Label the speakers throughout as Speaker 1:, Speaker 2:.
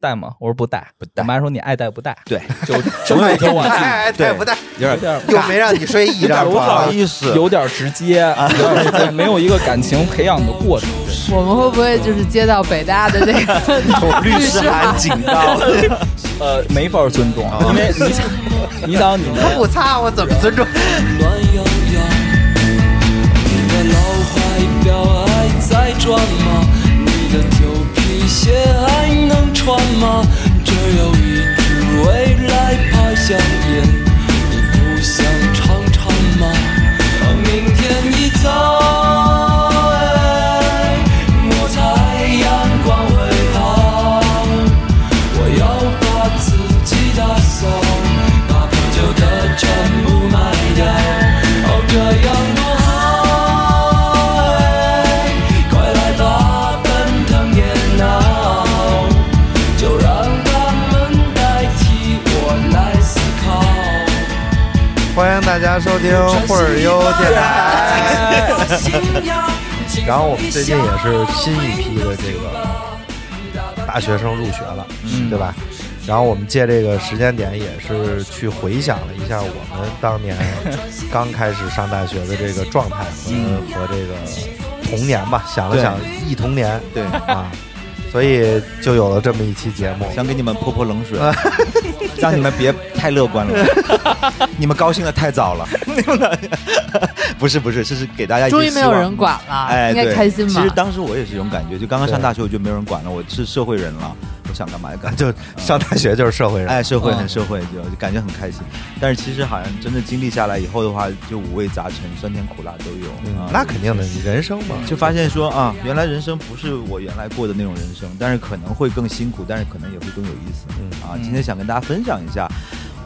Speaker 1: 带吗？我说不带，
Speaker 2: 不带
Speaker 1: 我妈说你爱带不带，
Speaker 2: 对，
Speaker 1: 就就问题我
Speaker 2: 带
Speaker 1: 自
Speaker 3: 哎，
Speaker 2: 对
Speaker 3: 带不带？
Speaker 2: 有
Speaker 1: 己有
Speaker 2: 点
Speaker 1: 点
Speaker 3: 又没让你睡 一张
Speaker 2: 不好
Speaker 3: 床，
Speaker 2: 意思，
Speaker 1: 有点直接， 有点对没有一个感情培养的过程。
Speaker 4: 我们会不会就是接到北大的 这个
Speaker 2: 律师函警告，
Speaker 1: 呃，没法尊重，
Speaker 2: 哦
Speaker 1: 因为你想，你想你
Speaker 3: 他
Speaker 1: 们
Speaker 3: 不擦我怎么尊重？
Speaker 5: 暖洋洋。你的老怀表还在转吗？你的旧皮鞋还能穿吗？只有一支未来牌香烟，你不想尝尝吗？明天一早，哎，我猜阳光会好。我要把自己打扫，把破旧的全部卖掉。哦，这样多好！哎快来吧，奔腾电脑，就让他们代替我来思考。
Speaker 3: 欢迎大家收听会儿优电台。
Speaker 5: 台
Speaker 3: 然后我们最近也是新一批的这个大学生入学了，对吧？然后我们借这个时间点，也是去回想了一下我们当 年刚开始上大学的这个状态和和这个童年吧，想了想忆童年，
Speaker 2: 对
Speaker 3: 啊，所以就有了这么一期节目。
Speaker 2: 想给你们泼泼冷水， 让你们别太乐观了， 你们高兴的太早了。 不是不是，这是给大家一些
Speaker 4: 终于没有
Speaker 2: 希望
Speaker 4: 人管了，
Speaker 2: 哎，
Speaker 4: 应该
Speaker 2: 对
Speaker 4: 开心吧
Speaker 2: 其实？当时我也是这种感觉，就刚刚上大学，我觉得没有人管了，我是社会人了，我想干嘛就干 嘛。
Speaker 3: 就上大学就是社会人，
Speaker 2: 哎，社会
Speaker 1: 嗯
Speaker 2: 很社会，就就感觉很开心。但是其实好像真的经历下来以后的话，就五味杂陈，酸甜苦辣都有。
Speaker 3: 嗯
Speaker 2: 啊，
Speaker 3: 那肯定的，你人生嘛，
Speaker 2: 就发现说啊，原来人生不是我原来过的那种人生，但是可能会更辛苦，但是可能也会更有意思。
Speaker 3: 嗯
Speaker 2: 啊，
Speaker 1: 嗯
Speaker 2: 今天想跟大家分享一下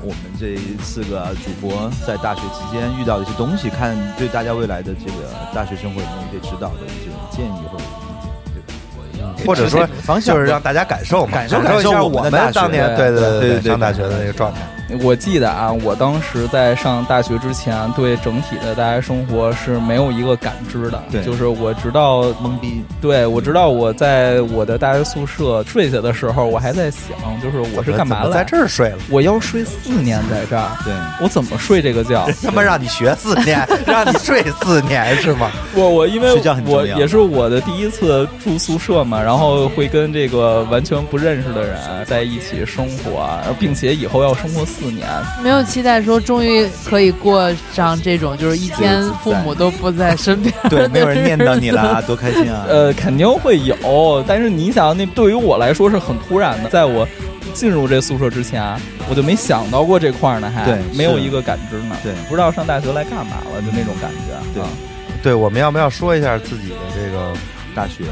Speaker 2: 我们这四个主播在大学期间遇到的一些东西，看对大家未来的这个大学生活有没有一些指导的一些建议或者意见，对吧？
Speaker 3: 嗯或者说
Speaker 2: 方向
Speaker 3: 就是让大家感受嘛，感
Speaker 2: 感受
Speaker 3: 一
Speaker 2: 感
Speaker 3: 下
Speaker 2: 受
Speaker 3: 我
Speaker 2: 我们的大学
Speaker 3: 当年
Speaker 1: 对
Speaker 3: 对对
Speaker 2: 对对对
Speaker 3: 上大学的那个状态。
Speaker 1: 我记得啊，我当时在上大学之前，啊对整体的大学生活是没有一个感知的，
Speaker 2: 对
Speaker 1: 就是我直到
Speaker 2: 懵逼，
Speaker 1: 对，我知道我在我的大学宿舍睡下的时候，我还在想，就是我是干嘛
Speaker 3: 怎么
Speaker 1: 来
Speaker 3: 在
Speaker 1: 着？
Speaker 3: 这儿睡 了？
Speaker 1: 我要睡四年在这儿，
Speaker 2: 对，
Speaker 1: 我怎么睡这个觉？
Speaker 3: 他妈让你学四年，让你睡四年是吗？
Speaker 1: 我我因为
Speaker 2: 睡觉很重要
Speaker 1: 我也是我的第一次住宿舍嘛，然后会跟这个完全不认识的人啊在一起生活，并且以后要生活四年。
Speaker 4: 没有期待说终于可以过上这种就是一天
Speaker 2: 自由自在，
Speaker 4: 父母都不在身边
Speaker 2: 对，没有人念 叨你了啊，多开心啊！
Speaker 1: 呃，肯定会有，但是你想，那对于我来说是很突然的，在我进入这宿舍之前，啊我就没想到过这块儿呢，还
Speaker 2: 对
Speaker 1: 没有
Speaker 2: 是
Speaker 1: 一个感知呢，
Speaker 2: 对
Speaker 1: 不知道上大学来干嘛了，就那种感觉。
Speaker 2: 对
Speaker 1: 啊
Speaker 3: 对，我们要不要说一下自己的这个
Speaker 2: 大学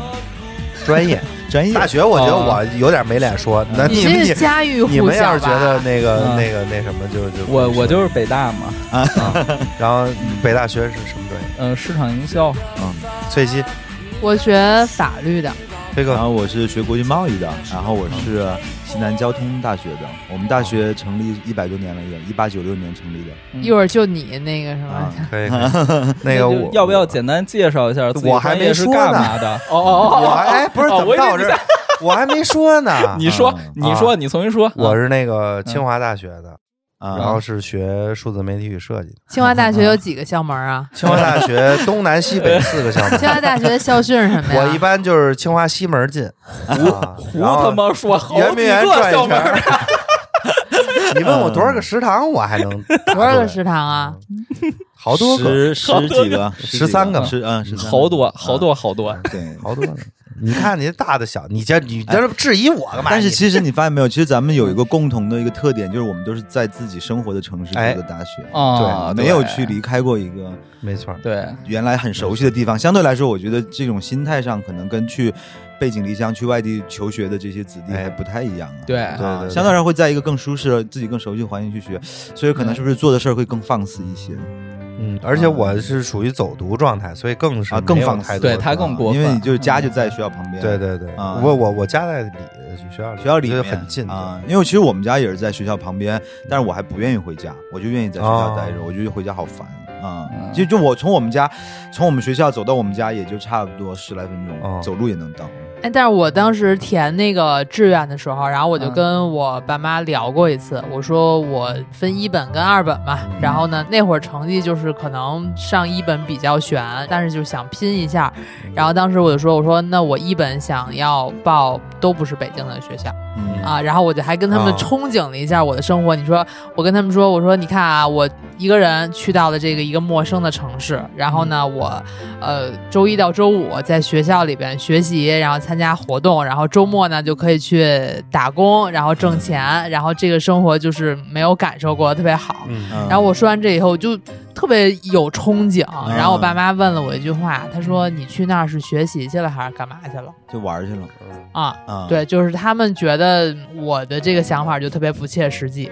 Speaker 3: 专业？
Speaker 2: 专业
Speaker 3: 大学我觉得我有点没脸说，那
Speaker 4: 你
Speaker 3: 你
Speaker 4: 这
Speaker 3: 们你
Speaker 4: 是家喻
Speaker 3: 你
Speaker 4: 户
Speaker 3: 们要
Speaker 4: 晓
Speaker 3: 是觉得
Speaker 4: 吧？
Speaker 3: 那个
Speaker 1: 嗯
Speaker 3: 那个那什么，就就
Speaker 1: 我我就是北大嘛，
Speaker 3: 然后北大学是什么专业？
Speaker 1: 嗯、市场营销，
Speaker 3: 崔西
Speaker 4: 我学法律的，
Speaker 3: 崔
Speaker 2: 然
Speaker 3: 哥
Speaker 2: 后我是学国际贸易的，然后我是西南交通大学的。我们大学成立一百多年了，也一八九六年成立的
Speaker 1: 嗯
Speaker 4: 一会儿就你那个什么
Speaker 2: 啊。。
Speaker 3: 可以，可以那个
Speaker 1: 就
Speaker 3: 哎我
Speaker 1: 要不要简单介绍一下自己
Speaker 3: 我还
Speaker 1: 专业
Speaker 3: 没
Speaker 1: 是
Speaker 3: 说
Speaker 1: 干
Speaker 3: 呢
Speaker 1: 嘛的？哦哦哦
Speaker 3: 我哎不是
Speaker 1: 哦
Speaker 3: 怎
Speaker 1: 我
Speaker 3: 么
Speaker 1: 以为
Speaker 3: 到我
Speaker 1: 你
Speaker 3: 这儿？我还没说呢。
Speaker 1: 你说
Speaker 2: 啊，
Speaker 1: 你说，你重新说。
Speaker 3: 我是那个清华大学的，
Speaker 2: 啊，
Speaker 1: 嗯
Speaker 3: 然后是学数字媒体与设计的。
Speaker 4: 清华大学有几个校门啊？
Speaker 3: 清华大学东南西北四 个项目，
Speaker 4: 清华大学的校训是 什么呀？
Speaker 3: 我一般就是清华西门进，啊
Speaker 1: 胡
Speaker 3: 然
Speaker 1: 他
Speaker 3: 后
Speaker 1: 妈说好
Speaker 3: 圆
Speaker 1: 几
Speaker 3: 明园
Speaker 1: 个
Speaker 3: 转
Speaker 1: 校
Speaker 3: 一
Speaker 1: 门儿，
Speaker 3: 圈。你问我多少个食堂，我还 能
Speaker 4: 多少个食堂啊？
Speaker 3: 好多个，
Speaker 2: 十十几个，
Speaker 3: 十三个
Speaker 2: 十嗯，十三个
Speaker 1: 好多好。多好多
Speaker 2: 啊。对，
Speaker 3: 好多呢。你看你大的小，你这你
Speaker 1: 哎
Speaker 3: 这质疑我干嘛？
Speaker 2: 但是
Speaker 3: 你
Speaker 2: 其实你发现没有，其实咱们有一个共同的一个特点，就是我们都是在自己生活的城市读
Speaker 3: 哎
Speaker 2: 的大学
Speaker 1: 啊，
Speaker 2: 没有去离开过一个
Speaker 3: 没错儿，
Speaker 1: 对，
Speaker 2: 原来很熟悉的地方。相对来说，我觉得这种心态上可能跟去背井离乡、去外地求学的这些子弟
Speaker 3: 哎
Speaker 2: 还不太一样啊。
Speaker 1: 对
Speaker 2: 啊
Speaker 3: 对对对
Speaker 2: 相对来说会在一个更舒适、自己更熟悉的环境去学，所以可能是不是做的事儿会更放肆一些
Speaker 3: 嗯，而且我是属于走读状态，所以更是
Speaker 2: 啊，更
Speaker 3: 没有
Speaker 2: 放嗯
Speaker 3: 太
Speaker 2: 肆，
Speaker 3: 多
Speaker 1: 对他
Speaker 3: 的
Speaker 1: 更过分
Speaker 2: 啊因为你就是家就在学校旁边，
Speaker 3: 对。对对，
Speaker 2: 啊
Speaker 3: 我我我家在里呃学校里
Speaker 2: 学校里
Speaker 3: 就
Speaker 2: 面
Speaker 3: 很近
Speaker 2: 啊，因为其实我们家也是在学校旁边，但是我还不愿意回家，我就愿意在学校待着，
Speaker 3: 哦
Speaker 2: 我觉得回家好烦啊
Speaker 1: 嗯。
Speaker 2: 就就我从我们家，从我们学校走到我们家也就差不多十来分钟，
Speaker 3: 哦
Speaker 2: 走路也能到。
Speaker 4: 哎，但是我当时填那个志愿的时候，然后我就
Speaker 1: 嗯
Speaker 4: 跟我爸妈聊过一次，我说我分一本跟二本嘛，然后呢，那会儿成绩就是可能上一本比较悬，但是就想拼一下，然后当时我就说，我说那我一本想要报都不是北京的学校
Speaker 2: 嗯
Speaker 4: 啊，然后我就还跟他们
Speaker 3: 啊
Speaker 4: 憧憬了一下我的生活，你说我跟他们说，我说你看啊，我一个人去到了这个一个陌生的城市，然后
Speaker 3: 嗯
Speaker 4: 呢，我呃周一到周五在学校里边学习，然后参加活动，然后周末呢就可以去打工，然后挣钱，然后这个生活就是没有感受过，特别好。
Speaker 3: 嗯
Speaker 2: 嗯
Speaker 4: 然后我说完这以后，我就特别有憧憬。
Speaker 3: 嗯
Speaker 4: 然后我爸妈问了我一句话，他说：“你去那儿是学习去了还是干嘛去了
Speaker 2: 就玩儿去了？”
Speaker 4: 啊，
Speaker 2: 啊。，
Speaker 4: 对，就是他们觉得我的这个想法就特别不切实际。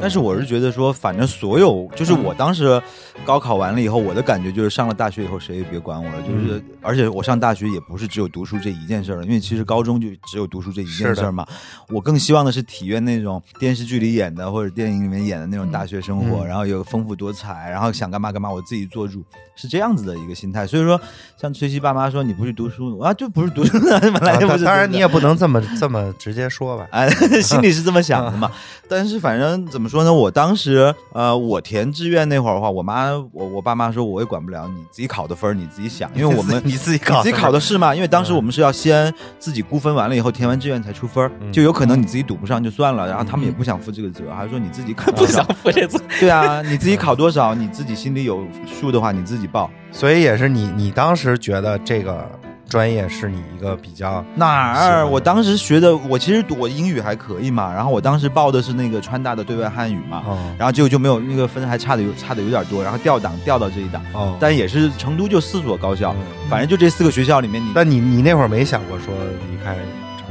Speaker 2: 但是我是觉得说，反正所有就是我
Speaker 3: 嗯
Speaker 2: 当时高考完了以后，我的感觉就是上了大学以后谁也别管我了，
Speaker 3: 嗯
Speaker 2: 就是而且我上大学也不是只有读书这一件事儿了，因为其实高中就只有读书这一件
Speaker 3: 是
Speaker 2: 事
Speaker 3: 的
Speaker 2: 儿嘛。我更希望的是体验那种电视剧里演的或者电影里面演的那种大学生活，
Speaker 3: 嗯
Speaker 2: 然后有丰富多彩，然后想干嘛干嘛，我自己做主，是这样子的一个心态。所以说，像崔西爸妈说你不去读书啊，就不是读书的， 本来
Speaker 3: 啊
Speaker 2: 就不
Speaker 3: 当
Speaker 2: 是。
Speaker 3: 当然你也不能 这么这么直接说吧。
Speaker 2: 哎， 心里是这么想的嘛。但是反正怎么说呢，我当时呃，我填志愿那会儿的话，我妈我我爸妈说我也管不了你，自己考的分儿你自己想，因为我们
Speaker 3: 你自己
Speaker 2: 你
Speaker 3: 考，
Speaker 2: 自 己考的是嘛，因为当时我们是要先自己估分完了以后填完志愿才出分儿，就有可能你自己赌不上就算了，然后他们也不想负这个责任，还说你自己 考
Speaker 1: 不
Speaker 2: 多
Speaker 1: 想
Speaker 2: 少，
Speaker 1: 负这责。
Speaker 2: 对啊，你自己考多少，你自己心里有数的话你自己报。
Speaker 3: 所以也是你你当时觉得这个专业是你一个比较
Speaker 2: 哪
Speaker 3: 喜欢
Speaker 2: 儿？
Speaker 3: 的
Speaker 2: 我当时学的，我其实我英语还可以嘛，然后我当时报的是那个川大的对外汉语嘛，
Speaker 3: 哦
Speaker 2: 然后结果就没有那个分还差的有差的有点多，然后调档调到这一档，
Speaker 3: 哦，
Speaker 2: 但也是成都就四所高校，
Speaker 3: 嗯
Speaker 2: 反正就这四个学校里面你，
Speaker 3: 但你你那会儿没想过说离开成都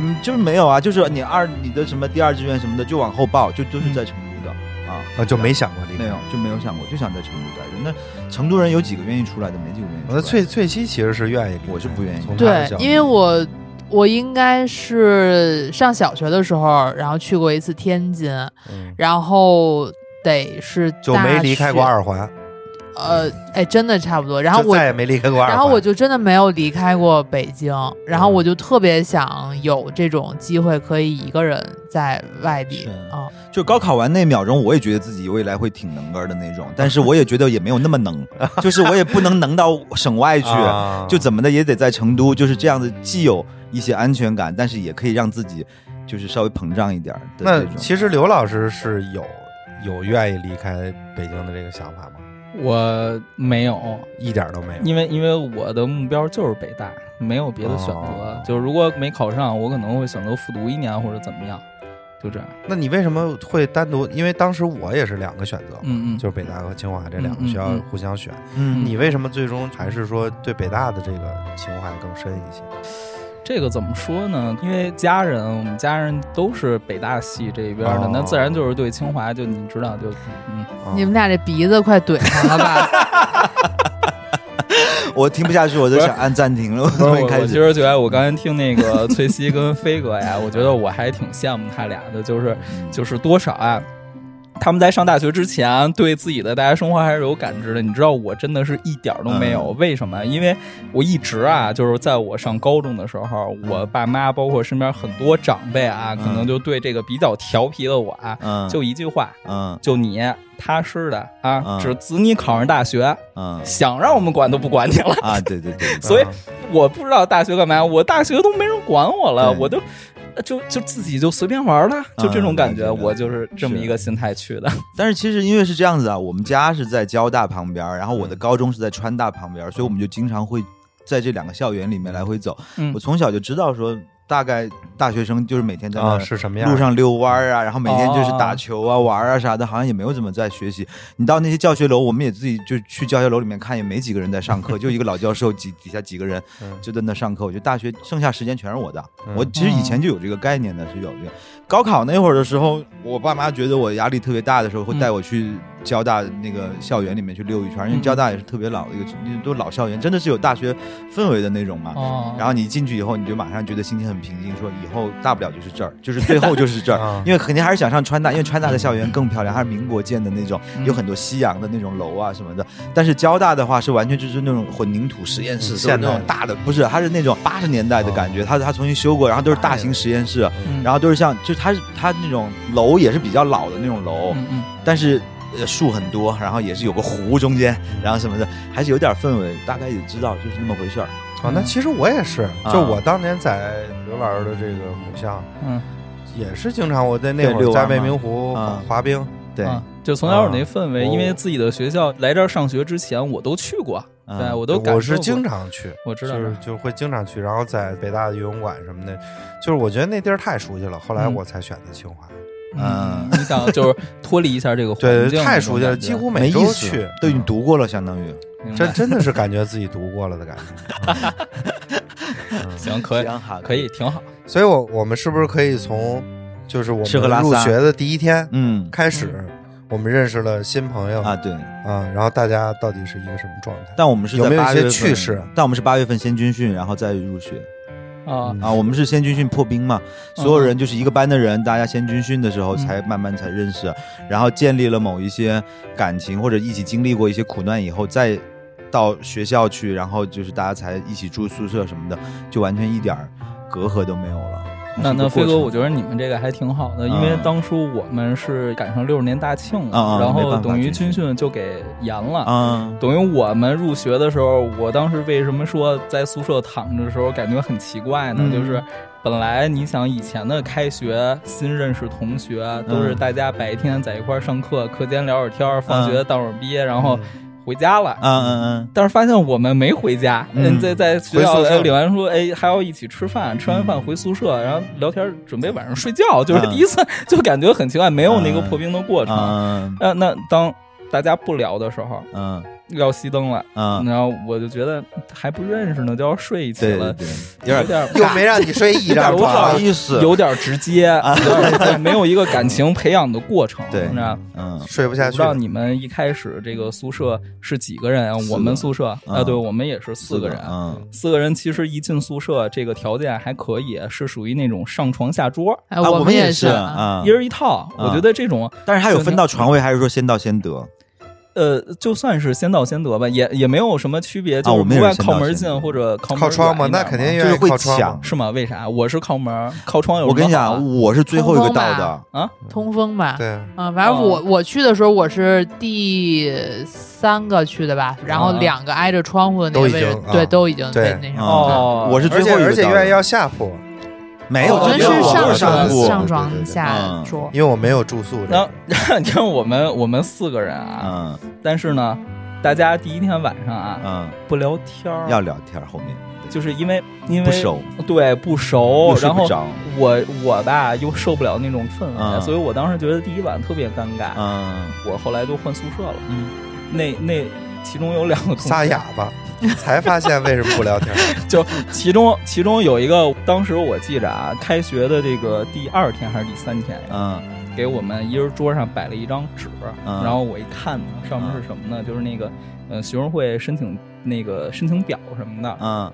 Speaker 2: 嗯就是没有啊，就是你二你的什么第二志愿什么的就往后报，就都是在成都的、啊，
Speaker 3: 啊，就没想过离
Speaker 2: 没
Speaker 3: 开
Speaker 2: 有。就没有想过，就想在成都待着。那成都人有几个愿意出来的？没几个愿意出
Speaker 3: 那
Speaker 2: 来的。
Speaker 3: 翠翠西其实是愿意离开，
Speaker 2: 我是不愿意
Speaker 3: 从她的
Speaker 4: 对
Speaker 3: 角，度
Speaker 4: 因为我我应该是上小学的时候，然后去过一次天津，
Speaker 3: 嗯
Speaker 4: 然后得是
Speaker 3: 就没
Speaker 4: 大
Speaker 3: 离开
Speaker 4: 学
Speaker 3: 过。二环，
Speaker 4: 呃，哎，真的差不多。然后
Speaker 3: 就
Speaker 4: 我
Speaker 3: 再也没离开过二环。
Speaker 4: 然后我就真的没有离开过北京，然后我就特别想有这种机会，可以一个人在外地
Speaker 2: 是
Speaker 4: 啊、
Speaker 2: 就高考完那秒钟，我也觉得自己未来会挺能干的那种，但是我也觉得也没有那么能，就是我也不能能到省外去。
Speaker 3: 啊
Speaker 2: 就怎么的也得在成都，就是这样子，既有一些安全感，但是也可以让自己就是稍微膨胀一点儿的
Speaker 3: 那
Speaker 2: 这种。
Speaker 3: 其实刘老师是有有愿意离开北京的这个想法吗？
Speaker 1: 我没有，
Speaker 3: 一点都没有。
Speaker 1: 因为因为我的目标就是北大，没有别的选择。
Speaker 3: 哦
Speaker 1: 就是如果没考上，我可能会选择复读一年或者怎么样，就这样。
Speaker 3: 那你为什么会单独？因为当时我也是两个选择嘛，
Speaker 1: 嗯嗯
Speaker 3: 就是北大和清华这两个学校
Speaker 1: 嗯嗯嗯
Speaker 3: 互相选。
Speaker 2: 嗯
Speaker 3: 你为什么最终还是说对北大的这个情怀更深一些？
Speaker 1: 这个怎么说呢？因为家人，我们家人都是北大系这边的，
Speaker 3: 哦
Speaker 1: 那自然就是对清华就你知道就嗯，
Speaker 3: 啊
Speaker 4: 你们俩这鼻子快怼上了吧？
Speaker 2: 我听不下去，我都
Speaker 1: 不是
Speaker 2: 想按暂停了。我
Speaker 1: 不是
Speaker 2: 终
Speaker 1: 我，
Speaker 2: 于开
Speaker 1: 我其
Speaker 2: 始，
Speaker 1: 实觉得我刚才听那个翠西跟飞哥呀，我觉得我还挺羡慕他俩的，就是
Speaker 2: 嗯
Speaker 1: 就是多少啊。他们在上大学之前，对自己的大学生活还是有感知的。你知道，我真的是一点儿都没
Speaker 2: 嗯
Speaker 1: 有。为什么？因为我一直啊，就是在我上高中的时候，我爸妈包括身边很多长辈啊，可能就对这个比较调皮的我啊，
Speaker 2: 嗯，
Speaker 1: 就一句话，
Speaker 2: 嗯
Speaker 1: 就你踏实的啊
Speaker 2: 嗯，
Speaker 1: 只子你考上大学，
Speaker 2: 嗯
Speaker 1: 想让我们管都不管你了。
Speaker 2: 啊，对对对，
Speaker 1: 所以
Speaker 3: 啊
Speaker 1: 我不知道大学干嘛，我大学都没人管我了，
Speaker 2: 对
Speaker 1: 我都就就自己就随便玩了，就这种感觉，
Speaker 2: 了解
Speaker 1: 我就是这么一个心态去的。
Speaker 2: 但是其实因为是这样子啊，我们家是在交大旁边儿，然后我的高中是在川大旁边儿，所以我们就经常会在这两个校园里面来回走。
Speaker 1: 嗯
Speaker 2: 我从小就知道说，大概大学生就是每天在那
Speaker 3: 啊
Speaker 2: 儿
Speaker 3: 是什么样？嗯
Speaker 2: 路上溜弯儿啊，然后每天就是
Speaker 1: 哦
Speaker 2: 打球啊、玩儿啊啥的，好像也没有怎么在学习。你到那些教学楼，我们也自己就去教学楼里面看，也没几个人在上 课，就一个老教授几底下几个人
Speaker 3: 嗯
Speaker 2: 就在那上课。我觉得大学剩下时间全是我的，
Speaker 3: 嗯
Speaker 2: 我其实以前就有这个概念
Speaker 3: 嗯
Speaker 2: 的，是有这个。高考那会儿的时候，我爸妈觉得我压力特别大的时候，会带我去交大那个校园里面去溜一圈，因
Speaker 1: 嗯
Speaker 2: 为交大也是特别老的一个，都老校园，真的是有大学氛围的那种嘛。
Speaker 1: 哦，
Speaker 2: 然后你进去以后，你就马上觉得心情很平静，说以后大不了就 是这儿，就是最后就是这儿
Speaker 3: 啊，
Speaker 2: 因为肯定还是想上川大，因为川大的校园更漂亮，它是民国建的那种，
Speaker 1: 嗯
Speaker 2: 有很多西洋的那种楼啊什么的。但是交大的话是完全就是那种混凝土实验室，
Speaker 3: 嗯
Speaker 2: 是那
Speaker 3: 现代
Speaker 2: 种
Speaker 3: 的
Speaker 2: 大的，不是，它是那种八十年代的感觉，它它重新修过，然后都是大型实验室，
Speaker 1: 哦嗯
Speaker 2: 然后都是像就是它是它那种楼也是比较老的那种楼，
Speaker 1: 嗯嗯，
Speaker 2: 但是。呃，树很多，然后也是有个湖中间，然后什么的，还是有点氛围，大概也知道就是那么回事儿。
Speaker 3: 啊，那其实我也是，
Speaker 2: 啊
Speaker 3: 就我当年在刘老师的这个母校，
Speaker 1: 嗯，
Speaker 3: 也是经常我在那
Speaker 2: 对
Speaker 3: 会
Speaker 2: 遛
Speaker 3: 儿在
Speaker 2: 弯
Speaker 3: 未
Speaker 2: 嘛
Speaker 3: 名湖
Speaker 2: 啊
Speaker 3: 滑冰，
Speaker 2: 对，
Speaker 1: 啊就从小有
Speaker 3: 啊
Speaker 1: 那氛围，
Speaker 3: 我
Speaker 1: 因为自己的学校来这儿上学之前，我都去过，
Speaker 2: 嗯
Speaker 1: 对我都感
Speaker 3: 我是
Speaker 1: 受过
Speaker 3: 经常去，
Speaker 1: 我知
Speaker 3: 就
Speaker 1: 道
Speaker 3: 是就会经常去，然后在北大的游泳馆什么的，就是我觉得那地儿太熟悉了，后来
Speaker 1: 嗯
Speaker 3: 我才选的清华，
Speaker 1: 嗯，你想就是脱离一下这个环
Speaker 3: 对
Speaker 1: 境，
Speaker 3: 太熟悉了，几乎
Speaker 2: 没
Speaker 3: 每
Speaker 2: 意
Speaker 3: 周
Speaker 2: 思
Speaker 3: 去，
Speaker 2: 都已经读过了，相当于。
Speaker 1: 明白
Speaker 3: 真真的是感觉自己读过了的感觉。
Speaker 1: 行，可以，
Speaker 2: 行好
Speaker 1: 可以，挺好。
Speaker 3: 所以我，我们是不是可以从就是我
Speaker 2: 吃喝拉
Speaker 3: 们
Speaker 2: 撒
Speaker 3: 入学的第一天
Speaker 2: 嗯
Speaker 3: 开始，我们认识了新朋友
Speaker 2: 啊，对，
Speaker 3: 啊然后大家到底是一个什么状态？
Speaker 2: 但我们是
Speaker 3: 有
Speaker 2: 在
Speaker 3: 没有一
Speaker 2: 八
Speaker 3: 些
Speaker 2: 月份
Speaker 3: 趣事？啊
Speaker 2: 但我们是八月份先军训，然后再入学
Speaker 1: 啊
Speaker 3: 嗯
Speaker 2: 啊。我们是先军训破冰嘛，所有人就是一个班的人，大家先军训的时候才
Speaker 3: 嗯
Speaker 2: 慢慢才认识，然后建立了某一些感情或者一起经历过一些苦难以后，再到学校去，然后就是大家才一起住宿舍什么的，就完全一点儿隔阂都没有了。
Speaker 1: 那那飞哥，我觉
Speaker 2: 得
Speaker 1: 得你们这个还挺好的，因为
Speaker 2: 嗯
Speaker 1: 当初我们是赶上六十年大庆
Speaker 2: 嗯
Speaker 1: 了，
Speaker 2: 嗯
Speaker 1: 然
Speaker 2: 没
Speaker 1: 后
Speaker 2: 办法
Speaker 1: 等于
Speaker 2: 军训
Speaker 1: 军训就给延了。
Speaker 2: 啊，
Speaker 1: 等于我们入学的时候，我当时为什么说在宿舍躺着的时候感觉很奇怪呢？
Speaker 2: 嗯
Speaker 1: 就是本来你想以前的开学新认识同学，都
Speaker 2: 嗯
Speaker 1: 是大家白天在一块儿上课，课间聊会儿天儿，放学倒会儿憋，然后回家了。
Speaker 2: 嗯嗯
Speaker 1: 但是发现我们没回家，
Speaker 2: 嗯
Speaker 1: 在在学校
Speaker 3: 回宿舍
Speaker 1: 哎领完书，哎，还要一起吃饭，吃完饭回宿舍，然后聊天，准备晚上睡觉，就是
Speaker 2: 嗯
Speaker 1: 第一次就感觉很奇怪，没有那个破冰的过
Speaker 2: 嗯
Speaker 1: 程。啊呃
Speaker 2: 嗯
Speaker 1: 那那当大家不聊的时候，
Speaker 2: 嗯
Speaker 1: 要熄灯了，
Speaker 2: 嗯，
Speaker 1: 然后我就觉得还不认识呢，就要睡一起
Speaker 2: 对
Speaker 1: 了
Speaker 2: 对，对，有
Speaker 1: 有
Speaker 2: 点
Speaker 1: 点
Speaker 3: 又没让你睡一张
Speaker 1: 有点不
Speaker 3: 床
Speaker 1: 好
Speaker 2: 不好，意思，
Speaker 1: 有点直接， 有点没有一个感情培养的过程，
Speaker 2: 啊对
Speaker 1: 你知道吗。
Speaker 2: 嗯
Speaker 3: 睡不下
Speaker 1: 不
Speaker 3: 去
Speaker 1: 知。道你们一开始这个宿舍是几个人啊
Speaker 2: 四？个
Speaker 1: 我们宿舍啊，
Speaker 2: 嗯
Speaker 1: 对，我们也是四个人。
Speaker 2: 嗯
Speaker 1: 四个人其实一进宿舍，这个条件还可以，是属于那种上床下桌，
Speaker 4: 哎，
Speaker 2: 啊，我
Speaker 4: 们
Speaker 2: 也
Speaker 4: 是，
Speaker 2: 啊
Speaker 1: 一，人一套。
Speaker 2: 啊
Speaker 1: 我觉得这种，
Speaker 2: 但是它有分到床位，还是说先到先得？
Speaker 1: 呃，就算是先到先得吧，也也没有什么区别，就
Speaker 2: 啊我
Speaker 1: 是
Speaker 2: 们
Speaker 1: 不
Speaker 2: 也
Speaker 1: 管
Speaker 2: 是
Speaker 1: 靠门
Speaker 2: 先到先
Speaker 1: 进
Speaker 2: 得
Speaker 1: 或者靠门
Speaker 3: 靠窗嘛，
Speaker 1: 远一点
Speaker 3: 那肯定
Speaker 1: 嘛
Speaker 3: 愿意
Speaker 2: 就是会
Speaker 3: 靠窗嘛
Speaker 2: 抢。
Speaker 1: 是吗？为啥？我是靠门，靠窗有什
Speaker 2: 我
Speaker 1: 么
Speaker 2: 跟你
Speaker 1: 好啊
Speaker 2: 讲，我是最后一个到
Speaker 4: 通风
Speaker 2: 的，
Speaker 1: 啊，
Speaker 4: 通风吧。
Speaker 3: 对，
Speaker 4: 嗯，反正
Speaker 1: 哦
Speaker 4: 我我去的时候我是第三个去的吧，然后
Speaker 1: 啊
Speaker 4: 两个挨着窗户的那
Speaker 3: 都
Speaker 4: 个位
Speaker 3: 已经
Speaker 4: 置，
Speaker 3: 啊
Speaker 4: 对，都已经
Speaker 3: 对
Speaker 4: 被那什
Speaker 2: 嗯
Speaker 4: 么了。
Speaker 1: 哦
Speaker 2: 我是最
Speaker 3: 而
Speaker 2: 后
Speaker 3: 且
Speaker 2: 一个到的
Speaker 3: 而且哦愿意要下铺，
Speaker 2: 没有，
Speaker 4: 我们
Speaker 2: 只有
Speaker 4: 是
Speaker 2: 我
Speaker 4: 上
Speaker 2: 是
Speaker 4: 床
Speaker 2: 铺
Speaker 4: 上
Speaker 3: 对
Speaker 4: 床
Speaker 3: 对对
Speaker 4: 下
Speaker 2: 嗯
Speaker 4: 桌，
Speaker 3: 因为我没有住宿这
Speaker 1: 然
Speaker 3: 个
Speaker 1: 后。 你看我们我们四个人啊，
Speaker 2: 嗯
Speaker 1: 但是呢，大家第一天晚上啊
Speaker 2: 嗯，
Speaker 1: 不聊天儿，
Speaker 2: 要聊天后面
Speaker 1: 就是因为因为
Speaker 2: 不熟，
Speaker 1: 对不熟
Speaker 2: 又，睡
Speaker 1: 然
Speaker 2: 不
Speaker 1: 后
Speaker 2: 着，
Speaker 1: 我我吧又受不了那种氛围，
Speaker 2: 嗯
Speaker 1: 所以我当时觉得第一晚特别尴尬。
Speaker 2: 嗯
Speaker 1: 我后来就换宿舍了，
Speaker 2: 嗯
Speaker 1: 那那其中有两个同学
Speaker 3: 仨，哑巴，才发现为什么不聊天。
Speaker 1: 就其中其中有一个，当时我记着啊，开学的这个第二天还是第三天，
Speaker 2: 嗯
Speaker 1: 给我们一人桌上摆了一张纸，
Speaker 2: 嗯
Speaker 1: 然后我一看呢，上面是什么呢？就是那个呃学生会申请那个申请表什么的，
Speaker 2: 嗯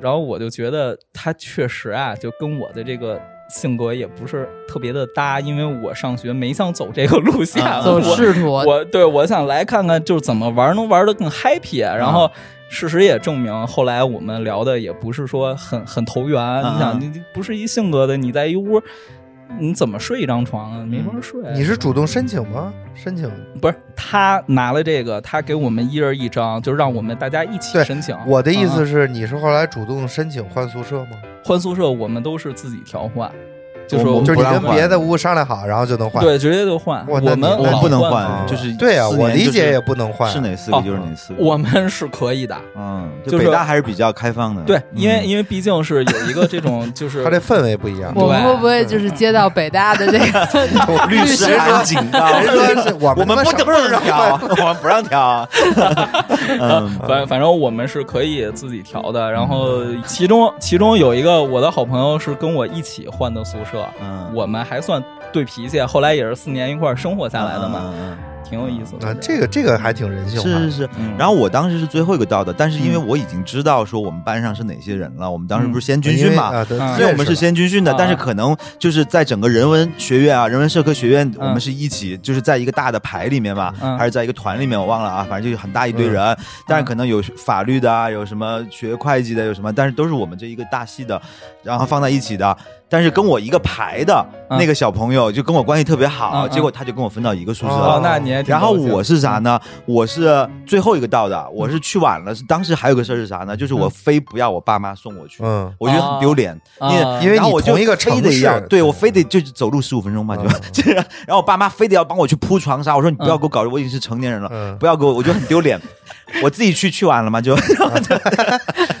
Speaker 1: 然后我就觉得他确实啊，就跟我的这个性格也不是特别的搭，因为我上学没想走这个路线，
Speaker 2: 啊
Speaker 4: 走
Speaker 1: 我
Speaker 4: 仕途，
Speaker 1: 我对我想来看看就是怎么玩能玩的更 happy，然啊后。事实也证明，后来我们聊的也不是说很很投缘。
Speaker 2: 啊
Speaker 1: 你想，你你不是一性格的，你在一屋，你怎么睡一张床啊？没法睡。
Speaker 3: 你是主动申请吗？申请？
Speaker 1: 不是他拿了这个，他给我们一人一张，就让我们大家一起
Speaker 3: 对
Speaker 1: 申请。
Speaker 3: 我的意思
Speaker 1: 是，
Speaker 3: 是，你是后来主动申请换宿舍吗？
Speaker 1: 换宿舍我们都是自己调换，就是
Speaker 2: 我们
Speaker 3: 就是
Speaker 2: 不
Speaker 3: 你
Speaker 2: 让
Speaker 3: 跟
Speaker 2: 换
Speaker 3: 别的屋商量好，然后就能换。
Speaker 1: 对，直接就换。
Speaker 3: 哇
Speaker 1: 我
Speaker 3: 那你
Speaker 1: 们
Speaker 2: 我们
Speaker 1: 老
Speaker 2: 不能
Speaker 3: 啊
Speaker 2: 换，就是
Speaker 3: 对啊，
Speaker 2: 四
Speaker 3: 我
Speaker 2: 年
Speaker 3: 理
Speaker 2: 就是
Speaker 3: 解也不能换。
Speaker 2: 是哪四个就是哪四个，
Speaker 1: 哦我们是可以的。
Speaker 2: 嗯，
Speaker 1: 就
Speaker 2: 就是北大还是比较开放的，
Speaker 1: 对，因为
Speaker 2: 嗯
Speaker 1: 因为毕竟是有一个这种就是
Speaker 3: 它这氛围不一样。
Speaker 4: 我们
Speaker 1: 对
Speaker 4: 会不会就是接到北大的这 个
Speaker 2: 律师
Speaker 4: 律师
Speaker 2: 函警告，
Speaker 3: 人说是我
Speaker 2: 我
Speaker 3: 们他
Speaker 2: 们
Speaker 3: 妈
Speaker 2: 不
Speaker 3: 什么时候
Speaker 2: 能
Speaker 3: 让
Speaker 2: 调，
Speaker 3: 换？
Speaker 2: 我们不让调，嗯
Speaker 1: 反反正我们是可以自己调的，然后其中其中有一个我的好朋友是跟我一起换的宿舍，
Speaker 2: 嗯，
Speaker 1: 我们还算对脾气，后来也是四年一块儿生活下来的嘛。
Speaker 2: 嗯，嗯嗯
Speaker 1: 挺有意思的。
Speaker 3: 啊，这个这个还挺人性化的。
Speaker 2: 是是是。
Speaker 1: 嗯，
Speaker 2: 然后我当时是最后一个到的，但是因为
Speaker 1: 嗯
Speaker 2: 我已经知道说我们班上是哪些人了，我们当时
Speaker 1: 嗯
Speaker 2: 不是先军
Speaker 3: 因为
Speaker 2: 训嘛，
Speaker 3: 啊，对
Speaker 1: 嗯，
Speaker 2: 虽然
Speaker 3: 认
Speaker 2: 我
Speaker 3: 识
Speaker 2: 们是
Speaker 3: 了
Speaker 2: 先军训的
Speaker 1: 啊，
Speaker 2: 但是可能就是在整个人文学院啊、人文社科学院，我
Speaker 1: 嗯
Speaker 2: 们是一起，就是在一个大的排里面嘛，
Speaker 1: 嗯
Speaker 2: 还是在一个团里面，我忘了啊，反正就是很大一堆人。但是可能有法律的啊，有什么学会计的，有什么，但是都是我们这一个大系的，然后放在一起的。但是跟我一个排的
Speaker 1: 嗯
Speaker 2: 那个小朋友就跟我关系特别好，
Speaker 1: 嗯嗯
Speaker 2: 结果他就跟我分到一个宿舍
Speaker 1: 哦
Speaker 2: 了，。
Speaker 1: 那你也挺嗯
Speaker 2: 然后
Speaker 1: 高兴
Speaker 2: 我是啥呢？我是最后一个到的，我
Speaker 1: 嗯
Speaker 2: 是去晚了。是当时还有个事儿是啥呢？就是我非不要我爸妈送我去，
Speaker 3: 嗯，
Speaker 2: 我觉得很丢脸，
Speaker 1: 哦
Speaker 2: 因为
Speaker 1: 啊
Speaker 3: 因为
Speaker 2: 然后
Speaker 3: 你
Speaker 2: 我就
Speaker 3: 同一个
Speaker 2: 非
Speaker 3: 城
Speaker 2: 得
Speaker 3: 市
Speaker 2: 要对
Speaker 3: 对
Speaker 2: 我非得就是走路十五分钟吧，就
Speaker 3: 嗯
Speaker 2: 这样。然后我爸妈非得要帮我去铺床啥，我说你不
Speaker 1: 嗯
Speaker 2: 要给我搞，我已经是成年人了，
Speaker 3: 嗯
Speaker 2: 不要给我，我觉得很丢脸。 我自己去去晚了嘛，就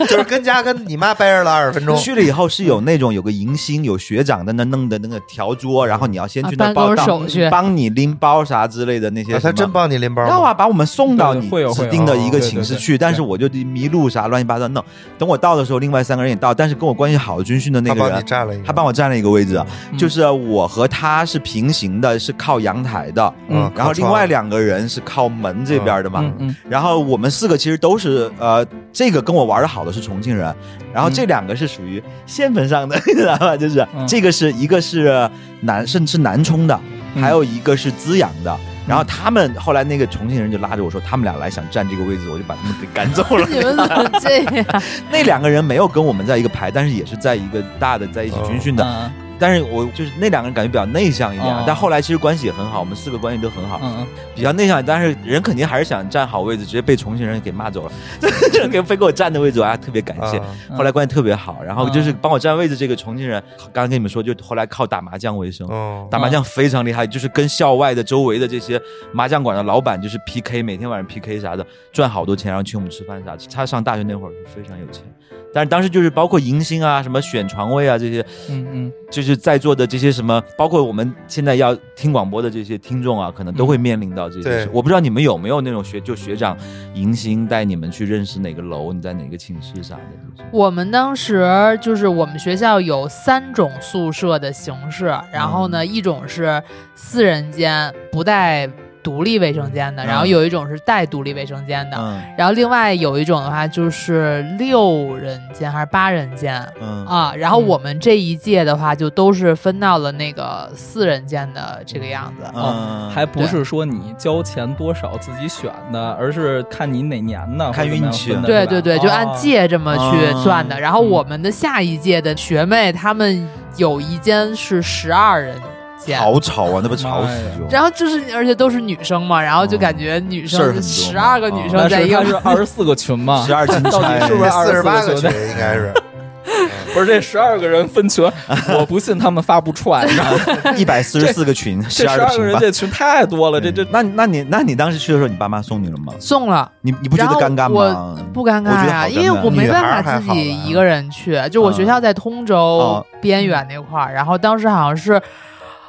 Speaker 3: 就是跟家跟你妈掰扯了二十分 钟，
Speaker 2: 去了以后是
Speaker 3: 嗯
Speaker 2: 有那种有个迎新，有学长在那弄的那个条桌，然后你要先去
Speaker 4: 啊
Speaker 2: 那
Speaker 4: 办
Speaker 2: 报
Speaker 4: 公
Speaker 2: 到
Speaker 4: 手续，
Speaker 2: 帮你拎包啥之类的那些
Speaker 3: 啊
Speaker 2: 什么。
Speaker 3: 他真帮你拎包
Speaker 2: 要
Speaker 3: 吗？
Speaker 2: 啊，把我们送到
Speaker 1: 对对
Speaker 2: 你
Speaker 1: 会有会
Speaker 2: 指
Speaker 1: 有
Speaker 2: 定的
Speaker 1: 哦
Speaker 2: 一个
Speaker 1: 对
Speaker 2: 寝
Speaker 1: 对
Speaker 2: 室
Speaker 1: 对
Speaker 2: 去，但是
Speaker 1: 对
Speaker 2: 我就迷路啥乱七八糟弄。等我到的时候，另外三个人也到，但是跟我关系好军训的那
Speaker 3: 他
Speaker 2: 个
Speaker 3: 帮
Speaker 2: 人
Speaker 3: 你，占了一个，
Speaker 2: 他帮我占了一个位置，啊
Speaker 1: 嗯
Speaker 2: 就是我和他是平行的，是靠阳台的，
Speaker 3: 嗯，
Speaker 2: 然后
Speaker 3: 靠
Speaker 2: 另
Speaker 3: 窗
Speaker 2: 外两个人是靠门这边的嘛。
Speaker 1: 嗯嗯
Speaker 2: 然后我们四个其实都是呃，这个跟我玩的好的是重庆人，然后这两个是属于县份上的， 你知道吧？就是、
Speaker 1: 嗯
Speaker 2: 这个是一个是南是是南充的，
Speaker 1: 嗯
Speaker 2: 还有一个是资阳的。然后他们后来那个重庆人就拉着我说，他们俩来想占这个位置，我就把他们给赶走 了。
Speaker 4: 你们怎么这样？
Speaker 2: 那两个人没有跟我们在一个排，但是也是在一个大的在一起军训的。
Speaker 1: 嗯
Speaker 2: 但是我就是那两个人感觉比较内向一点，啊
Speaker 1: 哦
Speaker 2: 但后来其实关系也很好，我们四个关系都很好，
Speaker 1: 嗯
Speaker 2: 比较内向，但是人肯定还是想占好位置，直接被重庆人给骂走了， 给非给我占的位置，我还特别感谢。
Speaker 3: 啊
Speaker 1: 嗯
Speaker 2: 后来关系特别好，然后就是帮我占位置这个重庆人，刚刚跟你们说，就后来靠打麻将为生。
Speaker 3: 哦，
Speaker 2: 打麻将非常厉害，就是跟校外的周围的这些麻将馆的老板就是 PK，每天晚上 PK 啥的，赚好多钱，然后请我们吃饭啥的。他上大学那会儿是非常有钱，但是当时就是包括迎新啊、什么选床位啊这些，
Speaker 1: 嗯嗯
Speaker 2: 就是在座的这些什么，包括我们现在要听广播的这些听众啊，可能都会面临到这些
Speaker 3: 对
Speaker 2: 事。我不知道你们有没有那种学就学长迎新带你们去认识哪个楼，你在哪个寝室啥的。就是
Speaker 4: 我们当时就是我们学校有三种宿舍的形式，然后呢，一种是四人间不带独立卫生间的，
Speaker 2: 嗯
Speaker 4: 然后有一种是带独立卫生间的，
Speaker 2: 嗯
Speaker 4: 然后另外有一种的话就是六人间还是八人间。
Speaker 2: 嗯
Speaker 4: 啊，然后我们这一届的话，就都是分到了那个四人间的这个样子。
Speaker 2: 啊
Speaker 1: 嗯，还不是说你交钱多少自己选的，而是看你哪年的，
Speaker 2: 看
Speaker 1: 或者怎么样
Speaker 2: 运气
Speaker 1: 分的哦
Speaker 4: 对
Speaker 1: 是吧
Speaker 4: 对对，就按届这么去算的。
Speaker 2: 哦
Speaker 4: 然后我们的下一届的学妹，她们有一间是十二人间。
Speaker 2: 好吵啊，那不吵死就。
Speaker 1: 嗯
Speaker 4: 然后就是，而且都是女生嘛，然后就
Speaker 2: 嗯
Speaker 4: 感觉女
Speaker 2: 事儿
Speaker 4: 生
Speaker 2: 很
Speaker 4: 十
Speaker 2: 多嘛
Speaker 4: 二个
Speaker 2: 啊
Speaker 4: 女
Speaker 1: 但
Speaker 4: 生在
Speaker 1: 是
Speaker 4: 一
Speaker 1: 它
Speaker 4: 个
Speaker 1: 是二十四个群嘛，
Speaker 2: 十二哎金钗，
Speaker 1: 到底是不是
Speaker 3: 四十八个
Speaker 1: 24
Speaker 3: 群
Speaker 1: 个
Speaker 3: 应 该是，
Speaker 1: 不是这十二个人分群，我不信他们发不出来。你知道吗
Speaker 2: 一百四十四个群，
Speaker 1: 这
Speaker 2: 十
Speaker 1: 十
Speaker 2: 二个
Speaker 1: 二个
Speaker 2: 群
Speaker 1: 人
Speaker 2: 吧？嗯
Speaker 1: 这群太多了，这这
Speaker 2: 那那你那你当时去的时候，你爸妈送你了吗？
Speaker 4: 送了。
Speaker 2: 你你不觉
Speaker 4: 然
Speaker 2: 得
Speaker 4: 后
Speaker 2: 尴尬
Speaker 4: 我
Speaker 2: 吗？
Speaker 4: 不尴
Speaker 2: 我觉
Speaker 4: 尬
Speaker 2: 得
Speaker 4: 呀，
Speaker 2: 好
Speaker 4: 因为
Speaker 2: 尴尬
Speaker 4: 我没
Speaker 3: 女孩
Speaker 4: 办
Speaker 3: 儿
Speaker 4: 法
Speaker 3: 还
Speaker 4: 自
Speaker 3: 好
Speaker 4: 己
Speaker 3: 吧
Speaker 4: 一个人去，就我学
Speaker 2: 嗯
Speaker 4: 校在通州
Speaker 2: 哦
Speaker 4: 边缘那块儿，然后当时好像是，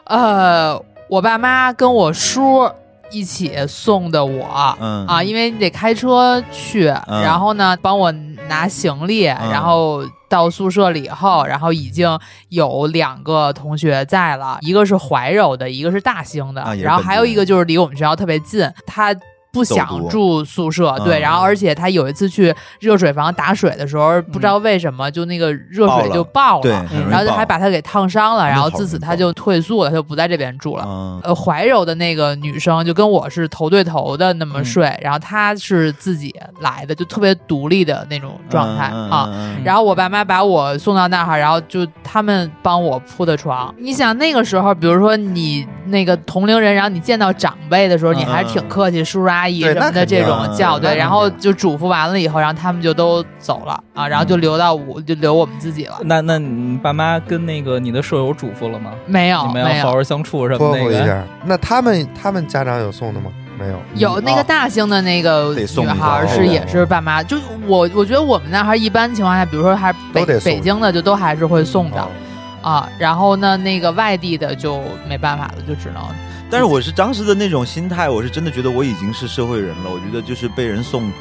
Speaker 4: 呃，我爸妈跟我叔一起送的我，
Speaker 2: 嗯
Speaker 4: 啊，因为你得开车去，
Speaker 2: 嗯
Speaker 4: 然后呢帮我拿行李，然后到宿舍里以后，然后已经有两个同学在了，一个是怀柔的，一个是大兴的，
Speaker 2: 啊也是
Speaker 4: 然后
Speaker 2: 本地
Speaker 4: 还有一个
Speaker 2: 人
Speaker 4: 就是离我们学校特别近，他。不想
Speaker 2: 走读
Speaker 4: 住宿舍，对，
Speaker 2: 嗯
Speaker 4: 然后而且他有一次去热水房打水的时候，不知道为什么就那个热
Speaker 2: 爆
Speaker 4: 水
Speaker 2: 了
Speaker 4: 就爆
Speaker 2: 对，
Speaker 4: 了，
Speaker 2: 很容易
Speaker 4: 然后就
Speaker 2: 爆
Speaker 4: 还把他给烫伤了，
Speaker 2: 那
Speaker 4: 然后
Speaker 2: 好
Speaker 4: 自此
Speaker 2: 容易
Speaker 4: 他就退宿了，他就不在这边住了。
Speaker 2: 嗯
Speaker 4: 呃，怀柔的那个女生就跟我是头对头的那么睡，然后她是自己来的，就特别独立的那种状
Speaker 2: 嗯
Speaker 4: 态、啊。，然后我爸妈把我送到那儿，然后就他们帮我铺的床。你想那个时候，比如说你那个同龄人，然后你见到长辈的时候，你还是挺客气，叔叔阿姨
Speaker 3: 对
Speaker 4: 什
Speaker 3: 那
Speaker 4: 么的
Speaker 3: 肯
Speaker 4: 这
Speaker 3: 定
Speaker 4: 种叫，
Speaker 2: 嗯
Speaker 4: 对。
Speaker 2: 那
Speaker 4: 然
Speaker 2: 肯
Speaker 4: 后
Speaker 2: 定
Speaker 4: 就嘱咐完了以后，然后他们就都走了啊，然后就
Speaker 2: 嗯
Speaker 4: 留到我，就留我们自己了。
Speaker 1: 那那你爸妈跟那个你的舍友嘱咐了吗？
Speaker 4: 没有，
Speaker 1: 你们
Speaker 4: 没
Speaker 1: 要
Speaker 4: 有
Speaker 1: 好。好相处什么
Speaker 3: 托
Speaker 1: 那
Speaker 3: 付一
Speaker 1: 个。
Speaker 3: 下。那他们他们家长有送的吗？没有，
Speaker 4: 有那个
Speaker 2: 哦
Speaker 4: 大兴的那个
Speaker 2: 得送
Speaker 4: 女
Speaker 2: 一
Speaker 4: 孩
Speaker 2: 下
Speaker 4: 儿
Speaker 2: 哦
Speaker 4: 是也是爸妈，就我我觉得我们那儿还一般情况下，比如说还是北
Speaker 3: 都得送
Speaker 4: 北京的就都还是会送的
Speaker 2: 嗯
Speaker 3: 哦
Speaker 4: 啊，然后呢那个外地的就没办法了，就只能
Speaker 2: 但是我是当时的那种心态，我是真的觉得我已经是社会人了，我觉得就是被人送。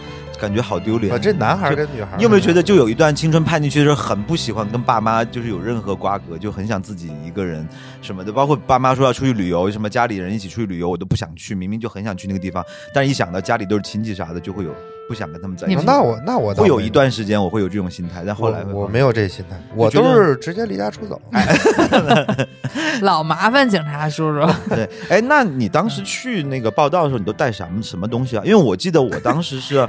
Speaker 2: 感觉好丢脸。
Speaker 3: 啊这男孩儿跟女孩儿，
Speaker 2: 你有没有觉得，就有一段青春叛逆期的时候，很不喜欢跟爸妈就是有任何瓜葛，就很想自己一个人什么的。包括爸妈说要出去旅游，什么家里人一起出去旅游，我都不想去，明明就很想去那个地方，但是一想到家里都是亲戚啥的，就会有不想跟他们在一
Speaker 4: 你
Speaker 2: 起
Speaker 3: 哦
Speaker 4: 们。
Speaker 3: 那我那我倒
Speaker 2: 会有
Speaker 3: 没
Speaker 2: 一段时间我会有这种心态，但后来会
Speaker 3: 我我
Speaker 2: 放
Speaker 3: 没有这心态，我
Speaker 2: 觉
Speaker 3: 都
Speaker 2: 得哎
Speaker 3: 是直接离家出走。
Speaker 4: 老麻烦警察叔叔。
Speaker 2: 对，哎，那你当时去那个报道的时候，你都带什么什么东西啊？因为我记得我当 时是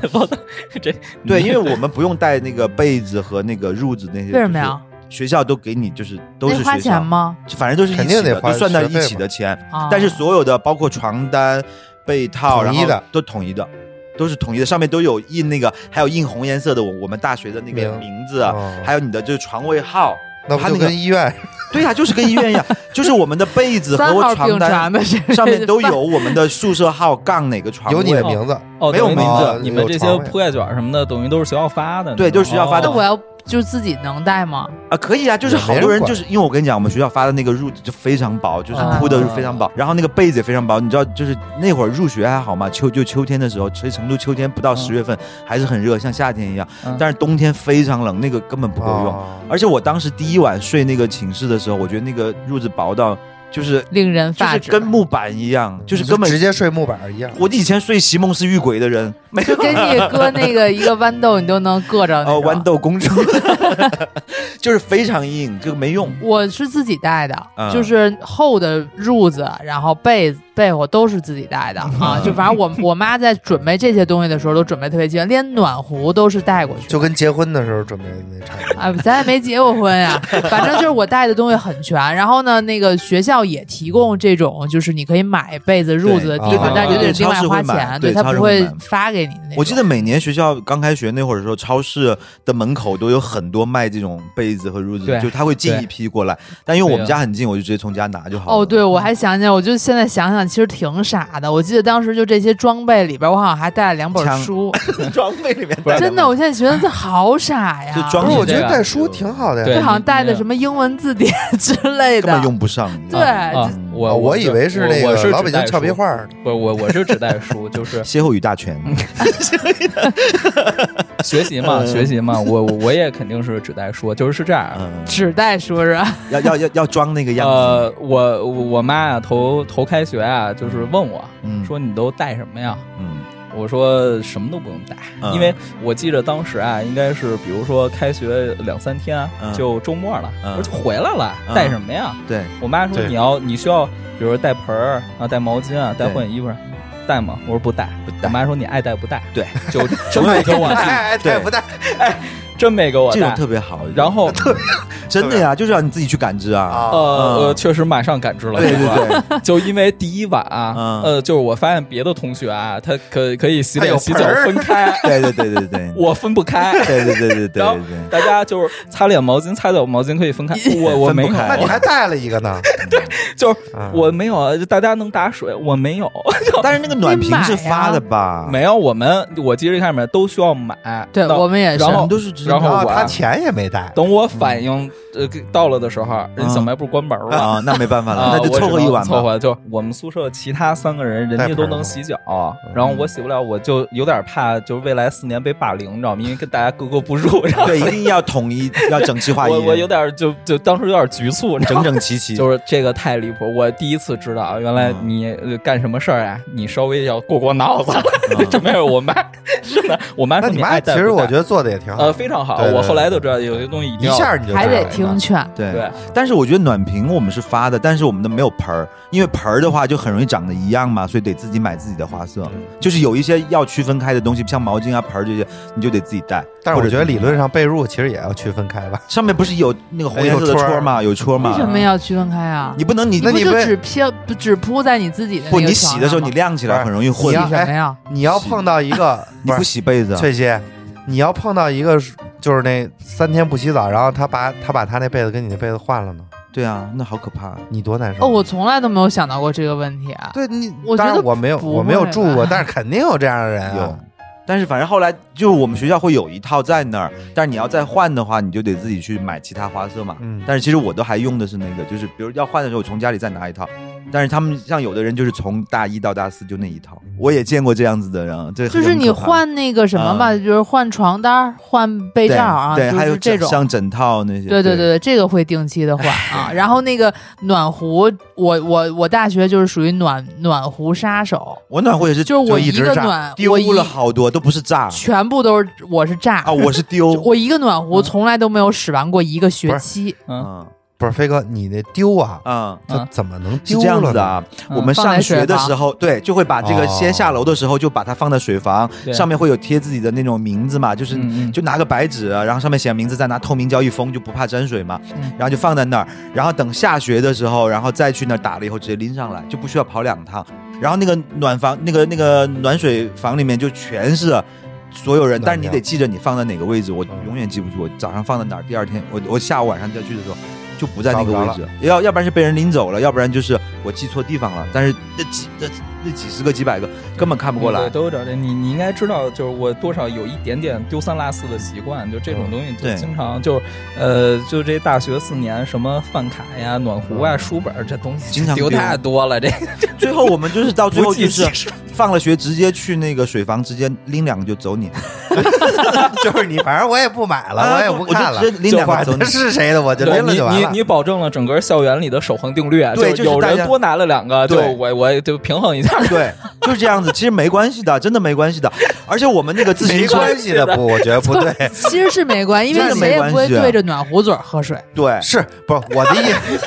Speaker 1: 这
Speaker 2: 对，因为我们不用带那个被子和那个褥子那些，
Speaker 4: 为什么呀？？
Speaker 2: 学校都给你，就是都
Speaker 4: 那
Speaker 2: 是
Speaker 4: 花
Speaker 2: 学
Speaker 4: 钱
Speaker 2: 校，
Speaker 4: 吗？
Speaker 2: 反正都是一
Speaker 3: 肯
Speaker 2: 起
Speaker 3: 定
Speaker 2: 的，
Speaker 3: 得花
Speaker 2: 都算到
Speaker 3: 学
Speaker 2: 一
Speaker 3: 费
Speaker 2: 起
Speaker 3: 嘛
Speaker 2: 的钱。
Speaker 4: 啊
Speaker 2: 但是所有的包括床单、被套，
Speaker 3: 统
Speaker 2: 然
Speaker 3: 一
Speaker 2: 后
Speaker 3: 的
Speaker 2: 都统一的，都是统一的，上面都有印那个，还有印红颜色的我我们大学的那个
Speaker 3: 名
Speaker 2: 名字，啊
Speaker 3: 哦
Speaker 2: 还有你的就是床位号。
Speaker 3: 那不
Speaker 2: 他
Speaker 3: 就
Speaker 2: 那个
Speaker 3: 跟医院
Speaker 2: 对呀、就是跟 医院一样，就是我们的被子
Speaker 4: 三
Speaker 2: 和
Speaker 4: 号
Speaker 2: 我
Speaker 4: 病
Speaker 2: 床
Speaker 4: 床
Speaker 2: 单
Speaker 4: 的是
Speaker 2: 上面都有我们的宿舍号杠哪个床
Speaker 3: 有
Speaker 2: 位，
Speaker 3: 你的名字，
Speaker 1: 哦，
Speaker 2: 没有
Speaker 1: 等于
Speaker 2: 名字
Speaker 1: 你们
Speaker 3: 有哦
Speaker 1: 这些
Speaker 3: 床位
Speaker 1: 铺盖卷什么的，等于都是学校发的那种。
Speaker 2: 对都是学校发的
Speaker 4: 那我要就自己能带吗？
Speaker 2: 啊，可以啊，就是
Speaker 3: 也没
Speaker 2: 好
Speaker 3: 人
Speaker 2: 多人
Speaker 3: 管
Speaker 2: 就是因为我跟你讲，我们学校发的那个褥子就非常薄，就是
Speaker 4: 啊
Speaker 2: 铺的是非常薄，然后那个被子也非常薄。你知道，就是那会儿入学还好嘛，秋就秋天的时候，其实成都秋天不到
Speaker 1: 嗯
Speaker 2: 十月份还是很热，像夏天一样
Speaker 1: 嗯，
Speaker 2: 但是冬天非常冷，那个根本不够用。
Speaker 3: 哦
Speaker 2: 而且我当时第一晚睡那个寝室的时候，我觉得那个褥子薄到就是
Speaker 4: 令人
Speaker 2: 就
Speaker 4: 发
Speaker 2: 是
Speaker 4: 指。
Speaker 2: 跟木板一样，就是根本
Speaker 3: 直接睡木板儿一样。
Speaker 2: 我以前睡席梦思遇鬼的人，没有
Speaker 4: 就 跟你搁那个一个豌豆，你都能硌着。
Speaker 2: 哦，豌。豆公主，就是非常硬，这个没用。
Speaker 4: 我是自己带的，
Speaker 2: 嗯
Speaker 4: 就是厚的褥子，然后被子被我都是自己 带的啊。就反正我我妈在准备这些东西的时候，都准备特别齐全，连暖壶都是带过去的。
Speaker 3: 就跟结婚的时候准备的那差 不多。
Speaker 4: 啊，咱也没结过婚呀， 反正就是我带的东西很全。然后呢，那个学校也提供这种，就是你可以买被子、褥子的地
Speaker 3: 对
Speaker 4: 方
Speaker 3: 对，
Speaker 4: 但是
Speaker 3: 对
Speaker 4: 你得
Speaker 2: 对
Speaker 4: 另外
Speaker 2: 超市会
Speaker 4: 花
Speaker 2: 买
Speaker 4: 钱，
Speaker 2: 对
Speaker 4: 他
Speaker 2: 超市
Speaker 4: 不
Speaker 2: 会
Speaker 4: 会
Speaker 2: 买
Speaker 4: 发给你的那种。
Speaker 2: 我记得每年学校刚开学那会儿的时候，超市的门口都有很多卖这种被子和褥子
Speaker 1: 对，
Speaker 2: 就他会进
Speaker 1: 对
Speaker 2: 一批过来。但因为我们
Speaker 1: 对啊
Speaker 2: 家很近，我就直接从家拿就好了。
Speaker 4: 哦，对，，我还想起来，我就现在想想，其实挺傻的。我记得当时就这些装备里边，我好像还带了两本
Speaker 2: 枪
Speaker 4: 书，
Speaker 2: 装备里面
Speaker 1: 不是
Speaker 4: 真的，我现在觉得这好傻呀
Speaker 2: 就。
Speaker 3: 不
Speaker 2: 装
Speaker 3: 是，
Speaker 2: 饰
Speaker 3: 我觉
Speaker 1: 这
Speaker 3: 得
Speaker 1: 样
Speaker 3: 带书挺好的
Speaker 1: 对
Speaker 4: 这
Speaker 3: 呀。
Speaker 4: 好像带
Speaker 1: 你
Speaker 4: 的什么英文字典之 类
Speaker 2: 根本
Speaker 4: 的。
Speaker 2: 用不上。
Speaker 4: 对
Speaker 2: 啊
Speaker 1: 啊
Speaker 2: 嗯，
Speaker 1: 我
Speaker 3: 啊我以为
Speaker 1: 是
Speaker 3: 那
Speaker 1: 我我
Speaker 3: 个
Speaker 1: 是
Speaker 3: 老
Speaker 1: 只
Speaker 3: 北京
Speaker 1: 带
Speaker 3: 俏皮
Speaker 1: 书
Speaker 3: 话呢。
Speaker 1: 不是我我是只带书，就是
Speaker 2: 歇后语 大全，
Speaker 1: 学习嘛，学习 嘛，我我我也肯定是只带书，就是是这样。
Speaker 2: 嗯嗯，
Speaker 4: 纸袋书 是吧？
Speaker 2: 要要要要装那个样子，
Speaker 1: 呃，我我妈啊，头头开学啊，就是问我
Speaker 2: 嗯，
Speaker 1: 说你都带什么呀？
Speaker 2: 嗯
Speaker 1: 我说什么都不用带，
Speaker 2: 嗯
Speaker 1: 因为我记着当时啊，应该是比如说开学两三天啊
Speaker 2: 嗯
Speaker 1: 就周末了，
Speaker 2: 嗯
Speaker 1: 我就回来了，
Speaker 2: 嗯
Speaker 1: 带什么呀？
Speaker 2: 对，
Speaker 1: 我妈说
Speaker 3: 对
Speaker 1: 你要你需要，比如说带盆儿啊，带毛巾啊，带
Speaker 2: 对
Speaker 1: 换洗衣服啊，带吗？我说不带，
Speaker 2: 不带
Speaker 1: 我妈说你爱带不带，
Speaker 2: 对，
Speaker 1: 就真没给我带，
Speaker 3: 哎，带不带？
Speaker 1: 真没给我
Speaker 2: 这种
Speaker 1: 带。
Speaker 2: 特别好。
Speaker 1: 然后啊
Speaker 2: 真的呀，就是让你自己去感知啊。
Speaker 1: 呃
Speaker 3: 啊，
Speaker 1: 呃，确实马上感知了，
Speaker 2: 对
Speaker 1: 这个
Speaker 2: 对对，
Speaker 1: 就因为第一晚啊
Speaker 2: 嗯，
Speaker 1: 呃，就是我发现别的同学啊，他可可以洗
Speaker 3: 他有
Speaker 1: 脸洗脚
Speaker 3: 盆儿
Speaker 1: 分开，
Speaker 2: 对对对对对，
Speaker 1: 我分不开。
Speaker 2: 对对对对对对
Speaker 1: 然后
Speaker 2: 对。
Speaker 1: 大家就是擦脸毛巾、擦脚毛巾可以分 开，我我
Speaker 2: 分不
Speaker 1: 没有，
Speaker 2: 开
Speaker 3: 那你还带了一个呢？
Speaker 1: 就是
Speaker 3: 啊
Speaker 1: 我没有，啊，就大家能打水，我没有，
Speaker 2: 但是那个暖瓶是
Speaker 4: 你买呀
Speaker 2: 发的吧？
Speaker 1: 没有。我们我记着一开始都需要买，
Speaker 4: 对，
Speaker 1: 到
Speaker 4: 我们也是。
Speaker 1: 然
Speaker 2: 我
Speaker 1: 后
Speaker 2: 们都是直接
Speaker 1: 然后
Speaker 3: 啊，
Speaker 1: 我
Speaker 3: 他钱也没带。
Speaker 1: 等我反应呃给到了的时候，人
Speaker 2: 嗯
Speaker 1: 小卖部关门 了。
Speaker 2: 啊，那没办法了，
Speaker 1: 啊
Speaker 2: 那就凑合
Speaker 1: 我
Speaker 2: 一晚
Speaker 1: 只能凑
Speaker 2: 吧。
Speaker 1: 合就我们宿舍其他三个人，人家都能洗脚，然
Speaker 3: 嗯
Speaker 1: 后我洗不了，我就有点怕，就是未来四年被霸凌，你知道吗？因为跟大家格格不入， 然后
Speaker 2: 对，一定要统 一，要整齐划一。
Speaker 1: 我我有点就就当时有点局促，你知道吗
Speaker 2: 整整齐齐，
Speaker 1: 就是这个太离谱，我第一次知道，原
Speaker 3: 嗯
Speaker 1: 来你呃干什么事儿啊，你稍微要过过脑子。 这没有我妈，真的，我妈
Speaker 3: 嗯那
Speaker 1: 说
Speaker 3: 你
Speaker 1: 爱
Speaker 3: 妈其
Speaker 1: 带
Speaker 3: 实
Speaker 1: 不带
Speaker 3: 我觉得做的也挺好，
Speaker 1: 呃非常好，
Speaker 3: 对对对
Speaker 1: 我后来就知道有些东西一
Speaker 3: 一
Speaker 1: 定要
Speaker 3: 下你就
Speaker 4: 还得
Speaker 3: 带了
Speaker 4: 听劝，
Speaker 2: 对
Speaker 1: 对
Speaker 2: 但是我觉得暖瓶我们是发的，但是我们的没有盆儿，因为盆儿的话就很容易长得一样嘛，所以得自己买自己的花色。
Speaker 1: 嗯
Speaker 2: 就是有一些要区分开的东西，像毛巾啊、盆儿这些，你就得自己带。
Speaker 3: 但是
Speaker 2: 或
Speaker 3: 我
Speaker 2: 者
Speaker 3: 觉得理论上被褥其实也要区分开吧。
Speaker 2: 上面不是有那个红颜色的
Speaker 3: 哎有戳儿
Speaker 2: 戳吗？有戳吗
Speaker 4: 为？什么要区分开啊？
Speaker 2: 你不能你
Speaker 3: 那
Speaker 4: 不
Speaker 3: 你
Speaker 4: 就
Speaker 3: 为
Speaker 4: 只偏只铺在你自己的
Speaker 2: 不
Speaker 4: 那个
Speaker 2: 你
Speaker 4: 床
Speaker 2: 洗的时候
Speaker 4: 上
Speaker 2: 你
Speaker 4: 吗
Speaker 2: 晾起来很容易混
Speaker 3: 不
Speaker 4: 洗
Speaker 3: 是，
Speaker 4: 什么呀？
Speaker 3: 你要碰到一个，
Speaker 2: 你不
Speaker 3: 是
Speaker 2: 洗被子啊。
Speaker 3: 翠西，你要碰到一个是就是那三天不洗澡，然后他把他把他那被子跟你那被子换了呢，
Speaker 2: 对啊，那好可怕。
Speaker 3: 你多
Speaker 2: 哎
Speaker 3: 难受。
Speaker 4: 哦，我从来都没有想到过这个问题啊。
Speaker 3: 对你，
Speaker 4: 我觉
Speaker 3: 当
Speaker 4: 得
Speaker 3: 然我没有
Speaker 4: 不
Speaker 3: 我没有
Speaker 4: 会
Speaker 3: 住过，
Speaker 4: 吧
Speaker 3: 但是肯定有这样的人
Speaker 2: 有
Speaker 3: 啊。，
Speaker 2: 但是反正后来就我们学校会有一套在那儿，但是你要再换的话，你就得自己去买其他花色嘛。
Speaker 3: 嗯
Speaker 2: 但是其实我都还用的是那个，就是比如要换的时候，我从家里再拿一套，但是他们像有的人就是从大一到大四就那一套，我也见过这样子的人，这
Speaker 4: 就是你换那个什么嘛，
Speaker 2: 嗯
Speaker 4: 就是换床单儿、换被
Speaker 2: 对
Speaker 4: 罩啊，
Speaker 2: 对，
Speaker 4: 就
Speaker 2: 还有
Speaker 4: 是这
Speaker 2: 整像
Speaker 4: 种。
Speaker 2: 枕套那些，
Speaker 4: 对对
Speaker 2: 对
Speaker 4: 对，对，这个会定期的换啊。然后那个暖壶，我我我大学就是属于暖暖壶杀手，
Speaker 2: 我暖壶也是，
Speaker 4: 就是我
Speaker 2: 一直
Speaker 4: 个
Speaker 2: 炸
Speaker 4: 暖，
Speaker 2: 丢
Speaker 4: 我一
Speaker 2: 了好多，都不是炸
Speaker 4: 全部都是我是炸
Speaker 2: 啊，我是丢，
Speaker 4: 我一个暖壶从来都没有使完过一个学期，
Speaker 1: 嗯
Speaker 2: 嗯
Speaker 3: 不是飞哥，你那丢啊，
Speaker 2: 嗯。
Speaker 3: 它
Speaker 1: 嗯
Speaker 3: 怎么能
Speaker 2: 是
Speaker 3: 丢
Speaker 2: 这样
Speaker 3: 了
Speaker 2: 子的
Speaker 3: 呢？
Speaker 2: 啊，我们上学的时候，对，就会把这个
Speaker 3: 哦
Speaker 2: 先下楼的时候就把它放在水房，
Speaker 1: 对
Speaker 2: 上面会有贴自己的那种名字嘛，就是
Speaker 1: 嗯嗯
Speaker 2: 就拿个白纸啊，然后上面写名字，再拿透明胶一封，就不怕沾水嘛，然后就放在那儿，然后等下学的时候，然后再去那儿打了以后直接拎上来，就不需要跑两趟。然后那个暖房、那个那个暖水房里面就全是所有人，
Speaker 3: 暖
Speaker 2: 但是你
Speaker 3: 阳
Speaker 2: 得记着你放在哪个位置，我
Speaker 3: 嗯
Speaker 2: 永远记不住。我早上放在哪儿，第二天我我下午晚上再去的时候就不在那个
Speaker 3: 找不着
Speaker 2: 位
Speaker 3: 了
Speaker 2: 置，要要不然是被人拎走了，要不然就是我记错地方了。但是那几那那几十个几百个根本看不过
Speaker 1: 嗯
Speaker 2: 来
Speaker 1: 对，。都有点这。你你应该知道，就是我多少有一点点丢三落四的习惯，就这种东西就
Speaker 2: 嗯对
Speaker 1: 经常就是，呃，就这大学四年，什么饭卡呀、暖壶啊、书本儿这东西
Speaker 2: 嗯经常
Speaker 1: 丢
Speaker 2: 丢
Speaker 1: 太多了，这
Speaker 2: 最后我们就是到最
Speaker 1: 不
Speaker 2: 后
Speaker 1: 计
Speaker 2: 就
Speaker 1: 其
Speaker 2: 是
Speaker 1: 数。
Speaker 2: 放了学直接去那个水房，直接拎两个就走你。
Speaker 3: 就是你，反正我也不买了，
Speaker 2: 啊
Speaker 3: 也
Speaker 2: 我
Speaker 3: 不
Speaker 2: 我就
Speaker 3: 看了，
Speaker 2: 直接拎两个
Speaker 3: 就
Speaker 2: 走
Speaker 3: 管它是谁的，我就
Speaker 1: 对
Speaker 3: 拎了
Speaker 1: 你
Speaker 3: 就完
Speaker 1: 你
Speaker 3: 了。
Speaker 1: 你保证了整个校园里的守恒定律啊，
Speaker 2: 对
Speaker 1: 就
Speaker 2: 就是
Speaker 1: 有
Speaker 2: 大
Speaker 1: 人
Speaker 2: 家
Speaker 1: 多拿了两个，就
Speaker 2: 对
Speaker 1: 我我就平衡一下。
Speaker 2: 对，就是这样子，其实没关系的，真的没关 系的。而且我们那个自行
Speaker 3: 没
Speaker 2: 车，
Speaker 3: 关系的，不，我觉得不对。
Speaker 4: 其实是没关系，因为
Speaker 2: 真的
Speaker 4: 谁
Speaker 2: 没
Speaker 4: 也
Speaker 2: 关
Speaker 4: 不会
Speaker 2: 系啊
Speaker 4: 对着暖壶嘴儿喝水。
Speaker 2: 对，
Speaker 3: 是不是我的意思？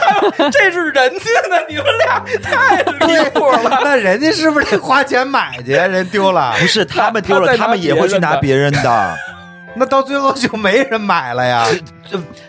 Speaker 1: 这是人家的，你们俩太离谱了。
Speaker 3: 那人家是不是得花钱买去？啊人丢了，
Speaker 2: 不是他们丢
Speaker 1: 他
Speaker 2: 了，
Speaker 1: 在
Speaker 2: 他
Speaker 1: 拿
Speaker 2: 们也会去拿别人的，
Speaker 3: 那到最后就没人买了呀。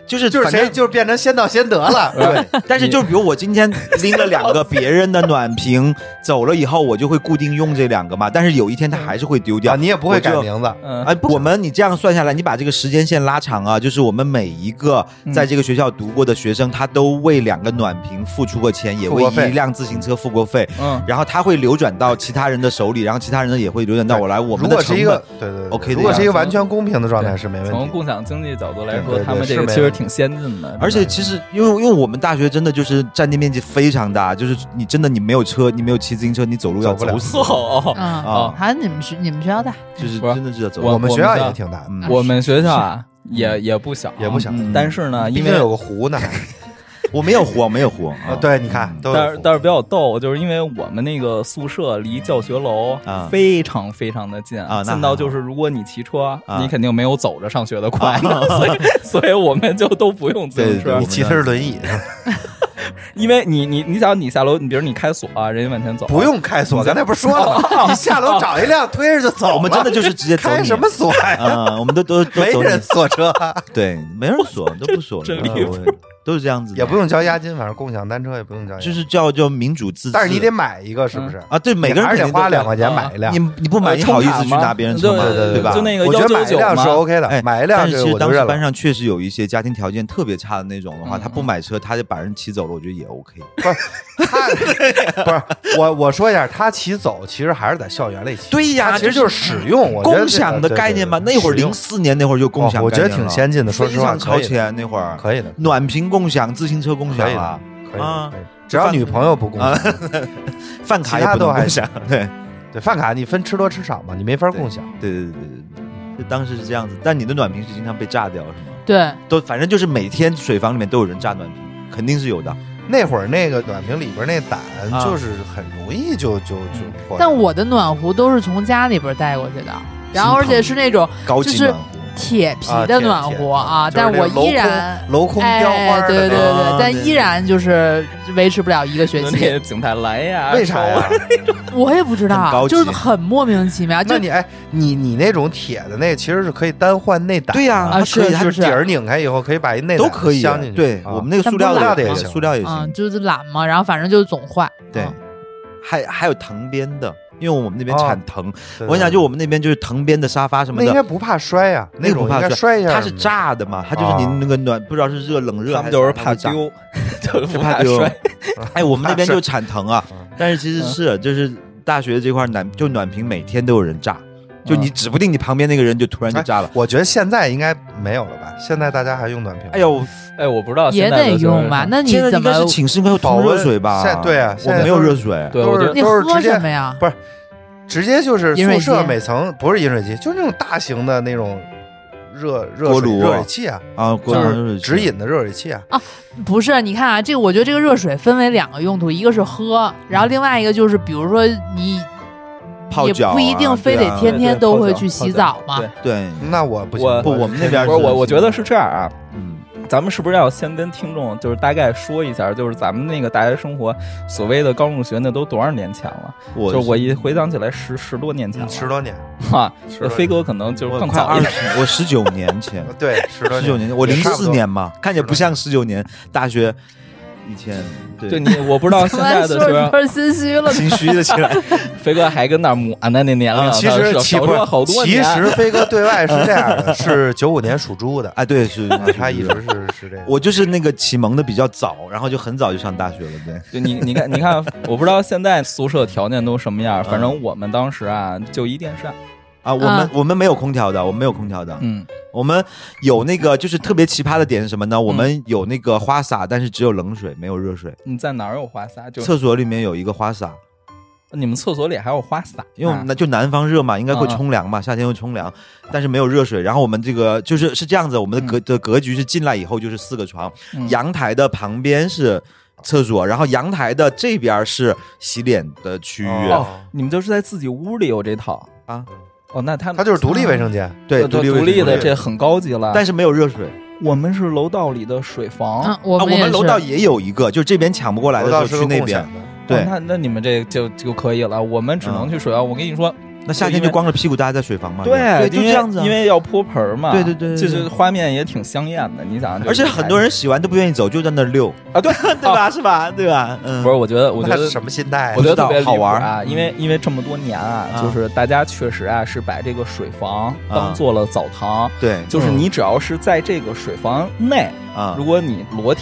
Speaker 2: 就是
Speaker 3: 就是
Speaker 2: 反正
Speaker 3: 谁就变成先到先得了。
Speaker 2: 对，但是就比如我今天拎了两个别人的暖瓶走了以后，我就会固定用这两个嘛。但是有一天它还是会丢掉，
Speaker 3: 啊，你也不会
Speaker 2: 我就
Speaker 3: 改名字，
Speaker 1: 嗯，
Speaker 2: 哎，不我们你这样算下来，你把这个时间线拉长啊，就是我们每一个
Speaker 3: 嗯
Speaker 2: 在这个学校读过的学生，他都为两个暖瓶付出过钱，也
Speaker 3: 付
Speaker 2: 为
Speaker 3: 过费
Speaker 2: 一辆自行车付过费，
Speaker 1: 嗯
Speaker 2: 然后他会流转到其他人的手里，然后其他人呢也会流转到我来，我
Speaker 3: 如
Speaker 2: 们的
Speaker 3: 果是
Speaker 2: 成
Speaker 3: 一
Speaker 2: 本
Speaker 3: 个。对对对
Speaker 2: OK 的
Speaker 3: 如果是一
Speaker 2: 呀
Speaker 3: 个完全公平的状态是没
Speaker 1: 从
Speaker 3: 问题。
Speaker 1: 共享经济角度来
Speaker 3: 对
Speaker 1: 说，
Speaker 3: 对
Speaker 1: 他们
Speaker 3: 对
Speaker 1: 这
Speaker 3: 是
Speaker 1: 个
Speaker 3: 没
Speaker 1: 其实
Speaker 3: 有
Speaker 1: 挺先进的，
Speaker 2: 而且其实，因为因为我们大学真的就是占地面积非常大，就是你真的你没有车，你没有骑自行车，你走路要
Speaker 3: 走不了
Speaker 2: 走死
Speaker 1: 哦，
Speaker 4: 嗯，
Speaker 2: 啊，
Speaker 4: 还你们学你们学校大，
Speaker 2: 就是
Speaker 1: 不是
Speaker 2: 真的是要走
Speaker 1: 我
Speaker 2: 路。
Speaker 3: 们学校也挺大，
Speaker 2: 嗯
Speaker 1: 我们学校啊也也不小，
Speaker 3: 也不小
Speaker 2: 嗯
Speaker 1: 但是呢，啊
Speaker 3: 毕
Speaker 1: 因
Speaker 3: 竟
Speaker 1: 为
Speaker 3: 有个湖呢。
Speaker 2: 我没有火，没有火
Speaker 3: 啊，对，你看，都有
Speaker 1: 但是
Speaker 3: 湖
Speaker 1: 但是比较逗，就是因为我们那个宿舍离教学楼
Speaker 2: 啊
Speaker 1: 非常非常的近
Speaker 2: 啊那
Speaker 1: 近到就是如果你骑车，
Speaker 2: 啊
Speaker 1: 你肯定没有走着上学的快，所以所以我们就都不用自行
Speaker 2: 对对
Speaker 1: 车
Speaker 3: 你
Speaker 2: 对，
Speaker 3: 骑的是轮椅，
Speaker 1: 因为你你你想你下楼，你比如你开锁啊，人家往前走，
Speaker 3: 不用开锁，刚才不是说了吗？你下楼找一辆推着就走了，
Speaker 2: 哦我们真的就是直接走 你
Speaker 3: 开什么锁 呀？
Speaker 2: 啊，我们都都 都
Speaker 3: 没
Speaker 2: 走你
Speaker 3: 人锁车，
Speaker 2: 对，没人锁，都不锁，
Speaker 1: 真
Speaker 2: 啊
Speaker 1: 离
Speaker 2: 我都是这样子的，
Speaker 3: 也不用交押金，反正共享单车也不用交押
Speaker 2: 就
Speaker 3: 金。
Speaker 2: 是叫叫民主自治。
Speaker 3: 但是你得买一个，是不是？
Speaker 2: 啊，对，每个人
Speaker 3: 还是得
Speaker 2: 肯定都啊
Speaker 3: 花两块钱买一辆
Speaker 2: 你。你不买，
Speaker 1: 呃
Speaker 2: 你
Speaker 1: 充
Speaker 2: 好意
Speaker 1: 卡
Speaker 2: 思去
Speaker 1: 吗
Speaker 2: 拿别人
Speaker 1: 对
Speaker 2: 车吗？
Speaker 1: 对
Speaker 2: 对吧？
Speaker 1: 就那个
Speaker 3: 我觉得买一
Speaker 1: 199
Speaker 3: 辆是
Speaker 1: 嘛
Speaker 3: OK
Speaker 2: 哎
Speaker 3: 的，买一辆
Speaker 2: 但
Speaker 3: 这
Speaker 2: 是
Speaker 3: 个
Speaker 2: 其
Speaker 3: 我就
Speaker 2: 实当
Speaker 3: 认
Speaker 2: 时
Speaker 3: 了
Speaker 2: 班上确实有一些家庭条件特别差的那种的话，
Speaker 1: 嗯
Speaker 2: 他不买车，他就把人骑走了，我觉得也 OK。
Speaker 3: 他 不是我，我说一下，他骑走其实还是在校园里骑。
Speaker 2: 对呀
Speaker 3: 他其实就是使用，我觉得
Speaker 2: 共享的概念嘛，
Speaker 3: 对对
Speaker 2: 那会儿
Speaker 3: 使用
Speaker 2: 零四年那会儿就共享概念
Speaker 3: 哦
Speaker 2: 了，
Speaker 3: 我觉得挺先进的，说
Speaker 2: 非
Speaker 3: 实话，
Speaker 2: 常
Speaker 3: 可
Speaker 2: 超
Speaker 3: 以的，
Speaker 2: 前那会儿，
Speaker 3: 可以的，
Speaker 2: 暖瓶共享、自行车共
Speaker 3: 可以
Speaker 2: 享
Speaker 3: 的
Speaker 2: 啊，，
Speaker 3: 可以的
Speaker 2: 啊
Speaker 3: 可以的。只要女朋友不共享，
Speaker 2: 饭卡
Speaker 3: 其
Speaker 2: 也
Speaker 3: 他
Speaker 2: 不
Speaker 3: 都
Speaker 2: 能
Speaker 3: 还
Speaker 2: 共享，对。
Speaker 3: 对饭卡你分吃多吃少嘛，你没法共享。
Speaker 2: 对对对对对，就当时是这样子。但你的暖瓶是经常被炸掉是吗？
Speaker 4: 对，
Speaker 2: 都反正就是每天水房里面都有人炸暖瓶，肯定是有的。
Speaker 3: 那会儿那个暖瓶里边那胆
Speaker 2: 啊嗯
Speaker 3: 就是很容易就就就破了。
Speaker 4: 但我的暖壶都是从家里边带过去的，然后而且是那种
Speaker 2: 高
Speaker 4: 就
Speaker 2: 级
Speaker 4: 是
Speaker 2: 暖壶，
Speaker 4: 铁皮
Speaker 3: 啊
Speaker 4: 的
Speaker 3: 铁
Speaker 4: 暖
Speaker 3: 铁
Speaker 4: 壶啊，
Speaker 3: 就是
Speaker 4: 但
Speaker 3: 那
Speaker 4: 我
Speaker 3: 镂
Speaker 4: 依
Speaker 3: 空
Speaker 4: 然。
Speaker 3: 镂空雕花
Speaker 4: 哎，
Speaker 3: 的
Speaker 4: 对对对
Speaker 3: 那
Speaker 4: 对
Speaker 2: 啊，
Speaker 4: 但
Speaker 2: 对
Speaker 4: 依然就是维持不了一个学
Speaker 1: 就
Speaker 4: 期
Speaker 1: 那，景泰蓝呀，
Speaker 3: 种为啥 呀？
Speaker 4: 我也不知
Speaker 2: 很
Speaker 4: 道，
Speaker 2: 高
Speaker 4: 就是
Speaker 2: 级
Speaker 4: 很莫名其妙，啊就
Speaker 3: 那你哎，你你那种铁的那其实是可以单换内胆的，
Speaker 2: 对呀、
Speaker 4: 啊
Speaker 2: 它
Speaker 4: 是
Speaker 2: 可以，
Speaker 4: 是
Speaker 2: 它
Speaker 3: 就是底儿拧开以后可以把一内
Speaker 2: 都
Speaker 3: 胆
Speaker 2: 可以
Speaker 3: 镶进。去。
Speaker 2: 对、
Speaker 3: 啊
Speaker 2: 我们那个塑
Speaker 4: 但不
Speaker 2: 料
Speaker 4: 辣的也
Speaker 2: 对
Speaker 3: 行
Speaker 2: 塑料也行。
Speaker 4: 嗯，就是懒嘛，然后反正就是总换，
Speaker 2: 对
Speaker 4: 嗯，
Speaker 2: 还还有藤编的，因为我们那边
Speaker 3: 哦
Speaker 2: 产藤。
Speaker 3: 对
Speaker 2: 我跟你讲，就我们那边就是藤编的沙发什么
Speaker 3: 那应该
Speaker 2: 的。
Speaker 3: 不怕摔呀，
Speaker 2: 那个
Speaker 3: 种
Speaker 2: 不
Speaker 3: 应
Speaker 2: 怕
Speaker 3: 该摔一下。
Speaker 2: 它是，炸的嘛，它就是你
Speaker 3: 啊
Speaker 2: 那个暖，不知道是热冷热
Speaker 1: 他
Speaker 2: 还
Speaker 1: 们
Speaker 2: 是
Speaker 1: 就是
Speaker 2: 啥它
Speaker 1: 怕
Speaker 2: 会炸
Speaker 1: 丢，就是
Speaker 2: 不
Speaker 1: 不
Speaker 2: 怕
Speaker 1: 怕
Speaker 2: 丢
Speaker 1: 摔。
Speaker 2: 哎，我 们那边
Speaker 3: 怕摔
Speaker 2: 就
Speaker 3: 嗯嗯
Speaker 2: 产藤啊，但是其实是就是大学这块暖，就暖瓶每天都有人炸，就你指不定你旁边那个人就突然就
Speaker 3: 哎
Speaker 2: 炸了。
Speaker 3: 我觉得现在应该没有了吧？现在大家还用暖瓶吗？
Speaker 2: 哎呦，
Speaker 1: 哎，我不知道
Speaker 4: 也
Speaker 1: 现在的
Speaker 4: 得
Speaker 1: 就是
Speaker 4: 用吧？那你
Speaker 2: 现在
Speaker 4: 怎
Speaker 2: 应
Speaker 4: 么
Speaker 2: 该？是寝室应该有
Speaker 3: 保
Speaker 2: 通热
Speaker 3: 温
Speaker 2: 水吧？
Speaker 3: 现在对啊现
Speaker 2: 我
Speaker 3: 在
Speaker 2: 没有
Speaker 3: 都是
Speaker 2: 热水。
Speaker 1: 对，
Speaker 3: 都
Speaker 1: 我觉
Speaker 3: 是
Speaker 1: 得
Speaker 4: 你
Speaker 3: 都是
Speaker 4: 喝
Speaker 3: 直接
Speaker 4: 什么呀？
Speaker 3: 直接就是
Speaker 4: 饮水
Speaker 3: 宿
Speaker 1: 啊
Speaker 3: 舍
Speaker 4: 机
Speaker 3: 每层不是饮水机，就是那种大型的那种热热
Speaker 2: 锅
Speaker 3: 水
Speaker 2: 炉
Speaker 3: 热水器啊，
Speaker 2: 啊，
Speaker 3: 就
Speaker 2: 果然
Speaker 3: 是直饮的热水器啊。
Speaker 4: 不是，你看啊，这个我觉得这个热水分为两个用途，一个是喝，然后另外一个就是，比如说你
Speaker 2: 泡
Speaker 4: 也
Speaker 2: 脚啊
Speaker 4: 不一定非
Speaker 2: 对
Speaker 4: 得
Speaker 2: 啊
Speaker 4: 天
Speaker 1: 对
Speaker 4: 天
Speaker 1: 对
Speaker 4: 都
Speaker 1: 泡
Speaker 4: 会
Speaker 1: 脚
Speaker 4: 去
Speaker 1: 泡
Speaker 4: 洗
Speaker 1: 脚
Speaker 4: 澡嘛
Speaker 1: 对。
Speaker 2: 对，
Speaker 3: 那我不行，
Speaker 1: 我
Speaker 2: 不，我们那边
Speaker 1: 不是我，我觉得是这样啊，
Speaker 2: 嗯，
Speaker 1: 咱们是不是要先跟听众就是大概说一下，就是咱们那个大学生活所谓的高中学，那都多少年前了？
Speaker 2: 我
Speaker 1: 就是我一回想起来十十多年前
Speaker 3: 嗯
Speaker 1: 了，
Speaker 3: 十多年，
Speaker 1: 哈
Speaker 3: 十多，年
Speaker 1: 飞哥可能就是
Speaker 2: 我
Speaker 1: 更
Speaker 2: 快
Speaker 1: 早
Speaker 2: 二
Speaker 1: 一点。
Speaker 2: 十，我十九年前，
Speaker 3: 对， 十多
Speaker 2: 十九年，我
Speaker 3: 也
Speaker 2: 零
Speaker 3: 差不
Speaker 2: 四
Speaker 3: 多
Speaker 2: 年嘛，看起来不像十九年，大学以前对
Speaker 1: 对你，我不 知道哦现在的学
Speaker 4: 有
Speaker 1: 生，
Speaker 4: 点心虚 了，
Speaker 2: 心虚了起 来，
Speaker 1: 飞哥还跟那儿抹呢，那年龄
Speaker 3: 啊， 其实
Speaker 1: 少
Speaker 3: 其
Speaker 1: 少
Speaker 3: 不
Speaker 1: 说
Speaker 3: 是
Speaker 1: 好多
Speaker 3: 其
Speaker 1: 年。
Speaker 3: 实飞哥对外是这样的，是九五年属猪的，
Speaker 2: 啊，对，是
Speaker 3: 啊他一直是是这样。
Speaker 2: 我就是那个启蒙的比较早，然后就很早就上大学了，对，
Speaker 1: 就你你看你看， 我不知道现在宿舍条件都什么
Speaker 3: 嗯
Speaker 1: 样，反正我们当时啊就一电扇，
Speaker 2: 啊，我们、
Speaker 4: 嗯
Speaker 2: 我们没有空调的，我们没有空调的，
Speaker 1: 嗯，
Speaker 2: 我们有那个就是特别奇葩的点是什么呢？我们有那个花洒，但是只有冷水，没有热水。
Speaker 1: 你在哪儿有花洒？就
Speaker 2: 厕所里面有一个花洒，
Speaker 1: 你们厕所里还有花洒，
Speaker 2: 因为我
Speaker 1: 啊
Speaker 2: 们那就南方热嘛，应该会冲凉嘛，夏天会冲凉，但是没有热水。然后我们这个就是是这样子，我们的格、的格局是进来以后就是四个床，
Speaker 1: 嗯
Speaker 2: 阳台的旁边是厕所，然后阳台的这边是洗脸的 区域。
Speaker 3: 哦
Speaker 1: 你们就是在自己屋里有这套
Speaker 2: 啊？
Speaker 1: 哦，那他们
Speaker 3: 他就是独立卫生间，
Speaker 2: 对，
Speaker 1: 独
Speaker 2: 立
Speaker 1: 独立的，
Speaker 2: 卫生间
Speaker 1: 这很高级了。
Speaker 2: 但
Speaker 1: 是
Speaker 2: 是没有热水。
Speaker 1: 我们是楼道里的水房，哦
Speaker 4: 嗯，
Speaker 2: 我
Speaker 4: 我
Speaker 3: 啊
Speaker 4: 们
Speaker 2: 我
Speaker 4: 也
Speaker 2: 们
Speaker 4: 是。
Speaker 2: 楼道也有一个，就是这边抢不过来
Speaker 3: 楼
Speaker 2: 的时
Speaker 3: 道
Speaker 2: 候
Speaker 3: 是
Speaker 2: 去
Speaker 3: 个
Speaker 2: 那
Speaker 3: 共
Speaker 2: 边
Speaker 3: 享。的，
Speaker 2: 对
Speaker 1: 哦，那那你们这就就可以了，我们只能
Speaker 2: 嗯
Speaker 1: 去水房。我跟你说，
Speaker 2: 那夏天就光着屁股大家在水房嘛。
Speaker 1: 对，
Speaker 2: 就
Speaker 1: 因为
Speaker 2: 这样子啊。
Speaker 1: 因为要泼盆儿嘛，
Speaker 2: 对对对对对
Speaker 1: 就是画面也挺香艳的。你想想，
Speaker 2: 而且很多人洗完都不愿意走，就在那儿溜，
Speaker 1: 啊，对
Speaker 2: 对吧？是吧？对吧？嗯，
Speaker 1: 不是，我觉得，我觉
Speaker 3: 那
Speaker 1: 得
Speaker 3: 是什么心态啊？
Speaker 1: 我觉得特
Speaker 2: 不
Speaker 1: 别
Speaker 2: 知道好玩儿嗯
Speaker 1: 离谱啊，因为因为这么多年啊，
Speaker 2: 啊
Speaker 1: 就是大家确实啊是把这个水房当做了澡堂，
Speaker 2: 对，嗯
Speaker 1: 就是你只要是在这个水房内，
Speaker 2: 啊
Speaker 1: 如，果你裸体，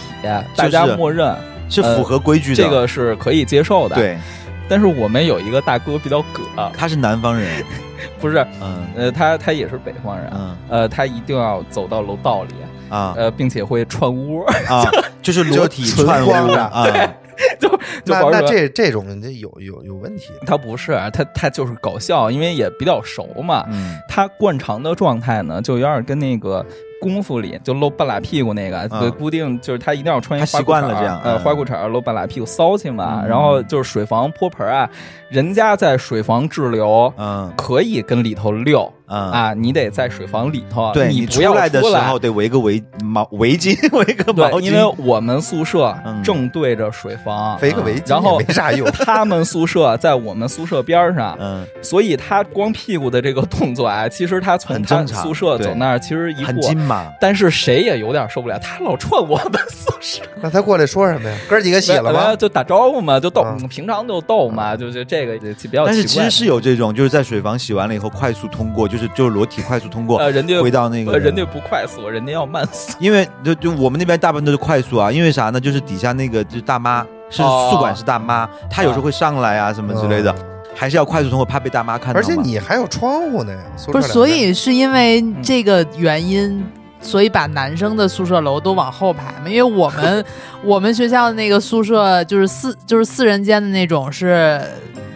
Speaker 1: 大家默认
Speaker 2: 是符合规矩的。
Speaker 1: 呃这个是可以接受的。，
Speaker 2: 对，啊
Speaker 1: 但是我们有一个大哥比较葛，
Speaker 2: 他是南方人，
Speaker 1: 不是，
Speaker 2: 嗯
Speaker 1: 呃，他他也是北方人，
Speaker 2: 嗯
Speaker 1: 呃，他一定要走到楼道里，
Speaker 2: 啊
Speaker 1: 呃，并且会串屋，
Speaker 2: 啊，就是裸体
Speaker 3: 就
Speaker 2: 串
Speaker 3: 纯光
Speaker 2: 屋
Speaker 3: 着
Speaker 2: 啊，
Speaker 1: 就
Speaker 3: 那
Speaker 1: 玩
Speaker 3: 那
Speaker 1: 儿
Speaker 3: 这这种这有有有问题，
Speaker 1: 他不是，他他就是搞笑，因为也比较熟嘛。
Speaker 2: 嗯
Speaker 1: 他惯常的状态呢，就有点跟那个功夫里就露半拉屁股那个，
Speaker 2: 嗯
Speaker 1: 对，固定就是他一定要穿一
Speaker 2: 他
Speaker 1: 花裤衩
Speaker 2: 习惯了这样
Speaker 1: 呃，
Speaker 2: 嗯
Speaker 1: 花裤衩儿露半拉屁股骚气嘛。
Speaker 2: 嗯
Speaker 1: 然后就是水房泼盆啊，人家在水房滞留，
Speaker 2: 嗯
Speaker 1: 可以跟里头溜、
Speaker 2: 嗯。
Speaker 1: 啊，你得在水房里头，
Speaker 2: 对
Speaker 1: 你不
Speaker 2: 出
Speaker 1: 要
Speaker 2: 来的时
Speaker 1: 来
Speaker 2: 候得围个围毛围巾， 围个毛
Speaker 1: 对，因为
Speaker 2: 巾，
Speaker 1: 我们宿舍
Speaker 2: 嗯
Speaker 1: 正对着水房，
Speaker 3: 围个围巾
Speaker 1: 啊然后。
Speaker 3: 也没啥 用
Speaker 1: 他们宿舍在我们宿舍边儿上，
Speaker 2: 嗯，
Speaker 1: 所以他光屁股的这个动作啊，其实他从
Speaker 2: 很
Speaker 1: 他
Speaker 2: 正常
Speaker 1: 宿舍走
Speaker 2: 对
Speaker 1: 那儿，其实一
Speaker 2: 很
Speaker 1: 过
Speaker 2: 金，马，
Speaker 1: 但是谁也有点受不了，他老串我们宿 舍，
Speaker 3: 那他过来说什么呀？哥儿几个洗了
Speaker 1: 没有
Speaker 3: 吗？
Speaker 1: 就打招呼嘛，就逗，
Speaker 3: 嗯
Speaker 1: 平常就逗嘛，就就这个也比较奇怪。
Speaker 2: 但啊是其实是有这种，就是在水房洗完了以后快速通过，就是就是裸体快速通过，
Speaker 1: 呃，人家
Speaker 2: 回到那个
Speaker 1: 呃人家不快速，人家要慢速。
Speaker 2: 因为就就我们那边大部分都是快速啊，因为啥呢？就是底下那个就是大妈是
Speaker 1: 哦
Speaker 2: 宿管是大妈，她有时候会上来啊什么之
Speaker 4: 哦
Speaker 2: 类的，还是要快速通过，怕被大妈看
Speaker 3: 嗯
Speaker 2: 到嘛。
Speaker 3: 而且你还有窗户呢，宿舍
Speaker 4: 不是，
Speaker 3: 两
Speaker 4: 所
Speaker 3: 边
Speaker 4: 以是因为
Speaker 2: 嗯
Speaker 4: 这个原因，所以把男生的宿舍楼都往后排嘛。因为我 们我们学校的那个宿舍就是四就是四人间的那种是。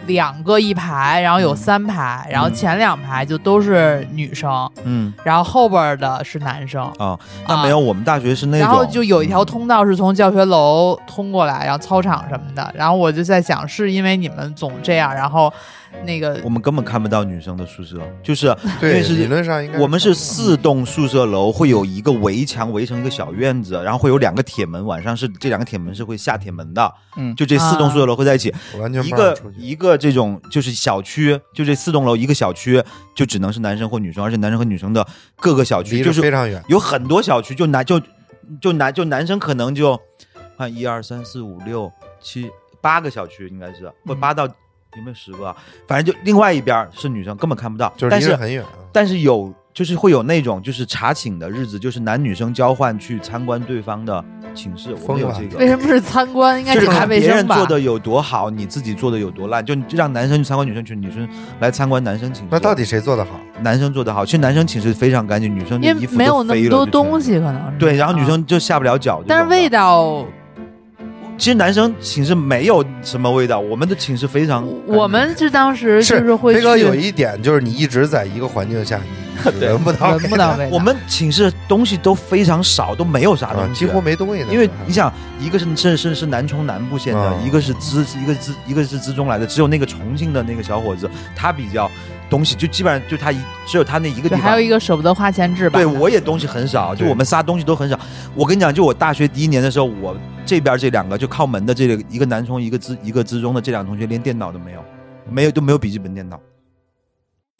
Speaker 4: 两个一排，然后
Speaker 2: 嗯
Speaker 4: 有三排，然后前两排就都是女生，
Speaker 2: 嗯
Speaker 4: 然后后边的是男生。
Speaker 2: 啊，那没有，我们大学是那种，
Speaker 4: 然后就有一条
Speaker 2: 嗯
Speaker 4: 通道是从教学楼通过来，然后操场什么的。然后我就在想，是因为你们总这样，然后那个
Speaker 2: 嗯我们根本看不到女生的宿舍，就是
Speaker 4: 嗯
Speaker 2: 因
Speaker 3: 对
Speaker 2: 为是
Speaker 3: 理论上应该
Speaker 2: 我们是
Speaker 3: 看
Speaker 2: 四栋宿舍楼，会有一个围墙围成一个小院子，然后会有两个铁门，晚上是这两个铁门是会下铁门的，
Speaker 1: 嗯
Speaker 2: 就这四
Speaker 4: 啊
Speaker 2: 栋宿舍楼会在一起，
Speaker 3: 不到我完全
Speaker 2: 一
Speaker 3: 不让
Speaker 2: 个
Speaker 3: 出去
Speaker 2: 一个这种就是小区，就这四栋楼一个小区就只能是男生或女生，而且男生和女生的各个小区
Speaker 3: 离
Speaker 2: 就
Speaker 3: 着
Speaker 2: 是
Speaker 3: 非常远。
Speaker 2: 有很多小区就男就就男就男生可能就看一二三四五六七八个小区应该是或
Speaker 4: 嗯
Speaker 2: 八到有没有十个啊，反正就另外一边是女生根本看不到，
Speaker 3: 就是
Speaker 2: 但
Speaker 3: 离着
Speaker 2: 是
Speaker 3: 很远啊，
Speaker 2: 但是有就是会有那种就是查寝的日子，就是男女生交换去参观对方的寝室，我们有这个。
Speaker 4: 为什么是参观？应该
Speaker 2: 就是
Speaker 4: 检查
Speaker 2: 看
Speaker 4: 卫
Speaker 2: 别
Speaker 4: 生
Speaker 2: 人
Speaker 4: 吧
Speaker 2: 做。的有多好，你自己做的有多烂，就你就让男生去参观女生群，女生来参观男生寝室。
Speaker 3: 那到底谁做的好？
Speaker 2: 男生做的好？其实男生寝室非常干净，女生的
Speaker 4: 因
Speaker 2: 衣
Speaker 4: 为
Speaker 2: 服
Speaker 4: 没
Speaker 2: 都
Speaker 4: 有那
Speaker 2: 飞了
Speaker 4: 么多
Speaker 2: 就全
Speaker 4: 东
Speaker 2: 是。
Speaker 4: 西，可能是
Speaker 2: 对，然后女
Speaker 4: 啊
Speaker 2: 生就下不了脚。
Speaker 4: 但是味
Speaker 2: 道，
Speaker 4: 道，
Speaker 2: 其实男生寝室没有什么味道，我们的寝室非常干净。
Speaker 4: 我们是当时就是会
Speaker 3: 飞哥
Speaker 4: 去
Speaker 3: 有一点就是你一直在一个环境下， 你你
Speaker 1: 对
Speaker 3: 闻不到
Speaker 4: 闻
Speaker 3: 味
Speaker 4: 不
Speaker 3: 道
Speaker 4: 到味道，
Speaker 2: 我们寝室东西都非常少，都没有啥
Speaker 3: 啊
Speaker 2: 东
Speaker 3: 几
Speaker 2: 西，
Speaker 3: 乎没东西的。
Speaker 2: 因为你想，一个是是是是南充南部县的，
Speaker 3: 嗯
Speaker 2: 一个是资一个资一个是资中来的，只有那个重庆的那个小伙子，他比较东西就基本上就他一只有他那一个地
Speaker 4: 对
Speaker 2: 方，
Speaker 4: 还有一个舍不得花钱置吧。
Speaker 2: 对我也东西很少，就
Speaker 3: 对
Speaker 2: 我们仨东西都很少。我跟你讲，就我大学第一年的时候，我这边这两个就靠门的这个一个南充一个资一个资中的这两个同学连电脑都没有，没有都没有笔记本电脑。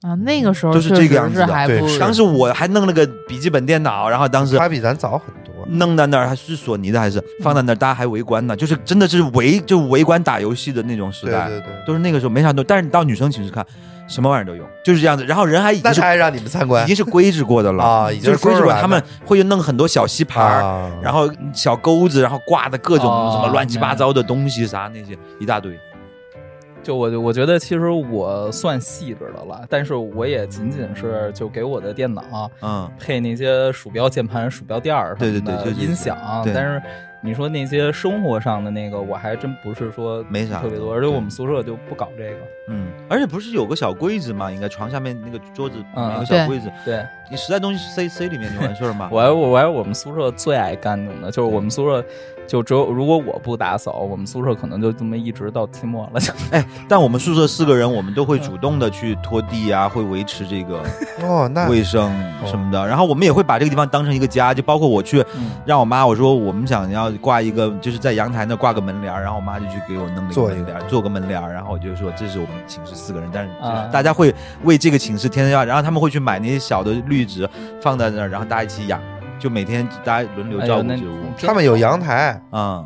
Speaker 4: 啊，那个时候
Speaker 2: 都是
Speaker 4: 确
Speaker 2: 这个
Speaker 4: 实
Speaker 2: 样子
Speaker 4: 是
Speaker 2: 的
Speaker 4: 还
Speaker 3: 对
Speaker 4: 不
Speaker 3: 是
Speaker 2: 当时我还弄了个笔记本电脑，然后当时
Speaker 3: 他比咱早很多。
Speaker 2: 弄在那儿，还是索尼的，还
Speaker 3: 嗯
Speaker 2: 是放在那儿，大家还围观呢，就是真的是围就围观打游戏的那种时
Speaker 3: 对
Speaker 2: 代，
Speaker 3: 对对，
Speaker 2: 都是那个时候没啥都，但是你到女生寝室看，什么玩意儿都有，就是这样子。然后人还已
Speaker 3: 那
Speaker 2: 经是
Speaker 3: 他还让你们参
Speaker 2: 已
Speaker 3: 观
Speaker 2: 经是规制过的 了，
Speaker 3: 啊，已
Speaker 2: 就
Speaker 3: 经
Speaker 2: 是规制
Speaker 3: 说出
Speaker 2: 过的，
Speaker 3: 来
Speaker 2: 他们会弄很多小吸盘儿。
Speaker 3: 啊，
Speaker 2: 然后小钩子，然后挂的各种
Speaker 1: 哦
Speaker 2: 什么乱七八糟的东西，啥那些一大堆。
Speaker 1: 就我我觉得其实我算细致的了，但是我也仅仅是就给我的电脑啊
Speaker 2: 嗯，
Speaker 1: 配那些鼠标、键盘、鼠标垫儿什么的
Speaker 2: 对对对对对
Speaker 1: 音响，
Speaker 2: 对
Speaker 1: 但是你说那些生活上的那个，我还真不是说
Speaker 2: 没啥
Speaker 1: 特别多，
Speaker 2: 对
Speaker 1: 而且我们宿舍就不搞这个。
Speaker 2: 嗯，而且不是有个小柜子嘛？应该床下面那个桌子
Speaker 1: 嗯
Speaker 2: 有个
Speaker 4: 对
Speaker 2: 小柜子，
Speaker 1: 对。
Speaker 2: 你实在东西塞塞里面就完事儿嘛
Speaker 1: 我还我我还我们宿舍最爱干净的，就是我们宿舍就只有如果我不打扫，我们宿舍可能就这么一直到期末了。就
Speaker 2: 哎，但我们宿舍四个人，我们都会主动的去拖地啊，会维持这个
Speaker 3: 哦，那
Speaker 2: 卫生什么的。然后我们也会把这个地方当成一个家，就包括我去
Speaker 1: 嗯
Speaker 2: 让我妈，我说我们想要挂一个，就是在阳台那挂个门帘儿，然后我妈就去给我弄了一个
Speaker 3: 做一
Speaker 2: 门帘儿，做个门帘儿，然后我就说这是我们寝室四个人，但是
Speaker 1: 啊
Speaker 2: 大家会为这个寝室添加，然后他们会去买那些小的绿植放在那儿，然后大家一起养，就每天大家轮流
Speaker 1: 哎
Speaker 2: 照
Speaker 1: 呦，
Speaker 2: 顾
Speaker 1: 那
Speaker 2: 植物，
Speaker 3: 他们有阳台
Speaker 2: 嗯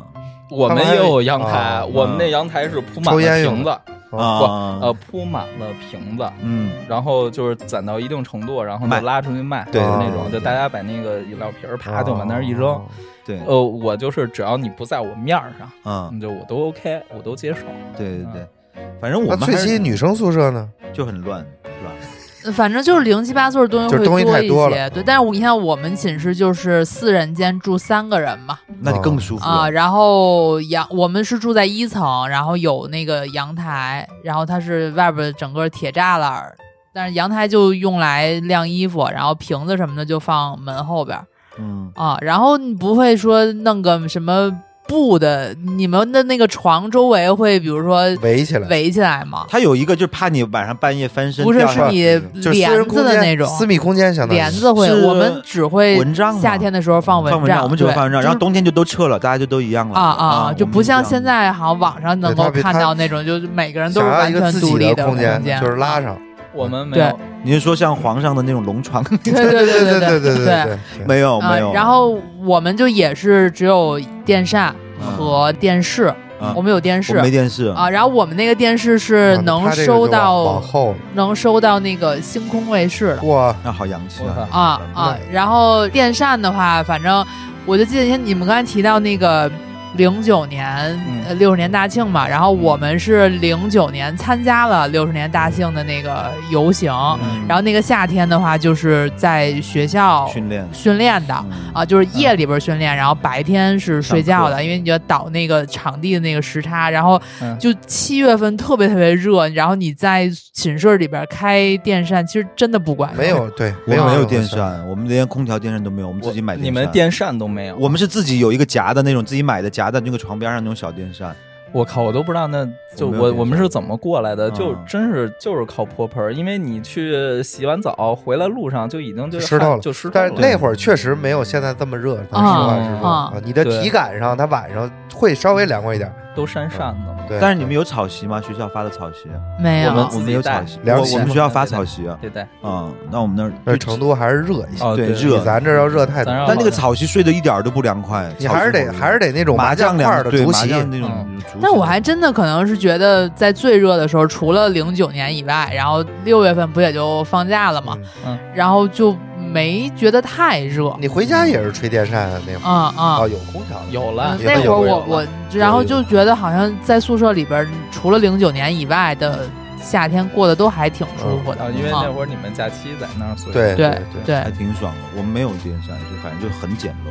Speaker 1: 我们也有阳台，
Speaker 3: 哦
Speaker 1: 我们那阳台是铺满
Speaker 3: 抽
Speaker 1: 了
Speaker 3: 烟用嗯
Speaker 1: 瓶子，
Speaker 2: 啊
Speaker 1: 呃，铺满了瓶子，
Speaker 2: 嗯
Speaker 1: 然后就是攒到一定程度，然后
Speaker 2: 卖
Speaker 1: 再拉出去卖，
Speaker 2: 对
Speaker 1: 就是那
Speaker 3: 对
Speaker 1: 种，
Speaker 2: 对
Speaker 1: 就大家把那个饮料瓶儿啪就往那儿一扔
Speaker 3: 哦。
Speaker 2: 对
Speaker 1: 呃，我就是只要你不在我面儿上，
Speaker 2: 嗯
Speaker 1: 你就我都 OK，我都接受。
Speaker 2: 对对对，反正我
Speaker 3: 那
Speaker 2: 们还
Speaker 3: 最
Speaker 2: 是
Speaker 3: 新女生宿舍呢？
Speaker 2: 就很乱乱，
Speaker 4: 反正就是零七八碎的东西
Speaker 3: 就是
Speaker 4: 会
Speaker 3: 东西太
Speaker 4: 一
Speaker 3: 多
Speaker 4: 些，对。但是我你看，我们寝室就是四人间住三个人嘛，
Speaker 2: 那就更舒服
Speaker 4: 啊，
Speaker 2: 了。
Speaker 4: 然后阳我们是住在一层，然后有那个阳台，然后它是外边整个铁栅栏儿，但是阳台就用来晾衣服，然后瓶子什么的就放门后边儿
Speaker 2: 嗯，
Speaker 4: 啊，然后你不会说弄个什么布的，你们的那个床周围会比如说
Speaker 3: 围起来，
Speaker 4: 围起来吗？
Speaker 2: 他有一个就是怕你晚上半夜翻身
Speaker 4: 不是
Speaker 2: 掉，下
Speaker 4: 是你
Speaker 3: 就是私人
Speaker 4: 帘
Speaker 3: 空
Speaker 4: 子的那
Speaker 3: 间、
Speaker 4: 种
Speaker 3: 私密空间，相当于
Speaker 4: 帘子会，
Speaker 2: 是
Speaker 4: 我们只会
Speaker 2: 蚊帐吗
Speaker 4: 夏天的时候放
Speaker 2: 放
Speaker 4: 蚊
Speaker 2: 蚊
Speaker 4: 帐，
Speaker 2: 帐，我们只会
Speaker 4: 对
Speaker 2: 放蚊帐，
Speaker 4: 就是
Speaker 2: 然后冬天就都撤了，大家就都一样了
Speaker 4: 啊啊啊，就
Speaker 2: 我们
Speaker 4: 不像
Speaker 2: 这样
Speaker 4: 现在好像网上能
Speaker 3: 对
Speaker 4: 够
Speaker 3: 它比
Speaker 4: 看
Speaker 3: 它
Speaker 4: 到那种，就是每个人都
Speaker 3: 想
Speaker 4: 是
Speaker 3: 要
Speaker 4: 完
Speaker 3: 一个
Speaker 4: 全
Speaker 3: 自己
Speaker 4: 独立
Speaker 3: 空
Speaker 4: 间
Speaker 3: 间，，就是拉上。
Speaker 1: 我们没有，
Speaker 2: 你是说像皇上的那种龙 床？
Speaker 4: 对对对
Speaker 3: 对
Speaker 4: 对
Speaker 3: 对
Speaker 4: 对
Speaker 3: 对。对，
Speaker 2: 没有
Speaker 4: 啊
Speaker 2: 没有。，
Speaker 4: 然后我们就也是只有电扇和电视，
Speaker 2: 嗯
Speaker 4: 我们有电视
Speaker 2: 我没电视
Speaker 4: 啊，，然后我们那个电视是
Speaker 3: 啊
Speaker 4: 能
Speaker 3: 它这个就
Speaker 4: 收
Speaker 3: 往往
Speaker 4: 到
Speaker 3: 后了
Speaker 4: 能收到那个星空卫视的。
Speaker 3: 哇，
Speaker 2: 那好洋气啊！
Speaker 4: 啊啊！然后电扇的话，反正我就记得你们刚才提到那个零九年
Speaker 1: 嗯
Speaker 4: 呃六十年大庆嘛，然后我们是零九年参加了六十年大庆的那个游行，
Speaker 2: 嗯
Speaker 4: 然后那个夏天的话就是在学校
Speaker 2: 训练
Speaker 4: 训练的。
Speaker 2: 嗯
Speaker 4: 啊，就是夜里边训练，然后白天是睡觉
Speaker 2: 上
Speaker 4: 的，因为你要倒那个场地的那个时差，然后
Speaker 1: 嗯
Speaker 4: 就七月份特别特别热，然后你在寝室里边开电扇，其实真的不管用
Speaker 3: 没有对，
Speaker 2: 我
Speaker 3: 有
Speaker 2: 们没
Speaker 3: 没
Speaker 2: 有电，啊扇，我们连空调电扇都没有，我们自己买。
Speaker 1: 你们，电扇都没有，
Speaker 2: 哎我们是自己有一个夹的那种，自己买的夹在那个床边上那种小电扇。
Speaker 1: 我靠，我都不知道那就
Speaker 2: 我没有
Speaker 1: 我
Speaker 2: 电
Speaker 1: 我们
Speaker 2: 扇
Speaker 1: 是怎么过来的，
Speaker 2: 嗯
Speaker 1: 就真是就是靠泼盆儿，因为你去洗完澡回来路上就已经就
Speaker 3: 湿透
Speaker 1: 汗
Speaker 3: 了
Speaker 1: 就湿透
Speaker 3: 但
Speaker 1: 了
Speaker 3: 是。那会儿确实没有现在这么热，咱实话实说
Speaker 4: 啊
Speaker 3: 啊，你的
Speaker 1: 对
Speaker 3: 体感上它晚上会稍微凉快一点，
Speaker 1: 都扇扇子嘛，
Speaker 3: 对，
Speaker 2: 但是你们有草席吗？学校发的草席？
Speaker 4: 没
Speaker 2: 我们
Speaker 4: 有
Speaker 2: 我，们有草席，
Speaker 3: 凉
Speaker 2: 我
Speaker 3: 席
Speaker 2: 我们学校发草席啊。
Speaker 1: 对对，
Speaker 2: 嗯，那我们那儿
Speaker 3: 但是成都还是热一些，
Speaker 1: 哦
Speaker 2: 对
Speaker 1: 对
Speaker 2: 热
Speaker 3: 比咱这儿要热太多
Speaker 1: 咱。这儿
Speaker 2: 但那个草席睡得一点儿都不凉快，
Speaker 3: 你还是
Speaker 2: 草
Speaker 3: 得
Speaker 2: 席
Speaker 3: 还是得那种
Speaker 2: 麻
Speaker 3: 将
Speaker 2: 将
Speaker 3: 块儿
Speaker 2: 凉
Speaker 3: 的
Speaker 2: 对
Speaker 3: 竹
Speaker 2: 麻
Speaker 3: 席，
Speaker 2: 将那种
Speaker 1: 嗯
Speaker 2: 竹席。
Speaker 4: 但我还真的可能是觉得，在最热的时候，除了零九年以外，然后六月份不也就放假了嘛，
Speaker 1: 嗯
Speaker 4: 然后就没觉得太热。
Speaker 3: 你回家也是吹电扇啊那会儿
Speaker 4: 嗯
Speaker 3: 哦，
Speaker 4: 嗯，
Speaker 3: 有空调的
Speaker 1: 有了
Speaker 3: 你
Speaker 4: 那
Speaker 3: 们
Speaker 4: 会
Speaker 3: 有
Speaker 4: 儿
Speaker 3: 过有
Speaker 4: 我
Speaker 3: 吗
Speaker 4: 我，然后就觉得好像在宿舍里边儿，除了零九年以外的夏天过得都还挺舒服
Speaker 1: 啊，
Speaker 4: 的，
Speaker 1: 因为那
Speaker 4: 嗯
Speaker 1: 会儿你们假期在那儿，所以
Speaker 3: 对
Speaker 4: 对
Speaker 3: 对，
Speaker 4: 对
Speaker 2: 还挺爽的。我们没有电扇，就反正就很简陋，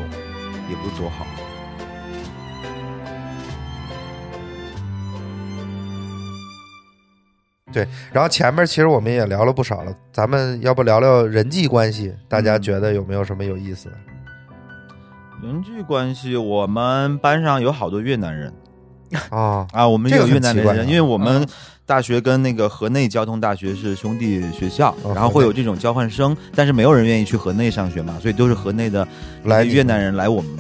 Speaker 2: 也不是多好。
Speaker 3: 然后前面其实我们也聊了不少了，咱们要不聊聊人际关系？大家觉得有没有什么有意思的？
Speaker 2: 人际关系，我们班上有好多越南人
Speaker 3: 啊？
Speaker 2: 啊，我们
Speaker 3: 这个
Speaker 2: 有
Speaker 3: 很
Speaker 2: 越南
Speaker 3: 奇怪啊
Speaker 2: 人，因为我们
Speaker 1: 嗯
Speaker 2: 大学跟那个河内交通大学是兄弟学校，
Speaker 3: 嗯
Speaker 2: 然后会有这种交换生，但是没有人愿意去河内上学嘛，所以都是河内的
Speaker 3: 来
Speaker 2: 越南人来我们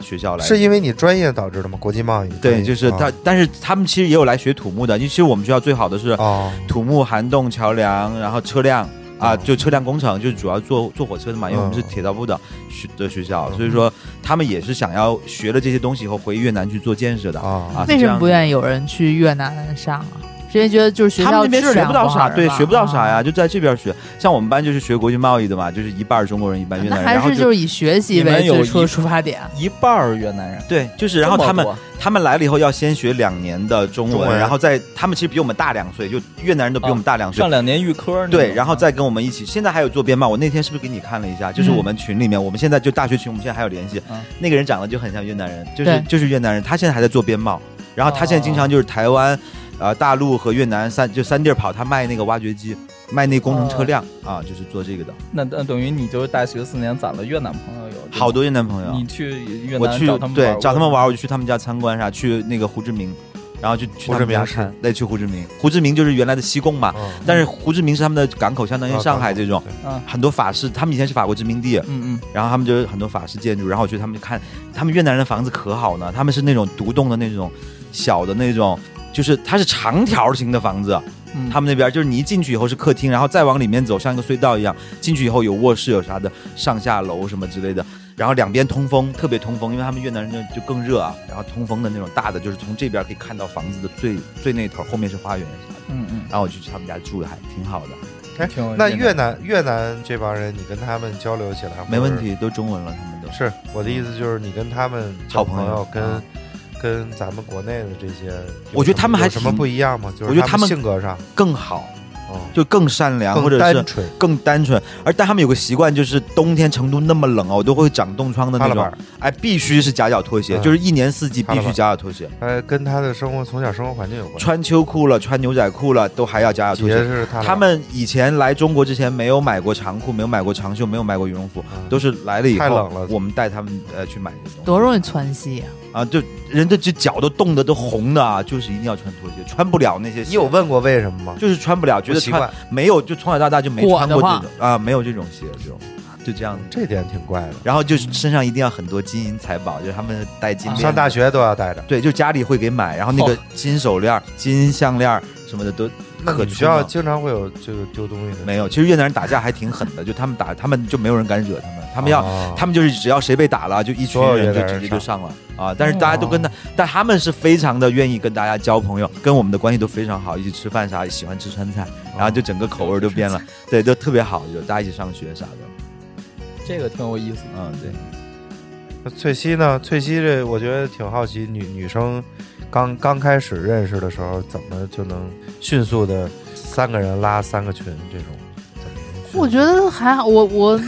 Speaker 2: 学校来
Speaker 3: 是因为嗯你专业导致的吗？国际贸易专业？
Speaker 2: 对，就是他，但是他们其实也有来学土木的，因为其实我们学校最好的是
Speaker 3: 哦，
Speaker 2: 土木、涵洞、桥梁，然后车辆啊，
Speaker 3: 哦
Speaker 2: 就车辆工程，就是主要做做火车的嘛，因为我们是
Speaker 3: 嗯
Speaker 2: 铁道部的学的学校，
Speaker 3: 嗯
Speaker 2: 所以说他们也是想要学了这些东西以后回越南去做建设的啊。
Speaker 3: 啊
Speaker 2: 是
Speaker 4: 为
Speaker 2: 这
Speaker 4: 什
Speaker 2: 样
Speaker 4: 么不
Speaker 2: 子
Speaker 4: 愿意有人去越南上啊？是因为觉得就是学
Speaker 2: 他们
Speaker 4: 校
Speaker 2: 那边
Speaker 4: 质
Speaker 2: 学
Speaker 4: 量
Speaker 2: 不到
Speaker 4: 好
Speaker 2: 啥，
Speaker 4: 是
Speaker 2: 对，
Speaker 4: 吧
Speaker 2: 学不到啥呀，
Speaker 4: 啊
Speaker 2: 就在这边学。像我们班就是学国际贸易的嘛，就是一半儿中国人，一半越
Speaker 4: 那
Speaker 2: 南人，然
Speaker 4: 还
Speaker 2: 后
Speaker 4: 是
Speaker 2: 就
Speaker 4: 就是以学习
Speaker 1: 你们
Speaker 4: 为
Speaker 1: 有
Speaker 4: 最初的
Speaker 1: 一
Speaker 4: 出发点。
Speaker 1: 一半儿越南人，
Speaker 2: 对，就是然后
Speaker 1: 这么
Speaker 2: 他们
Speaker 1: 多
Speaker 2: 他们来了以后要先学两年的中
Speaker 3: 中
Speaker 2: 文，
Speaker 3: 文
Speaker 2: 然后再他们其实比我们大两岁，就越南人都比我们大两岁
Speaker 1: 上，两年预科，
Speaker 2: 对，然后再跟我们一起。现在还有做编码，我那天是不是给你看了一下？就是我们群里面，我们现在就大学群，我们现在还有联系。
Speaker 1: 嗯
Speaker 2: 那个人长得就很像越南人，就是
Speaker 4: 对
Speaker 2: 就是越南人，他现在还在做编帽，然后他现在经
Speaker 1: 哦
Speaker 2: 常就是台湾、呃大陆和越南三就三地儿跑，他卖那个挖掘机，卖那工程
Speaker 1: 哦
Speaker 2: 车辆、啊，就是做这个的。
Speaker 1: 那那等于你就是大学四年攒了越南朋友有对吗
Speaker 2: 好多越南朋友
Speaker 1: 你，去越
Speaker 2: 我
Speaker 1: 南
Speaker 2: 去
Speaker 1: 找他们
Speaker 2: 对
Speaker 1: 过
Speaker 2: 找他们玩，我就去他们家参观啥，去那个胡志明，然后就去他们家
Speaker 3: 胡志明
Speaker 2: 看，对，去胡志明，胡志明就是原来的西贡嘛，
Speaker 3: 嗯
Speaker 2: 但是胡志明是他们啊的港口，啊相当于上海这种。
Speaker 1: 嗯
Speaker 2: 很多法式，他们以前是法国殖民地，
Speaker 1: 嗯
Speaker 2: 然后他们就是很多法式建筑，然后我去他们就看，他们越南人的房子可好呢，他们是那种独栋的那种小的那种，就是它是长条形的房子，
Speaker 1: 嗯嗯，
Speaker 2: 他们那边就是你一进去以后是客厅，然后再往里面走像一个隧道一样，进去以后有卧室有啥的，上下楼什么之类的，然后两边通风，特别通风，因为他们越南人就就更热啊，然后通风的那种大的，就是从这边可以看到房子的最最那头，后面是花园啥的，
Speaker 1: 嗯嗯，
Speaker 2: 然后我就去他们家住的还挺好的，
Speaker 3: 哎
Speaker 1: 挺有
Speaker 3: 那
Speaker 1: 意思的
Speaker 3: 越南越南这帮人，你跟他们交流起来
Speaker 2: 没问。题，都中文了，他们都
Speaker 3: 或者。是我的意思就是，你跟他们交
Speaker 2: 好朋
Speaker 3: 朋
Speaker 2: 友
Speaker 3: 友跟
Speaker 2: 啊。
Speaker 3: 跟咱们国内的这些，
Speaker 2: 我
Speaker 3: 有什
Speaker 2: 觉得
Speaker 3: 么
Speaker 2: 他们还
Speaker 3: 有什么
Speaker 2: 挺
Speaker 3: 不一样吗？就是
Speaker 2: 我觉得他
Speaker 3: 们
Speaker 2: 们
Speaker 3: 性格上，
Speaker 2: 更好，
Speaker 3: 哦，
Speaker 2: 就更善良，或
Speaker 3: 更
Speaker 2: 者是
Speaker 3: 单纯，
Speaker 2: 更单纯。而但他们有个习惯，就是冬天成都那么冷哦，都会长冻疮的
Speaker 3: 哈拉
Speaker 2: 那种
Speaker 3: 板。，
Speaker 2: 哎，必须是夹脚拖鞋，
Speaker 3: 嗯
Speaker 2: 就是一年四季必
Speaker 3: 哈拉
Speaker 2: 须
Speaker 3: 板
Speaker 2: 夹脚拖鞋，
Speaker 3: 呃，跟他的生活从小生活环境有关。
Speaker 2: 穿秋裤了，穿牛仔裤了，都还要夹脚拖
Speaker 3: 鞋
Speaker 2: 鞋。
Speaker 3: 是他
Speaker 2: 他们以前来中国之前没有买过长裤，没有买过长袖，没有买过羽绒服，都
Speaker 3: 是
Speaker 2: 是来了
Speaker 3: 嗯
Speaker 2: 以后，
Speaker 3: 太冷了
Speaker 2: 我们带他们呃去买这
Speaker 4: 多
Speaker 2: 东西
Speaker 4: 容易窜稀啊！
Speaker 2: 啊，就人的这脚都冻得都红的啊，就是一定要穿拖鞋，穿不了那些鞋。
Speaker 3: 你有问过为什么吗？
Speaker 2: 就是穿不了，觉
Speaker 3: 不
Speaker 2: 得
Speaker 3: 习
Speaker 2: 穿
Speaker 3: 惯，
Speaker 2: 没有，就从小到大就没
Speaker 4: 裹
Speaker 2: 穿
Speaker 4: 得
Speaker 2: 过这
Speaker 4: 慌
Speaker 2: 种啊，没有这种鞋，这种就这样子。
Speaker 3: 这点挺怪的。
Speaker 2: 然后就是身上一定要很多金银财宝，就是他们戴金链
Speaker 3: 啊
Speaker 2: 子
Speaker 3: 上大学都要带着，
Speaker 2: 对，就家里会给买，然后那个金手链、金项链什么的都
Speaker 3: 那
Speaker 2: 可
Speaker 3: 你们
Speaker 2: 出
Speaker 3: 学校
Speaker 2: 了。
Speaker 3: 经常会有这个丢东西的，
Speaker 2: 没有，其实越南人打架还挺狠的，就他们打，他们就没有人敢惹他们，他们要。
Speaker 3: 哦
Speaker 2: 他们就是只要谁被打了，就一群
Speaker 3: 所有越
Speaker 2: 人就
Speaker 3: 南人
Speaker 2: 直接就上了啊！但是大家都跟他，但他们是非常的愿意跟大家交朋友，跟我们的关系都非常好，一起吃饭啥，喜欢吃川菜，然
Speaker 3: 哦
Speaker 2: 后就整个口味都变了，对，都特别好，就大家一起上学啥
Speaker 3: 哦
Speaker 2: 的，
Speaker 1: 这个挺有意思的，
Speaker 2: 嗯，对。
Speaker 3: 那翠西呢？翠西这我觉得挺好奇，女女生刚刚开始认识的时候，怎么就能迅速的三个人拉三个群这种？怎么能迅速
Speaker 4: 我觉得还好，我我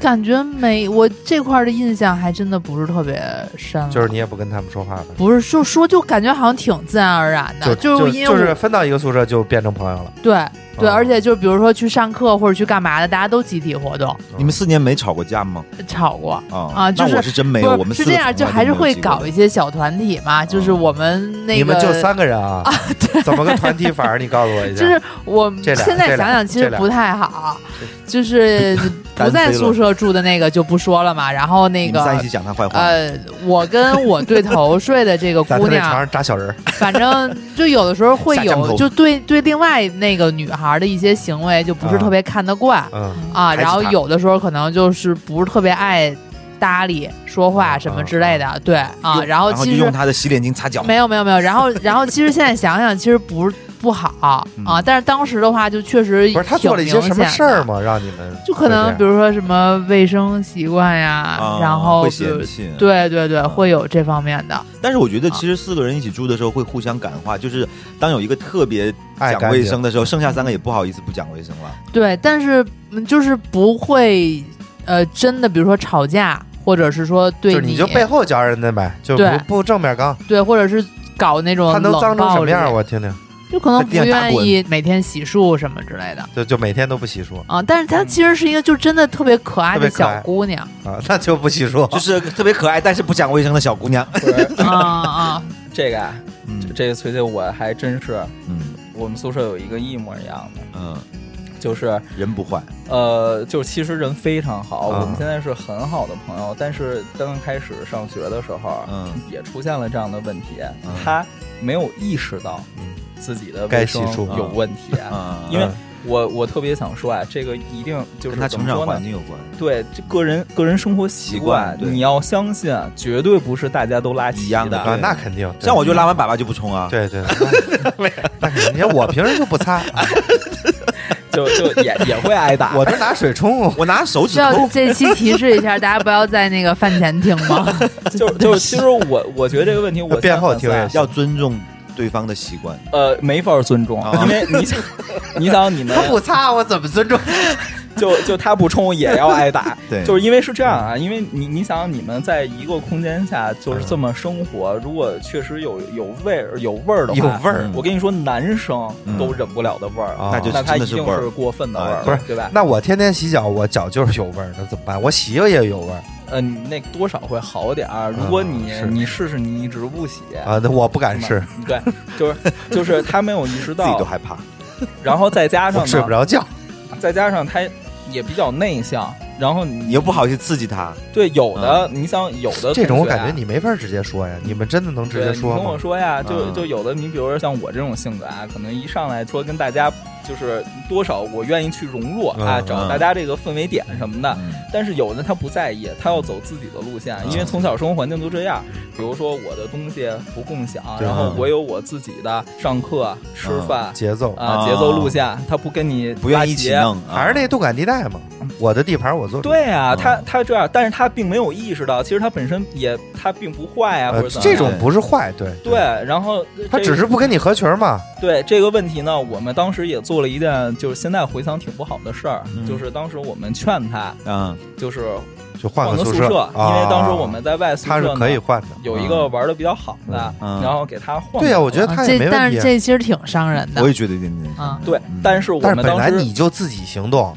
Speaker 4: 感觉没我这块儿的印象还真的不是特别深了，
Speaker 3: 就是你也不跟他们说话呗，
Speaker 4: 不是就说就感觉好像挺自然而然的，
Speaker 3: 就
Speaker 4: 就是因为
Speaker 3: 就
Speaker 4: 我
Speaker 3: 是分到一个宿舍就变成朋友了。
Speaker 4: 对，对，
Speaker 3: 啊
Speaker 4: 而且就比如说去上课或者去干嘛的，大家都集体活动，
Speaker 2: 你们四年没吵过架吗？
Speaker 4: 吵过
Speaker 2: 啊
Speaker 4: 啊，就
Speaker 2: 那
Speaker 4: 是
Speaker 2: 我是真没
Speaker 4: 不
Speaker 2: 有，
Speaker 4: 是
Speaker 2: 我们
Speaker 4: 是
Speaker 2: 四
Speaker 4: 这
Speaker 2: 个
Speaker 4: 样，
Speaker 2: 从
Speaker 4: 就
Speaker 2: 来
Speaker 4: 还
Speaker 2: 都没
Speaker 4: 是
Speaker 2: 有
Speaker 4: 会
Speaker 2: 记过
Speaker 4: 搞一些小团体
Speaker 2: 啊
Speaker 4: 嘛，就是我们那个
Speaker 3: 你们就三个人啊？怎么个团体法儿？你告诉我一下。
Speaker 4: 就是我们
Speaker 3: 这俩
Speaker 4: 现在
Speaker 3: 这俩
Speaker 4: 想想其
Speaker 3: 这
Speaker 4: 实
Speaker 3: 俩
Speaker 4: 不 太好，就是不在宿舍住的那个就不说了嘛。然后那
Speaker 2: 你们仨一
Speaker 4: 个
Speaker 2: 起讲他坏话，
Speaker 4: 呃，我跟我对头睡的 这个
Speaker 3: 在
Speaker 4: 姑
Speaker 3: 那床
Speaker 4: 娘，
Speaker 3: 上扎小人儿，
Speaker 4: 反正就有的时候 会
Speaker 2: 下降
Speaker 4: 有，
Speaker 2: 头
Speaker 4: 就对对另外那个女孩的一些行为就不是
Speaker 3: 啊
Speaker 4: 特别看得惯
Speaker 3: 嗯，
Speaker 4: 啊。
Speaker 3: 还是
Speaker 4: 然后
Speaker 3: 她
Speaker 4: 有的时候可能就是不是特别爱搭理、说
Speaker 3: 啊
Speaker 4: 话什么之类的，对啊。
Speaker 2: 用
Speaker 4: 然后
Speaker 2: 然后就
Speaker 4: 其
Speaker 2: 用
Speaker 4: 实
Speaker 2: 他的洗脸巾擦脚，
Speaker 4: 没有没有没有，然后然后其实现在想想，其实不是不好
Speaker 2: 嗯
Speaker 4: 啊，但是当时的话就确实
Speaker 3: 不是他
Speaker 4: 挺
Speaker 3: 做了一些什
Speaker 4: 明
Speaker 3: 么
Speaker 4: 显
Speaker 3: 事儿
Speaker 4: 的？
Speaker 3: 吗？让你们
Speaker 4: 就可能比
Speaker 3: 对
Speaker 4: 如说什么卫生习惯呀，
Speaker 2: 啊
Speaker 4: 然后
Speaker 2: 会
Speaker 4: 比如
Speaker 2: 嫌弃。，
Speaker 4: 对啊对对，会有这方面的。
Speaker 2: 但是我觉得其实四个人一起住的时候会互相感化，就是当有一个特别
Speaker 3: 爱干
Speaker 2: 讲
Speaker 3: 净
Speaker 2: 卫生的时候，剩下三个也不好意思不讲卫生了。
Speaker 4: 对，但是嗯就是不会呃，真的比如说吵架，或者是说
Speaker 3: 这
Speaker 4: 对
Speaker 3: 样就是你就背后教人家呗，就
Speaker 4: 对
Speaker 3: 不不正面刚，
Speaker 4: 对，或者是搞那种
Speaker 3: 他能
Speaker 4: 冷
Speaker 3: 脏成
Speaker 4: 暴
Speaker 3: 什么
Speaker 4: 力
Speaker 3: 样儿？我听听，
Speaker 4: 就可能
Speaker 2: 在
Speaker 4: 不
Speaker 2: 地上打
Speaker 4: 愿
Speaker 2: 滚
Speaker 4: 意每天洗漱什么之类的。
Speaker 3: 就就每天都不洗漱
Speaker 4: 啊，但是她其实是一个就真的特别可爱
Speaker 3: 特
Speaker 4: 的
Speaker 3: 别可
Speaker 4: 小
Speaker 3: 爱
Speaker 4: 姑娘，
Speaker 3: 啊，那就不洗漱，
Speaker 2: 就是特别可爱，但是不讲卫生的小姑娘。
Speaker 4: 啊啊，
Speaker 1: 这个啊，
Speaker 2: 嗯
Speaker 1: 这这个崔崔，我还真是，
Speaker 2: 嗯
Speaker 1: 我们宿舍有一个一模一样的，
Speaker 2: 嗯，
Speaker 1: 就是
Speaker 2: 人不坏，
Speaker 1: 呃，就其实人非常好，
Speaker 3: 啊
Speaker 1: 我们现在是很好的朋友，但是刚刚开始上学的时候，啊
Speaker 2: 嗯
Speaker 1: 也出现了这样的问题，
Speaker 2: 嗯
Speaker 1: 他没有意识到
Speaker 2: 嗯
Speaker 1: 自己的
Speaker 3: 该
Speaker 1: 卫生
Speaker 3: 洗漱
Speaker 1: 有问题，
Speaker 2: 嗯，
Speaker 1: 因为
Speaker 3: 嗯
Speaker 1: 我我特别想说啊，这个一定就是
Speaker 2: 跟他
Speaker 1: 怎
Speaker 2: 成
Speaker 1: 么
Speaker 2: 长
Speaker 1: 说呢
Speaker 2: 环？境有关。
Speaker 1: 对，这个人个人生活习惯
Speaker 2: 习惯，对
Speaker 1: 你要相信，啊绝对不是大家都拉齐
Speaker 2: 一样的
Speaker 3: 啊，
Speaker 2: 对
Speaker 3: 那肯定，对
Speaker 2: 像我就拉完粑粑就不冲啊，
Speaker 3: 对对，那那肯定，你看我平时就不擦，
Speaker 1: 就就也也会挨打。
Speaker 3: 我都拿水冲，
Speaker 2: 我拿手指
Speaker 4: 需要
Speaker 2: 抠。
Speaker 4: 这期提示一 下，大家不要在那个饭前听吗？
Speaker 1: 就就其实我我觉得这个问题，我
Speaker 3: 变后
Speaker 1: 想
Speaker 3: 听
Speaker 1: 了
Speaker 3: 也
Speaker 1: 一下
Speaker 2: 要尊重对方的习惯，
Speaker 1: 呃没法尊重，
Speaker 2: 啊，
Speaker 1: 因为你想你想你们
Speaker 3: 擦，我怎么尊重？
Speaker 1: 就就他不冲也要挨打
Speaker 2: 对
Speaker 1: 就是因为是这样啊，因为你你想你们在一个空间下就是这么生活，如果确实有有味儿有味儿的话，
Speaker 3: 嗯有味儿
Speaker 1: 我跟你说，男生都忍不了的味儿，
Speaker 3: 嗯
Speaker 2: 嗯那就
Speaker 1: 那他
Speaker 2: 真
Speaker 1: 一
Speaker 2: 的是
Speaker 1: 定
Speaker 2: 味儿
Speaker 1: 是。过分的味儿
Speaker 2: 哎
Speaker 1: 了，
Speaker 3: 不是
Speaker 1: 对吧？
Speaker 3: 那我天天洗脚，我脚就是有味儿，那怎么办？我洗了也有味儿
Speaker 1: 呃，你那多少会好点儿。
Speaker 2: 嗯
Speaker 1: 如果你
Speaker 3: 啊是
Speaker 1: 你试试，你一直不洗，
Speaker 3: 啊，那我不敢 试，
Speaker 1: 对，就是就是他没有意识
Speaker 2: 自己都
Speaker 1: 到，
Speaker 2: 害怕，
Speaker 1: 然后再加上
Speaker 3: 我睡不
Speaker 1: 呢，
Speaker 3: 着觉。
Speaker 1: 再加上他也比较内向，然后
Speaker 2: 你
Speaker 1: 你
Speaker 2: 又不好意思刺激他，
Speaker 1: 对有的
Speaker 2: 嗯
Speaker 1: 你想有的
Speaker 3: 这种我
Speaker 1: 同学啊
Speaker 3: 感觉你没法直接说呀，你们真的能直
Speaker 1: 对，
Speaker 3: 接
Speaker 1: 你听
Speaker 3: 说
Speaker 1: 我
Speaker 3: 吗？
Speaker 1: 说呀，就
Speaker 2: 嗯
Speaker 1: 就有的你比如说像我这种性格啊，可能一上来说跟大家就是多少我愿意去融入啊，
Speaker 3: 嗯
Speaker 1: 找
Speaker 2: 嗯
Speaker 1: 大家这个氛围点什么的。
Speaker 2: 嗯
Speaker 1: 但是有的他不在意，他要走自己的路线，啊因为从小生活环境就这样。比如说我的东西不共享，啊
Speaker 3: 对
Speaker 1: 然后
Speaker 2: 嗯
Speaker 1: 我有我自己的上课、啊吃饭
Speaker 3: 节奏
Speaker 1: 啊节奏路线，他不跟你
Speaker 2: 不愿
Speaker 1: 拉
Speaker 2: 意一起
Speaker 1: 结
Speaker 2: 弄，啊
Speaker 3: 还是那动感地带嘛，我的地盘我做主。
Speaker 1: 对啊，
Speaker 2: 嗯
Speaker 1: 他他这样，但是他并没有意识到，其实他本身也他并不坏啊，或
Speaker 3: 呃
Speaker 1: 者怎，么
Speaker 3: 这
Speaker 1: 样
Speaker 3: 种不是坏，对
Speaker 1: 对，，然后
Speaker 3: 他
Speaker 1: 这
Speaker 3: 只是不跟你合群嘛。
Speaker 1: 对这个问题呢，我们当时也做了一件，就是现在回想挺不好的事儿，
Speaker 2: 嗯
Speaker 1: 就是当时我们劝他，
Speaker 2: 嗯
Speaker 1: 就是
Speaker 3: 就换
Speaker 1: 换个
Speaker 3: 宿
Speaker 1: 宿舍，因为当时
Speaker 3: 啊
Speaker 1: 我们在外宿
Speaker 3: 他
Speaker 1: 舍
Speaker 3: 是
Speaker 1: 呢
Speaker 3: 可以换的。
Speaker 1: 有一个玩的比较好的，
Speaker 2: 嗯
Speaker 1: 然后给他换。
Speaker 3: 对呀，啊我觉得
Speaker 1: 他。
Speaker 3: 他也
Speaker 4: 啊这
Speaker 3: 没
Speaker 4: 但
Speaker 3: 问
Speaker 4: 是
Speaker 3: 题。
Speaker 4: 这其实挺伤人的
Speaker 2: 我。也觉得有点点
Speaker 4: 啊
Speaker 1: 对
Speaker 2: 嗯，
Speaker 1: 但是我
Speaker 3: 但
Speaker 1: 们
Speaker 3: 是本
Speaker 1: 当
Speaker 3: 来
Speaker 1: 时
Speaker 3: 你就自己行动，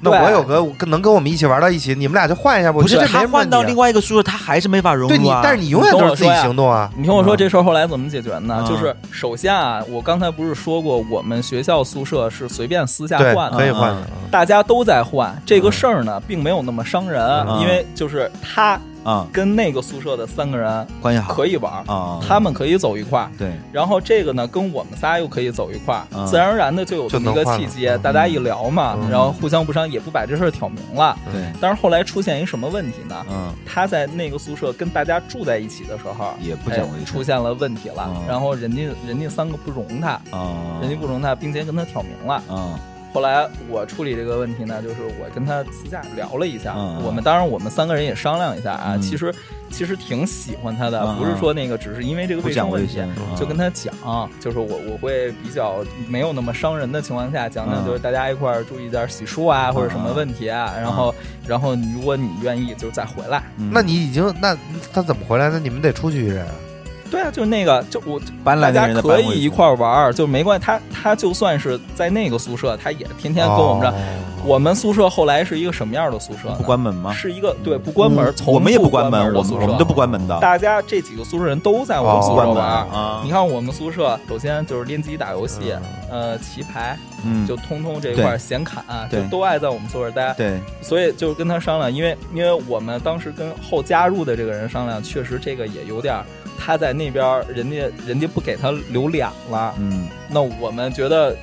Speaker 3: 那
Speaker 1: 对
Speaker 3: 我有个跟能跟我们一起玩到一起，你们俩就换一下吧。
Speaker 2: 不是
Speaker 3: 我觉得
Speaker 2: 他
Speaker 3: 没
Speaker 2: 换到
Speaker 3: 问题
Speaker 2: 另外一个宿舍，他还是没法融
Speaker 3: 对你
Speaker 2: 入啊。，
Speaker 3: 但是你永远都是自己行动啊。
Speaker 1: 你听我说，
Speaker 3: 嗯
Speaker 1: 这事儿后来怎么解决呢？
Speaker 2: 嗯
Speaker 1: 就是首先啊，我刚才不是说过，我们学校宿舍是随便私下
Speaker 3: 对
Speaker 1: 换的
Speaker 3: 可以
Speaker 2: 嗯
Speaker 3: 换的，
Speaker 1: 大家都在换这个事儿呢，并没有那么伤人，
Speaker 2: 嗯
Speaker 1: 因为就是他
Speaker 2: 啊，
Speaker 1: 跟那个宿舍的三个人
Speaker 2: 关系好
Speaker 1: 可以玩，
Speaker 2: 啊，
Speaker 1: 他们可以走一块儿，
Speaker 2: 对
Speaker 1: 然后这个呢跟我们仨又可以走一块儿，
Speaker 2: 嗯
Speaker 1: 自然而然的就有这么一
Speaker 3: 就
Speaker 1: 个
Speaker 3: 能换了
Speaker 1: 契机，
Speaker 3: 嗯
Speaker 1: 大家一聊嘛，
Speaker 3: 嗯
Speaker 1: 然后互相不伤，也不把这事儿挑明了。
Speaker 2: 对，
Speaker 1: 但是后来出现一什么问题呢？
Speaker 2: 嗯，
Speaker 1: 他在那个宿舍跟大家住在一起的时候，
Speaker 2: 也不讲卫
Speaker 1: 哎
Speaker 2: 生
Speaker 1: 出现了问题了，
Speaker 2: 嗯
Speaker 1: 然后人家人家三个不容他，
Speaker 2: 啊，
Speaker 1: 人家不容他，并且跟他挑明了。
Speaker 2: 啊，
Speaker 1: 后来我处理这个问题呢，就是我跟他私下聊了一下，
Speaker 2: 嗯
Speaker 1: 我们当然我们三个人也商量一下啊，
Speaker 2: 嗯
Speaker 1: 其实其实挺喜欢他的，
Speaker 2: 嗯
Speaker 1: 不是说那个只是因为这个
Speaker 2: 不
Speaker 1: 卫
Speaker 2: 讲
Speaker 1: 生
Speaker 2: 卫
Speaker 1: 问题
Speaker 2: 生，，啊
Speaker 1: 就跟他讲，就是我我会比较没有那么伤人的情况下讲讲，
Speaker 2: 嗯
Speaker 1: 就是大家一块儿注意点儿洗漱啊，或者什么问题啊，然后然后如果你愿意就再回来，
Speaker 2: 嗯
Speaker 3: 那你已经那他怎么回来呢？你们得出去一人，
Speaker 1: 对啊，就那个，就我
Speaker 2: 搬
Speaker 1: 大
Speaker 2: 来的
Speaker 1: 家
Speaker 2: 人的
Speaker 1: 可
Speaker 2: 搬回
Speaker 1: 以
Speaker 2: 去
Speaker 1: 一块儿玩儿，就没关系。他他就算是在那个宿舍，他也天天跟我
Speaker 3: 哦
Speaker 2: 哦
Speaker 1: 们这。
Speaker 3: 这
Speaker 1: 我们宿舍后来是一个什么样的宿舍呢？
Speaker 2: 不关门吗？
Speaker 1: 是一个对不关门儿，从
Speaker 2: 啊嗯我们也
Speaker 1: 不
Speaker 2: 不关
Speaker 1: 门儿
Speaker 2: 门，
Speaker 1: 的
Speaker 2: 我
Speaker 1: 宿
Speaker 2: 们
Speaker 1: 舍
Speaker 2: 我们都不关门的，
Speaker 1: 大家这几个宿舍人都在我们
Speaker 3: 哦
Speaker 1: 宿舍
Speaker 2: 不关门
Speaker 1: 玩儿。
Speaker 2: 啊
Speaker 1: 你。看我们宿舍，首先就是联机打游戏，呃，棋牌，
Speaker 2: 嗯，
Speaker 1: 就通通这一块儿显卡、就
Speaker 2: 对
Speaker 1: 都爱在我们宿舍待。
Speaker 2: 对，
Speaker 1: 所以就跟他商量，因为因为我们当时跟后加入的这个人商量，确实这个也有点儿，他在那边儿人家人家不给他留脸了，
Speaker 2: 嗯，
Speaker 1: 那我们觉得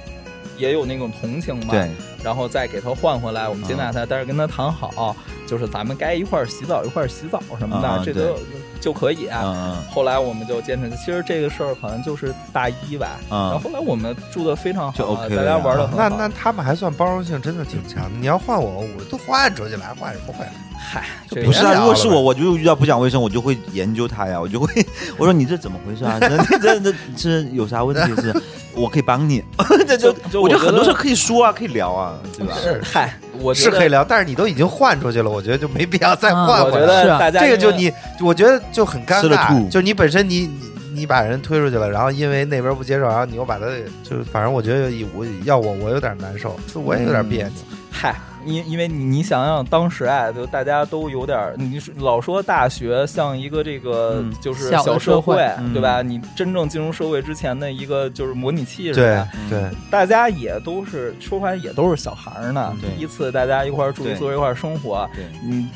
Speaker 1: 也有那种同情嘛，
Speaker 2: 对，
Speaker 1: 然后再给他换回来，我们接
Speaker 2: 啊
Speaker 1: 纳他，但是跟他谈好，就是咱们该一块儿洗澡一块儿洗澡什么的，
Speaker 2: 啊
Speaker 1: 这
Speaker 2: 对
Speaker 1: 都就可以、啊
Speaker 2: 嗯嗯
Speaker 1: 后来我们就坚持，其实这个事儿好像就是大一吧，然后
Speaker 2: 嗯，
Speaker 1: 后来我们住的非常好，啊
Speaker 2: 就 OK
Speaker 1: 大
Speaker 2: 了
Speaker 1: 家
Speaker 2: 呀啊
Speaker 1: 玩的很
Speaker 3: 那
Speaker 1: 好。
Speaker 3: 那他们还算包容性真的挺强的。你要换我，我都换出去了，还换什么换？
Speaker 1: 嗨，这
Speaker 2: 不
Speaker 1: 个
Speaker 2: 是
Speaker 3: 别聊
Speaker 2: 啊，
Speaker 3: 了
Speaker 2: 如果是我，我就遇到不讲卫生，我就会研究他呀，我就会， 我说你这怎么回 事啊？这这这这是有啥问题？是，我可以帮你， 这就
Speaker 1: 就
Speaker 2: 我
Speaker 1: 我
Speaker 2: 觉得
Speaker 1: 觉
Speaker 2: 很多
Speaker 1: 得
Speaker 2: 事可以说啊，可以聊啊，对吧？
Speaker 3: 是
Speaker 1: 嗨，我觉
Speaker 3: 是
Speaker 1: 得
Speaker 3: 可以聊，但是你都已经换出去了，我觉得就没必要再
Speaker 4: 嗯
Speaker 3: 换
Speaker 1: 我觉
Speaker 3: 回来。
Speaker 1: 得
Speaker 4: 是啊
Speaker 1: 大家
Speaker 3: 这个就
Speaker 1: 因为
Speaker 3: 你，我觉得就很尴
Speaker 2: 吃了
Speaker 3: 尬，
Speaker 2: 吐
Speaker 3: 就你本身你你你把人推出去了，然后因为那边不接受，然后你又把他给就反正我觉得有我要我我有点难受，就我也有点别
Speaker 2: 嗯
Speaker 3: 扭。
Speaker 1: 嗨，因因为你你想想当时啊，就大家都有点儿，你是老说大学像一个这个
Speaker 2: 嗯
Speaker 1: 就是
Speaker 4: 小的
Speaker 1: 小
Speaker 4: 社会
Speaker 1: 会，
Speaker 2: 嗯
Speaker 1: 对吧？你真正进入社会之前的一个就是模拟器似
Speaker 3: 对
Speaker 2: 啊
Speaker 1: 的，
Speaker 2: 嗯
Speaker 3: 对，
Speaker 1: 大家也都是说白了也都是小孩儿呢
Speaker 2: 嗯，对
Speaker 1: 第一次大家一块儿住
Speaker 2: 对
Speaker 1: 宿舍一块儿生活，
Speaker 2: 对，
Speaker 1: 嗯，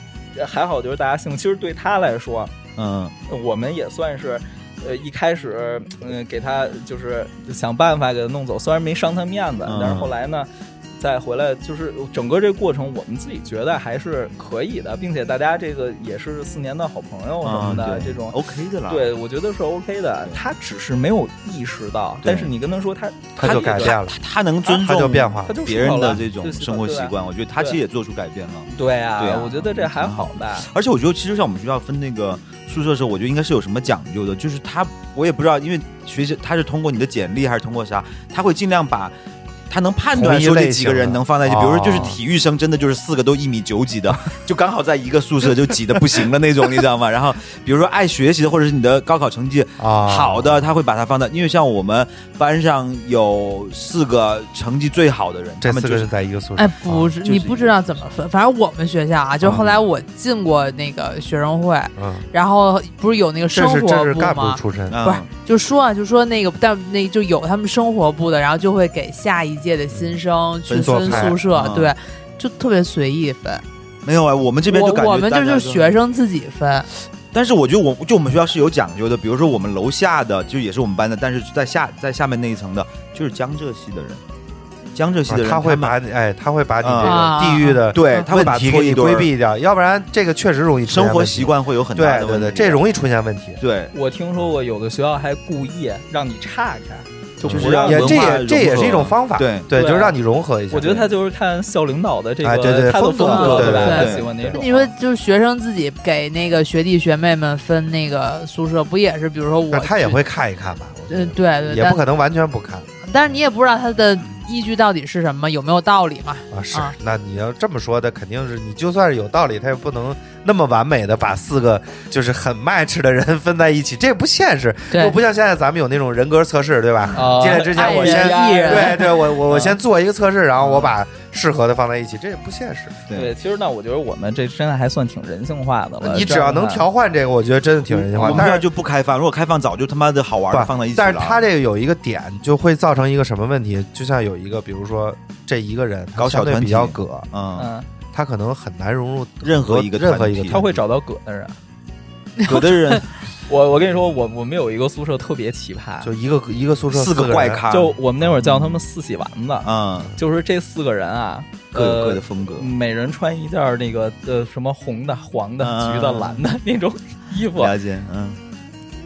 Speaker 1: 还好就是大家性，其实对他来说，
Speaker 2: 嗯，
Speaker 1: 我们也算是。呃，一开始，嗯、给他就是想办法给他弄走，虽然没伤他面子，
Speaker 2: 嗯
Speaker 1: 但是后来呢，再回来就是整个这个过程，我们自己觉得还是可以的，并且大家这个也是四年的好朋友什么
Speaker 2: 嗯
Speaker 1: 的，
Speaker 2: 对
Speaker 1: 这种，
Speaker 2: OK 的啦，
Speaker 1: 对我觉得是 OK 的。
Speaker 2: 对
Speaker 1: 他只是没有意识到，
Speaker 2: 对
Speaker 1: 但是你跟他说他，
Speaker 3: 他就改变了，
Speaker 2: 他，他能尊
Speaker 3: 他
Speaker 2: 重
Speaker 3: 就变化
Speaker 1: 啊他
Speaker 3: 了。
Speaker 1: 就
Speaker 2: 啊别人
Speaker 1: 说
Speaker 2: 的
Speaker 1: 了
Speaker 2: 这种生活习，惯，我觉得他其实也做出改变了。
Speaker 1: 对吧对啊，
Speaker 2: 对啊
Speaker 1: 我觉得这还好吧。
Speaker 2: 而且我觉得，其实像我们学校分那个宿舍的时候，我觉得应该是有什么讲究的。就是他，我也不知道，因为学习他是通过你的简历还是通过啥，他会尽量把他能判断说这几个人能放在一起。比
Speaker 3: 同一类
Speaker 2: 如
Speaker 3: 型
Speaker 2: 说，
Speaker 3: 的
Speaker 2: 就是体育生真的就是四个都一米九几的，就刚好在一个宿舍就挤得不行了那种，你知道吗？然后比如说爱学习的，或者是你的高考成绩
Speaker 3: 啊，
Speaker 2: 好的，他会把它放在，因为像我们班上有四个成绩最好的人，
Speaker 3: 这
Speaker 2: 他们
Speaker 3: 四
Speaker 2: 就
Speaker 3: 个
Speaker 2: 是
Speaker 3: 是在一个宿舍。
Speaker 4: 哎，不是，
Speaker 2: 就是
Speaker 4: 你不知道怎么分。反正我们学校啊，就是后来我进过那个学生会，
Speaker 3: 嗯，
Speaker 4: 然后不是有那个生
Speaker 3: 这是这
Speaker 4: 活
Speaker 3: 是
Speaker 4: 部
Speaker 3: 干部
Speaker 4: 吗？
Speaker 3: 出身，
Speaker 2: 嗯
Speaker 4: 不是就说啊，就说那个，但那就有他们生活部的，然后就会给下一届的新生去
Speaker 2: 分
Speaker 3: 座
Speaker 4: 分
Speaker 3: 派啊
Speaker 4: 宿舍，
Speaker 2: 嗯
Speaker 4: 对，就特别随意分。
Speaker 2: 没有啊，我们这边就感觉
Speaker 4: 我我们
Speaker 2: 大
Speaker 4: 这
Speaker 2: 家
Speaker 4: 就是学生自己分，
Speaker 2: 但是我觉得我就我们学校是有讲究的，比如说我们楼下的就也是我们班的，但是在下在下面那一层的就是江浙系的人，江浙系
Speaker 3: 啊
Speaker 2: 的人、
Speaker 3: 他会
Speaker 2: 们
Speaker 3: 把你哎，他会把你这
Speaker 4: 啊
Speaker 3: 个地域的
Speaker 2: 对他会把
Speaker 3: 问题
Speaker 2: 搓
Speaker 3: 给
Speaker 2: 一
Speaker 3: 你
Speaker 2: 堆
Speaker 3: 规
Speaker 2: 儿
Speaker 3: 避掉，要不然这个确实容易出现
Speaker 2: 生活
Speaker 3: 问题
Speaker 2: 习。惯会有很大
Speaker 3: 对
Speaker 2: 的
Speaker 3: 对
Speaker 2: 问题，啊
Speaker 3: 对，这容易出现问题。
Speaker 2: 对
Speaker 1: 我听说过有的学校还故意让你岔开，就
Speaker 2: 就
Speaker 1: 不
Speaker 2: 是
Speaker 1: 让
Speaker 2: 让
Speaker 3: 也
Speaker 2: 文
Speaker 3: 这
Speaker 2: 化
Speaker 3: 也这也
Speaker 2: 融合
Speaker 3: 是一种方法，
Speaker 2: 对啊
Speaker 3: 对，
Speaker 1: 对
Speaker 3: 就是让你融合一下。
Speaker 1: 我觉得他就是看校领导的这个、
Speaker 3: 哎对对
Speaker 1: 他的
Speaker 3: 风格
Speaker 1: 格，
Speaker 4: 对
Speaker 1: 吧？
Speaker 4: 对
Speaker 1: 他
Speaker 2: 啊对
Speaker 1: 喜欢那种。
Speaker 4: 你说就是学生自己给那个学弟学妹们分那个宿舍，不也是？比如说我
Speaker 3: 那他也
Speaker 4: 去，
Speaker 3: 会看一呃看吧，我觉得
Speaker 4: 嗯，对对，
Speaker 3: 也不
Speaker 4: 但
Speaker 3: 可能完全不看
Speaker 4: 但是你也不知道他的依据到底是什么，有没有道理嘛？
Speaker 3: 啊。是
Speaker 4: 啊，
Speaker 3: 那你要这么说的，肯定是你就算是有道理，他也不能那么完美的把四个就是很 match 的人 分在一起，这也不现实。
Speaker 4: 对
Speaker 3: 又不像现在咱们有那种人格测试，对吧？
Speaker 1: 啊
Speaker 3: 进来之前我
Speaker 4: 爱
Speaker 3: 先
Speaker 4: 人艺人
Speaker 3: 对对，我我我
Speaker 1: 啊
Speaker 3: 先做一个测试，然后我把适合的放在一起，这也不现实。
Speaker 1: 对，其实呢，我觉得我们这真的还算挺人性化的了。
Speaker 3: 你只要能调换这个，我觉得真的挺人性化
Speaker 2: 我。们
Speaker 3: 但
Speaker 2: 这儿
Speaker 3: 是
Speaker 2: 就不开放，如果开放早就他妈的好玩的
Speaker 3: 不
Speaker 2: 放在一起
Speaker 3: 但是
Speaker 2: 了
Speaker 3: 他这个有一个点，就会造成一个什么问题？就像有一个，比如说这一个人他
Speaker 2: 搞小
Speaker 3: 相对
Speaker 2: 团体
Speaker 3: 比较葛，
Speaker 2: 嗯，
Speaker 1: 嗯，
Speaker 3: 他可能很难融入
Speaker 2: 任何一个
Speaker 3: 任何
Speaker 2: 团
Speaker 3: 一个
Speaker 2: 体
Speaker 1: 他会找到葛的人。
Speaker 2: 有 的人
Speaker 1: 我我跟你说，我我们有一个宿舍特别奇葩，
Speaker 3: 就一个一个宿舍
Speaker 2: 四
Speaker 3: 个
Speaker 2: 个怪
Speaker 3: 人，
Speaker 2: 咖，
Speaker 1: 就我们那会儿叫他们四喜丸子，
Speaker 2: 嗯
Speaker 1: 就是这四个人啊，
Speaker 2: 各有各的
Speaker 1: 呃，
Speaker 2: 风格，
Speaker 3: 嗯
Speaker 1: 每人穿一件那个呃什么红的、黄的、
Speaker 2: 嗯
Speaker 1: 橘的、蓝的那种衣服，
Speaker 2: 了解嗯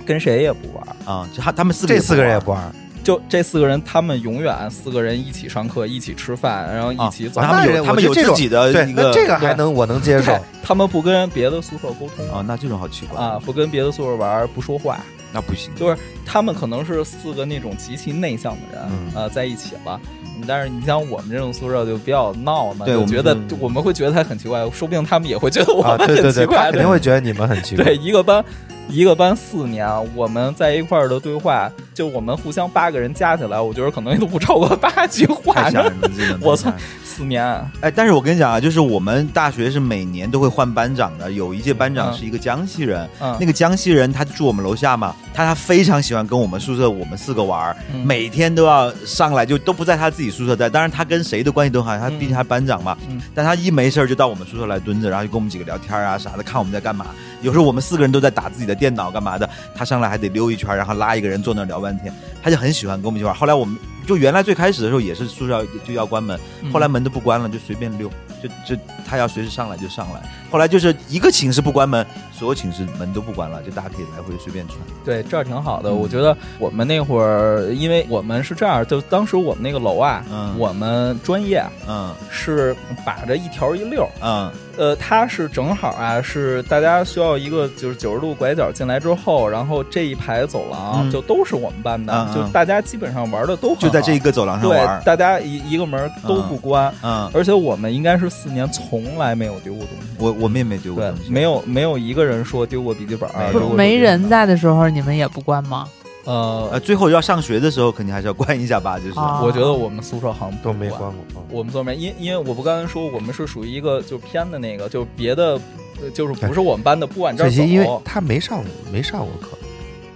Speaker 1: 跟谁也不玩。
Speaker 2: 啊，就他他们四个
Speaker 3: 这四个人也
Speaker 2: 不
Speaker 3: 不玩，
Speaker 1: 就这四个人，他们永远四个人一起上课，一起吃饭，然后
Speaker 2: 玩
Speaker 1: 一起走。
Speaker 2: 啊他
Speaker 3: 那
Speaker 2: 们
Speaker 3: 人
Speaker 2: 有
Speaker 3: 我
Speaker 2: 他们
Speaker 3: 觉
Speaker 2: 有
Speaker 3: 得这
Speaker 2: 自
Speaker 3: 种
Speaker 2: 己的
Speaker 3: 对，
Speaker 2: 一
Speaker 3: 那
Speaker 2: 个
Speaker 3: 这个还能我能接受
Speaker 1: 对，他们不跟别的宿舍沟通
Speaker 2: 啊，那这种好奇怪
Speaker 1: 啊，，不跟别的宿舍玩儿，不说话。
Speaker 2: 那不行，
Speaker 1: 就是他们可能是四个那种极其内向的人，
Speaker 3: 嗯
Speaker 1: 呃，在一起了。嗯但是你像我们这种宿舍就比较闹嘛，
Speaker 2: 对
Speaker 1: 就
Speaker 2: 我们
Speaker 1: 觉得
Speaker 2: 是
Speaker 1: 我们会觉得他很奇怪，说不定他们也会觉得我
Speaker 3: 啊，
Speaker 1: 们
Speaker 3: 对对
Speaker 1: 很奇
Speaker 3: 对，他
Speaker 1: 怪。
Speaker 3: 肯定会觉得你们很奇怪
Speaker 1: 对，一个班一个班四年，我们在一块儿的对话，就我们互相八个人加起来，我觉得可能都不超过八句话
Speaker 2: 太吓人
Speaker 1: 呢。
Speaker 2: 了，真的。
Speaker 1: 我
Speaker 2: 太吓人了
Speaker 1: 四年，
Speaker 2: 哎，但是我跟你讲啊，就是我们大学是每年都会换班长的，有一届班长
Speaker 1: 嗯
Speaker 2: 是一个江西人，
Speaker 1: 嗯
Speaker 2: 那个江西人他住我们楼下嘛，他他非常喜欢跟我们宿舍我们四个玩儿，
Speaker 1: 嗯
Speaker 2: 每天都要上来就都不在他自己宿舍待，当然他跟谁的关系都好，他
Speaker 1: 嗯
Speaker 2: 毕竟他班长嘛，
Speaker 1: 嗯
Speaker 2: 但他一没事儿就到我们宿舍来蹲着，然后就跟我们几个聊天啊啥的，看我们在干嘛。有时候我们四个人都在打自己的电脑干嘛的，他上来还得溜一圈，然后拉一个人坐那儿聊半天，他就很喜欢跟我们一起玩儿。后来我们就原来最开始的时候也是宿舍就要关门，
Speaker 1: 嗯
Speaker 2: 后来门都不关了，就随便溜，就就他要随时上来就上来。后来就是一个寝室不关门，所有寝室门都不关了，就大家可以来回随便穿。
Speaker 1: 对，这儿挺好的。
Speaker 2: 嗯
Speaker 1: 我觉得我们那会儿，因为我们是这样，就当时我们那个楼啊，
Speaker 2: 嗯
Speaker 1: 我们专业
Speaker 2: 嗯
Speaker 1: 是把着一条一溜儿，
Speaker 2: 嗯
Speaker 1: 呃，它是正好啊，是大家需要一个就是九十度拐角进来之后，然后这一排走廊
Speaker 2: 嗯
Speaker 1: 就都是我们班的，
Speaker 2: 嗯嗯
Speaker 1: 就大家基本上玩的都很好
Speaker 2: 就在这一个走廊上玩
Speaker 1: 对，
Speaker 2: 儿。
Speaker 1: 大家一一个门都不关。
Speaker 2: 嗯，
Speaker 1: 而且我们应该是四年从来没有丢过东西，
Speaker 2: 我我们也没丢过
Speaker 1: 对
Speaker 2: 东，西，
Speaker 1: 没有没有一个人说丢过笔记本儿啊
Speaker 2: 没，有
Speaker 1: 丢
Speaker 2: 我
Speaker 1: 过
Speaker 4: 没
Speaker 1: 手机
Speaker 4: 人在的时候，你们也不关吗？
Speaker 1: 呃
Speaker 2: 呃，，最后要上学的时候，肯定还是要关一下吧，就是。
Speaker 4: 啊
Speaker 1: 我觉得我们宿舍好像不
Speaker 3: 都没
Speaker 1: 管
Speaker 3: 关过。啊
Speaker 1: 我们做没，因因为我不刚才说我们是属于一个就偏的那个，就别的，呃就是不是我们班的，不往这
Speaker 3: 这
Speaker 1: 儿走
Speaker 3: 些，因为他没上没上过课，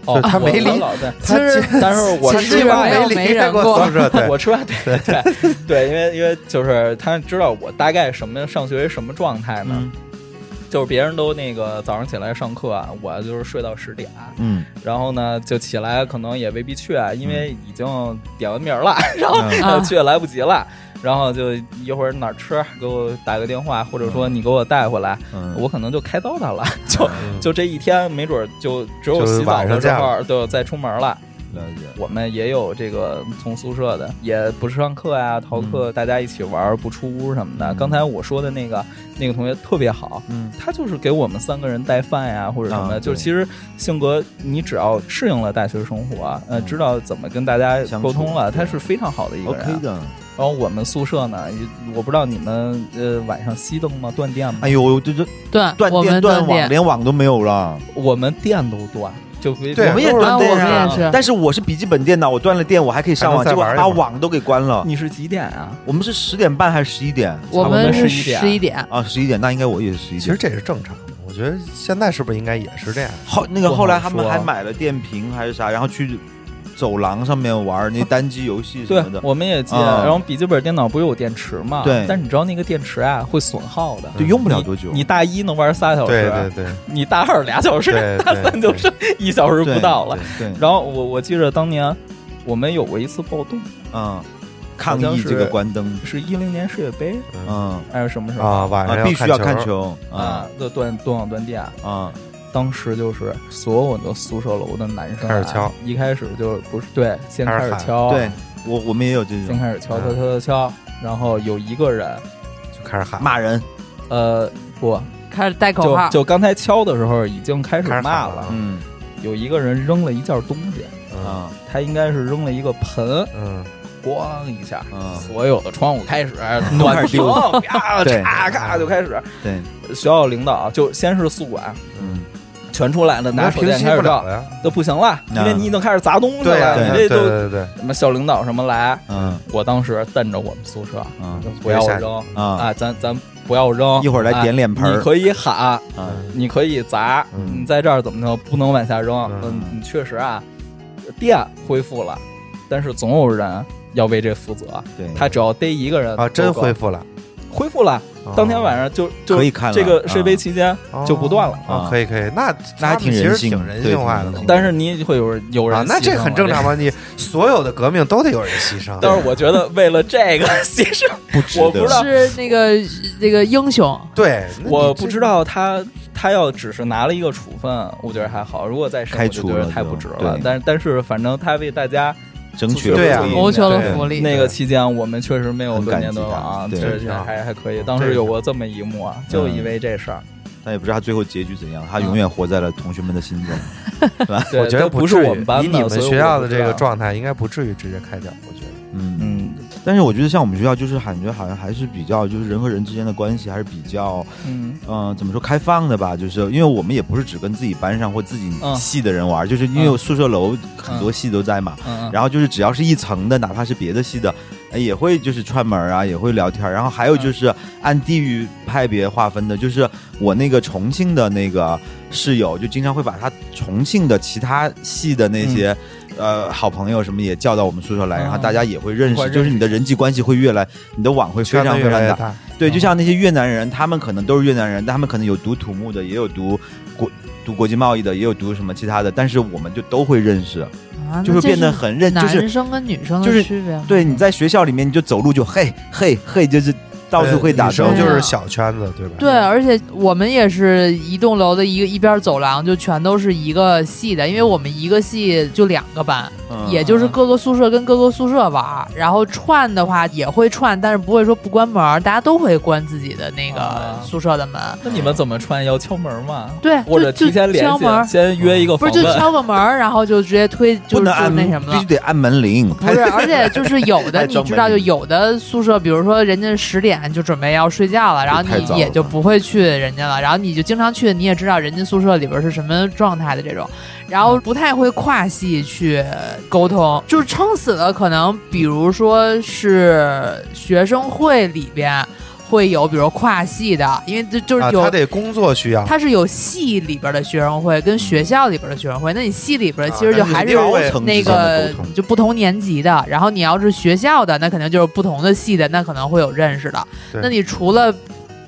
Speaker 1: 哦
Speaker 3: 他没
Speaker 1: 我
Speaker 3: 理
Speaker 1: 我老对，
Speaker 3: 他
Speaker 4: 就是
Speaker 3: 进
Speaker 1: 但是我
Speaker 4: 寝
Speaker 1: 吃
Speaker 4: 室
Speaker 1: 饭
Speaker 4: 没有
Speaker 1: 呀，
Speaker 3: 没
Speaker 4: 没
Speaker 3: 离开
Speaker 4: 人
Speaker 3: 过
Speaker 4: 过
Speaker 3: 宿，舍，对，
Speaker 1: 我吃饭对对对，因为因为就是他知道我大概什么上学什么状态呢，
Speaker 2: 嗯
Speaker 1: 就是别人都那个早上起来上课啊，我就是睡到十点，
Speaker 2: 嗯，
Speaker 1: 然后呢就起来可能也未必去，啊，因为已经点完名儿了，然后
Speaker 2: 嗯
Speaker 3: 啊
Speaker 1: 呃，去也来不及了。然后就一会儿哪儿吃，给我打个电话，或者说你给我带回来，
Speaker 2: 嗯
Speaker 1: 我可能就开刀他了。 就
Speaker 3: 嗯
Speaker 1: 就这一天，没准儿就只有
Speaker 3: 就是
Speaker 1: 洗澡
Speaker 3: 晚上
Speaker 1: 的时
Speaker 3: 见
Speaker 1: 候就再出门了。
Speaker 2: 嗯了解。
Speaker 1: 我们也有这个从宿舍的，也不上课呀、逃
Speaker 3: 嗯
Speaker 1: 课，大家一起玩儿不出屋什么的。
Speaker 2: 嗯
Speaker 1: 刚才我说的那个那个同学特别好，
Speaker 2: 嗯
Speaker 1: 他就是给我们三个人带饭呀，或者什么
Speaker 2: 啊
Speaker 1: 的。就
Speaker 2: 对
Speaker 1: 其实性格，你只要适应了大学生活，呃，
Speaker 2: 嗯
Speaker 1: 知道怎么跟大家
Speaker 2: 相处
Speaker 1: 沟通了，
Speaker 2: 对
Speaker 1: 他是非常好的一个人。啊
Speaker 2: ，OK 的。
Speaker 1: 然后我们宿舍呢，也我不知道你们呃晚上熄灯吗？断电吗？
Speaker 2: 哎呦，这这
Speaker 4: 断
Speaker 2: 断
Speaker 4: 我
Speaker 2: 电
Speaker 4: 们
Speaker 2: 断网，
Speaker 4: 电，
Speaker 2: 连网都没有了。
Speaker 1: 我们电都断，就别
Speaker 3: 对
Speaker 2: 我们也
Speaker 3: 都是
Speaker 2: 断
Speaker 4: 啊
Speaker 2: 电
Speaker 4: 我们也是
Speaker 2: 但是我是笔记本电脑，我断了电，我还可以上网，
Speaker 3: 还能再
Speaker 2: 结果
Speaker 3: 玩一会
Speaker 2: 把
Speaker 3: 儿
Speaker 2: 网都给关了。
Speaker 1: 你是几点啊？
Speaker 2: 我们是十点半还是十一点？
Speaker 4: 我们
Speaker 1: 差不多
Speaker 4: 是
Speaker 1: 11
Speaker 4: 一点，
Speaker 2: 啊，十一点，那应该我也是十一点。
Speaker 3: 其实这是正常的。我觉得现在是不是应该也是这样？
Speaker 2: 后那个
Speaker 1: 不好
Speaker 2: 后来他们
Speaker 1: 说
Speaker 2: 还买了电瓶还是啥，然后去走廊上面玩那单机游戏什
Speaker 1: 对
Speaker 2: 么的，。
Speaker 1: 我们也接。
Speaker 2: 啊
Speaker 1: 然后笔记本电脑不是有电池嘛？
Speaker 2: 对哎
Speaker 1: 但是你知道那个电池啊会损耗的。
Speaker 2: 对，用不了多久。
Speaker 1: 你大一能玩仨小时，
Speaker 3: 嗯
Speaker 1: 啊
Speaker 3: 对对对，
Speaker 1: 你大二俩小时，
Speaker 3: 对
Speaker 1: 大
Speaker 3: 对
Speaker 1: 三就
Speaker 3: 对
Speaker 1: 剩一小时
Speaker 2: 对
Speaker 1: 不到了。。
Speaker 2: 对，对
Speaker 1: 然后我我记得当年我们有过一次暴动，
Speaker 2: 嗯，抗
Speaker 1: 好像
Speaker 2: 议
Speaker 1: 是
Speaker 2: 这个关灯，
Speaker 1: 是一零年世界杯
Speaker 3: 嗯
Speaker 2: 嗯
Speaker 1: 还是什么时候
Speaker 3: 啊，晚上
Speaker 2: 啊，必须要看
Speaker 3: 球，
Speaker 2: 球
Speaker 1: 啊
Speaker 2: 啊？
Speaker 1: 就断断网断电，
Speaker 2: 啊！
Speaker 1: 当时就是所有的宿舍楼的男生、啊、
Speaker 3: 开始敲，
Speaker 1: 一开始就不是对，先开始
Speaker 3: 开始喊
Speaker 1: 敲，
Speaker 2: 对，我我们也有这
Speaker 1: 先
Speaker 2: 种
Speaker 1: 开始敲
Speaker 3: 嗯
Speaker 1: 敲敲敲敲，然后有一个人，
Speaker 3: 就开始喊
Speaker 2: 骂人，
Speaker 1: 呃，不，
Speaker 4: 开始带口
Speaker 1: 就
Speaker 4: 号，
Speaker 1: 就刚才敲的时候已经开始
Speaker 3: 开始喊
Speaker 1: 骂
Speaker 3: 了
Speaker 1: 了，
Speaker 2: 嗯
Speaker 1: 有一个人扔了一件东西，
Speaker 3: 嗯
Speaker 2: 啊
Speaker 1: 他应该是扔了一个盆，
Speaker 3: 嗯，
Speaker 1: 咣一下。
Speaker 2: 啊，
Speaker 1: 所有的窗户开 始
Speaker 2: 都
Speaker 1: 暖
Speaker 2: 开始
Speaker 1: 屏，
Speaker 2: 丢
Speaker 1: 啪
Speaker 2: 对
Speaker 1: 嚓咔就开始。
Speaker 2: 对，
Speaker 1: 学校领导啊就先是宿管
Speaker 2: 嗯，
Speaker 1: 全出来了，拿
Speaker 3: 那
Speaker 1: 手
Speaker 3: 平
Speaker 1: 电
Speaker 3: 息
Speaker 1: 开
Speaker 3: 不
Speaker 1: 始
Speaker 3: 了
Speaker 1: 照，
Speaker 3: 了呀。
Speaker 1: 都不行了，因为
Speaker 2: 嗯
Speaker 1: 你已经开始砸东西
Speaker 3: 对呀，
Speaker 1: 了，
Speaker 2: 对啊
Speaker 1: 你
Speaker 3: 对
Speaker 1: 这
Speaker 3: 对
Speaker 1: 就
Speaker 3: 对对，
Speaker 1: 什么校领导什么来。
Speaker 2: 嗯
Speaker 1: 我当时瞪着我们宿舍，
Speaker 2: 嗯
Speaker 1: 不要扔
Speaker 2: 啊
Speaker 1: 啊，咱咱不要扔，
Speaker 2: 一会儿来点脸盆
Speaker 1: 啊。你
Speaker 2: 儿
Speaker 1: 可以喊，
Speaker 2: 啊，
Speaker 1: 你可以砸，
Speaker 3: 嗯
Speaker 1: 你在这儿怎么着不能往下扔？
Speaker 3: 嗯
Speaker 1: 嗯，你确实啊，电恢复了，但是总有人要为这负责。
Speaker 2: 对，
Speaker 1: 他只要逮一个人
Speaker 3: 啊，真哦
Speaker 1: 恢
Speaker 3: 恢复了。
Speaker 1: 恢复了，当天晚上就就
Speaker 2: 可以看了
Speaker 1: 这个世界杯
Speaker 2: 啊
Speaker 1: 期间
Speaker 3: 哦
Speaker 1: 就不断了。
Speaker 3: 啊
Speaker 2: 啊，
Speaker 3: 可以可以，那
Speaker 2: 那
Speaker 3: 他们
Speaker 2: 还挺
Speaker 3: 其
Speaker 2: 人
Speaker 3: 实
Speaker 2: 性
Speaker 3: 挺
Speaker 2: 的
Speaker 3: 人
Speaker 2: 对
Speaker 3: 性
Speaker 2: 挺
Speaker 3: 化的
Speaker 2: 人
Speaker 3: 东
Speaker 2: 性的
Speaker 3: 西。
Speaker 1: 但是你会有人有人
Speaker 3: 嗯啊，那
Speaker 1: 牺
Speaker 3: 这
Speaker 1: 牲
Speaker 3: 很
Speaker 1: 了
Speaker 3: 正常。嘛，你所有的革命都得有人牺牲。
Speaker 1: 但是我觉得为了这个牺牲，
Speaker 2: 不值
Speaker 1: 我不知道
Speaker 2: 得。
Speaker 4: 是那个那个英雄，
Speaker 3: 对，那你
Speaker 1: 我
Speaker 3: 这
Speaker 1: 不知道他他要只是拿了一个处分，我觉得还好。如果再深，
Speaker 2: 开
Speaker 1: 我就
Speaker 2: 除
Speaker 1: 觉得
Speaker 2: 了
Speaker 1: 太
Speaker 2: 就
Speaker 1: 不值了
Speaker 2: 对。
Speaker 1: 但但是反正他为大家
Speaker 2: 争取了
Speaker 3: 对啊
Speaker 2: 福利
Speaker 4: 谋求了
Speaker 2: 嗯对
Speaker 4: 福利。啊
Speaker 1: 那个期间，我们确实没有
Speaker 2: 很
Speaker 1: 断
Speaker 2: 感
Speaker 1: 电
Speaker 2: 激
Speaker 1: 断
Speaker 2: 他
Speaker 1: 网啊，
Speaker 2: 对
Speaker 1: 确
Speaker 3: 这
Speaker 1: 实
Speaker 3: 样
Speaker 1: 还还可以。
Speaker 3: 嗯
Speaker 1: 当时
Speaker 3: 这
Speaker 1: 有
Speaker 3: 样
Speaker 1: 过这么一幕啊，就因为这事儿，
Speaker 2: 但也不知道他最后结局怎样，
Speaker 1: 啊
Speaker 2: 他永远活在了同学们的心中。
Speaker 1: 对
Speaker 3: 我觉
Speaker 1: 都
Speaker 3: 得
Speaker 1: 不
Speaker 3: 至
Speaker 1: 是
Speaker 3: 于
Speaker 1: 我们班
Speaker 3: 以
Speaker 1: 的，
Speaker 3: 你们
Speaker 1: 所以
Speaker 3: 学
Speaker 1: 我
Speaker 3: 校
Speaker 1: 不
Speaker 3: 的
Speaker 1: 知
Speaker 3: 这个
Speaker 1: 道，
Speaker 3: 状态，应该不至于直接开掉。我觉得
Speaker 2: 嗯，
Speaker 1: 嗯，
Speaker 2: 但是我觉得像我们学校，就是感觉好像还是比较，就是人和人之间的关系还是比较，
Speaker 1: 嗯
Speaker 2: 嗯、怎么说开放的吧？就是因为我们也不是只跟自己班上或自己
Speaker 1: 嗯
Speaker 2: 系的人玩，就是因为宿舍楼很多系都在嘛，
Speaker 1: 嗯，
Speaker 2: 然后就是只要是一层的，哪怕是别的系的，哎也会就是串门啊，也会聊天儿。然后还有就是按地域派别划分的，就是我那个重庆的那个室友，就经常会把他重庆的其他系的那些。呃，好朋友什么也叫到我们宿舍来，
Speaker 1: 哦
Speaker 2: 然后大家也会认
Speaker 1: 会
Speaker 2: 识，
Speaker 1: 认识
Speaker 2: 就是你的人际关嗯系会越来，你的网会非
Speaker 3: 圈
Speaker 2: 常
Speaker 3: 子
Speaker 2: 非
Speaker 3: 越
Speaker 2: 常
Speaker 3: 来越
Speaker 2: 大。
Speaker 3: 大，嗯
Speaker 2: 对，就像那些越南人，他们可能都是越南人，但他们可能有读土木的，也有读国读国际贸易的，也有读什么其他的，但是我们就都会认识，
Speaker 4: 啊
Speaker 2: 就
Speaker 4: 那
Speaker 2: 会
Speaker 4: 这
Speaker 2: 变得
Speaker 4: 是
Speaker 2: 很认，就是
Speaker 4: 男生跟女生
Speaker 2: 就
Speaker 4: 的
Speaker 2: 是
Speaker 4: 区别吗，
Speaker 2: 对，你在学校里面你就走路就嘿嘿嘿，就是到处会打
Speaker 3: 呃女生
Speaker 2: 招
Speaker 4: 对
Speaker 2: 呼
Speaker 3: 就
Speaker 4: 啊
Speaker 3: 是小圈子，对吧？
Speaker 4: 对，而且我们也是一栋楼的一个一边走廊，就全都是一个系的，因为我们一个系就两个班，
Speaker 2: 嗯
Speaker 4: 也就是各个宿舍跟各个宿舍玩儿，然后串的话也会串，但是不会说不关门儿，大家都会关自己的那个
Speaker 1: 啊
Speaker 4: 宿舍的门。
Speaker 1: 那你们怎么穿？要敲门吗？
Speaker 4: 对，
Speaker 1: 或者
Speaker 4: 就
Speaker 1: 提前
Speaker 4: 就
Speaker 1: 联
Speaker 4: 敲
Speaker 1: 系
Speaker 4: 门，儿，
Speaker 1: 先约一个
Speaker 4: 不
Speaker 1: 访
Speaker 4: 是就
Speaker 1: 问。
Speaker 4: 敲个门儿，然后就直接 推，
Speaker 2: 不
Speaker 4: 就是
Speaker 2: 能
Speaker 4: 就
Speaker 2: 按
Speaker 4: 那什么
Speaker 2: 必
Speaker 4: 了
Speaker 2: 须。得按门铃。
Speaker 4: 不是，而且就是有的
Speaker 2: 还
Speaker 4: 你
Speaker 2: 装
Speaker 4: 知道，
Speaker 2: 门
Speaker 4: 就
Speaker 2: 铃
Speaker 4: 有的宿舍，比如说人家十点就准备要睡觉了，然后
Speaker 2: 太早
Speaker 4: 你也
Speaker 2: 了
Speaker 4: 就不会去人家了，然后你就经常去，你也知道人家宿舍里边是什么状态的这种，然后不太会跨系去沟通，就是撑死了，可能比如说是学生会里边会有，比如跨系的，因为就就是
Speaker 3: 啊，
Speaker 4: 有
Speaker 3: 他得工作需要，
Speaker 4: 它是有系里边的学生会跟学校里边的学生会，那你系里边的其实就还是
Speaker 3: 啊
Speaker 2: 高层
Speaker 4: 那
Speaker 2: 之间的
Speaker 4: 个
Speaker 2: 沟通
Speaker 4: 就不同年级的，然后你要是学校的，那肯定就是不同的系的，那可能会有认识的
Speaker 3: 对。
Speaker 4: 那你除了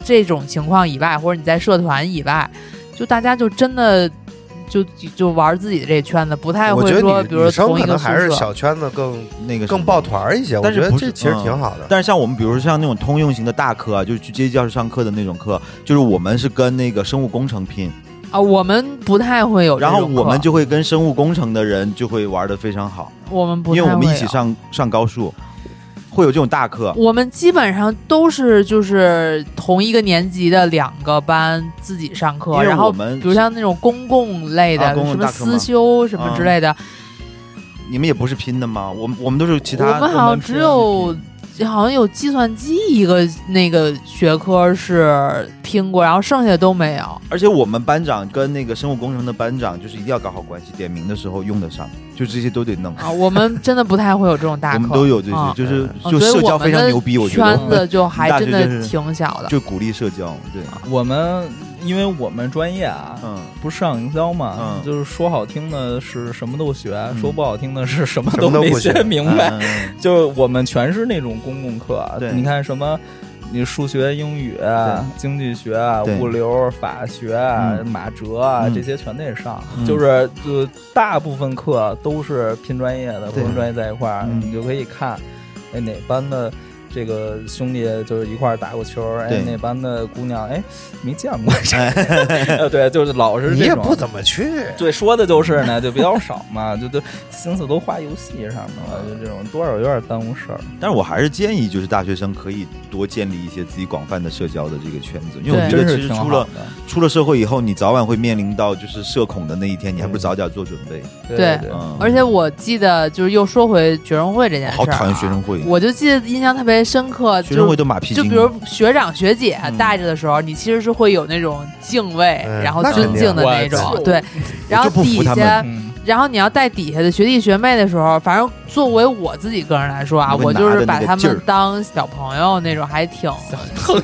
Speaker 4: 这种情况以外，或者你在社团以外，就大家就真的就就玩自己的这圈子，不太
Speaker 3: 我
Speaker 4: 会
Speaker 3: 觉
Speaker 4: 说，
Speaker 3: 得
Speaker 4: 比
Speaker 3: 女
Speaker 4: 如说
Speaker 3: 女生
Speaker 4: 同一
Speaker 3: 可
Speaker 4: 个
Speaker 3: 能
Speaker 4: 宿
Speaker 3: 还是
Speaker 4: 舍。
Speaker 3: 小圈子更
Speaker 2: 那个什
Speaker 3: 更
Speaker 2: 么
Speaker 3: 抱。团儿一些，我
Speaker 2: 但是
Speaker 3: 觉得
Speaker 2: 不是
Speaker 3: 这其实
Speaker 2: 嗯
Speaker 3: 挺好的。
Speaker 2: 但是像我们，比如像那种通用型的大课啊，就是去街机教室上课的那种课，就是我们是跟那个生物工程拼，
Speaker 4: 啊，我们不太会有这
Speaker 2: 然
Speaker 4: 哦种
Speaker 2: 后
Speaker 4: 课，
Speaker 2: 我们就会跟生物工程的人就会玩的非常好，
Speaker 4: 我们不
Speaker 2: 因
Speaker 4: 太
Speaker 2: 为
Speaker 4: 会
Speaker 2: 我们一起
Speaker 4: 有
Speaker 2: 上上高数，会有这种大课。
Speaker 4: 我们基本上都是就是同一个年级的两个班自己上
Speaker 2: 因
Speaker 4: 课，
Speaker 2: 为
Speaker 4: 然后
Speaker 2: 我
Speaker 4: 比
Speaker 2: 们
Speaker 4: 如像那种公共类的，
Speaker 2: 啊公
Speaker 4: 什
Speaker 2: 共
Speaker 4: 么
Speaker 2: 大课吗啊
Speaker 4: 思修什么之类的，
Speaker 2: 你们也不是拼的吗？我们我们都是其
Speaker 4: 我
Speaker 2: 他
Speaker 4: 们好像只有
Speaker 1: 我们。
Speaker 4: 好像有计算机一个那个学科是拼过，然后剩下的都没有。
Speaker 2: 而且我们班长跟那个生物工程的班长，就是一定要搞好关系，点名的时候用得上，就这些都得弄。
Speaker 4: 啊，我们真的不太会有这种大
Speaker 2: 我
Speaker 4: 课，
Speaker 2: 们都有这些，
Speaker 4: 啊
Speaker 2: 就是
Speaker 1: 哦
Speaker 4: 啊
Speaker 2: 就
Speaker 4: 所以
Speaker 2: 社
Speaker 4: 我
Speaker 2: 交
Speaker 4: 们
Speaker 2: 非常牛逼，
Speaker 4: 的
Speaker 2: 我觉得
Speaker 4: 圈子啊就还 真
Speaker 2: 大学就
Speaker 4: 的
Speaker 2: 是
Speaker 4: 挺小的。
Speaker 2: 就鼓励社交，对，
Speaker 1: 我们因为我们专业啊，
Speaker 2: 嗯，
Speaker 1: 不是上营销嘛，
Speaker 2: 嗯
Speaker 1: 就是说好听的是什么都学，说不好听的是嗯什么
Speaker 3: 什么都
Speaker 1: 没
Speaker 3: 不学
Speaker 1: 学 明白。
Speaker 2: 嗯，
Speaker 1: 就是我们全是那种公共课，啊
Speaker 2: 对
Speaker 1: 你看什么。你数学、英语、啊经济学、
Speaker 2: 对
Speaker 1: 物流、法学、
Speaker 2: 嗯
Speaker 1: 马哲啊，
Speaker 2: 嗯
Speaker 1: 这些全得上。
Speaker 2: 嗯
Speaker 1: 就是就大部分课都是拼专业的，
Speaker 2: 对
Speaker 1: 不同专业在一块儿，
Speaker 2: 嗯
Speaker 1: 你就可以看，哎，哪班的这个兄弟就是一块儿打过球，哎
Speaker 2: 对，
Speaker 1: 哪班的姑娘，哎，没见过，
Speaker 2: 哎
Speaker 1: 呃 对，就是老是
Speaker 3: 你
Speaker 1: 这
Speaker 3: 也
Speaker 1: 种。
Speaker 3: 不怎么去，
Speaker 1: 对，说的就是呢，就比较少嘛，就就心思都花游戏上面了，就这种多少有点耽误事儿。
Speaker 2: 嗯但是我还是建议，就是大学生可以多建立一些自己广泛的社交的这个圈子，因为我
Speaker 4: 对
Speaker 2: 觉得
Speaker 1: 真是
Speaker 2: 其实
Speaker 1: 挺
Speaker 2: 出
Speaker 1: 好
Speaker 2: 了
Speaker 1: 的。
Speaker 2: 出了社会以后，你早晚会面临到就是社恐的那一天，你还不如
Speaker 1: 嗯
Speaker 2: 早点做准备。
Speaker 1: 对
Speaker 4: 对
Speaker 1: 对，
Speaker 2: 嗯，
Speaker 4: 而且我记得，就是又说回学生会这件事、啊，
Speaker 2: 好讨厌学生会，
Speaker 4: 我就记得印象特别深刻，
Speaker 2: 学生
Speaker 4: 就
Speaker 2: 会都马屁
Speaker 4: 就
Speaker 2: 精，
Speaker 4: 比如学长学姐
Speaker 2: 嗯哎
Speaker 4: 带着的时候，你其实是会有那种敬畏，
Speaker 3: 嗯
Speaker 4: 然后
Speaker 3: 那肯
Speaker 4: 尊
Speaker 3: 定
Speaker 4: 敬的
Speaker 1: 我
Speaker 4: 那种，
Speaker 1: 就
Speaker 4: 对。然后
Speaker 2: 就不服
Speaker 4: 底
Speaker 2: 他
Speaker 4: 下，
Speaker 1: 嗯，
Speaker 4: 然后你要带底下的学弟学妹的时候，反正作为我自己个人来说啊，
Speaker 2: 你会
Speaker 4: 我就
Speaker 2: 拿着
Speaker 4: 是
Speaker 2: 那
Speaker 4: 把
Speaker 2: 个
Speaker 4: 他
Speaker 2: 劲儿
Speaker 4: 们当小朋友那种，还挺挺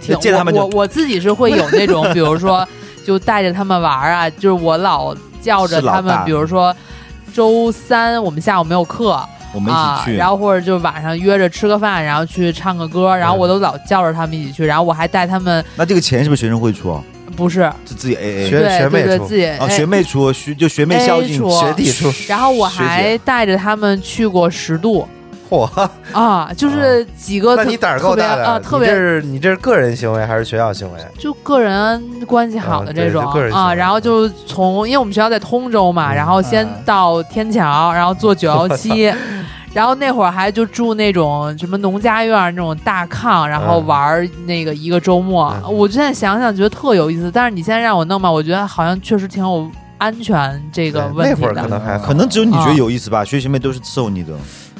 Speaker 4: 挺
Speaker 2: 就见他们
Speaker 4: 我
Speaker 2: 就
Speaker 4: 我我自己是会有那种，比 如说就带着他们玩儿啊，就是我老叫着
Speaker 2: 是老
Speaker 4: 他们
Speaker 2: 大，
Speaker 4: 比如说周三我们下午没有课，
Speaker 2: 我们一
Speaker 4: 啊
Speaker 2: 起、去，
Speaker 4: 然后或者就是晚上约着吃个饭，然后去唱个歌，然后我都老叫着他们一起去，然后我还带他们，
Speaker 2: 那这个钱是不是学生会出啊？
Speaker 4: 不是，
Speaker 2: 自自己 A
Speaker 3: 学
Speaker 2: A
Speaker 4: 对
Speaker 3: 妹
Speaker 4: 对对，
Speaker 3: 出
Speaker 4: 自己、
Speaker 2: 啊，
Speaker 4: 哎
Speaker 2: 学妹出，学就学妹
Speaker 4: A
Speaker 2: 孝敬
Speaker 4: 出
Speaker 2: 学
Speaker 3: 弟出，
Speaker 4: 哎 然后我
Speaker 2: 学姐
Speaker 4: 还带着他们去过十渡
Speaker 3: 嚯，
Speaker 4: 啊，就是几个特、
Speaker 3: 那你胆儿够大的
Speaker 4: 啊，特别
Speaker 3: 你这是你这是个人行为还是学校行为？
Speaker 4: 就个人关系好的
Speaker 3: 啊
Speaker 4: 这
Speaker 3: 对
Speaker 4: 种
Speaker 3: 就个人行
Speaker 4: 啊，
Speaker 3: 为
Speaker 4: 然后就从因为我们学校在通州嘛，
Speaker 3: 嗯
Speaker 4: 然后先
Speaker 1: 嗯
Speaker 4: 到天桥，然后坐九幺 七，然后那会儿还就住那种什么农家院儿那种大炕，然后玩儿那个一个周末。
Speaker 3: 嗯
Speaker 4: 我现在想想觉得特有意思，但是你现在让我弄吧，我觉得好像确实挺有安全这个
Speaker 3: 对
Speaker 4: 问
Speaker 3: 那
Speaker 4: 题
Speaker 3: 会儿可
Speaker 4: 的。
Speaker 3: 能还好
Speaker 2: 哦可能只有你觉得
Speaker 4: 啊
Speaker 2: 有意思吧，学学妹都是伺候你的，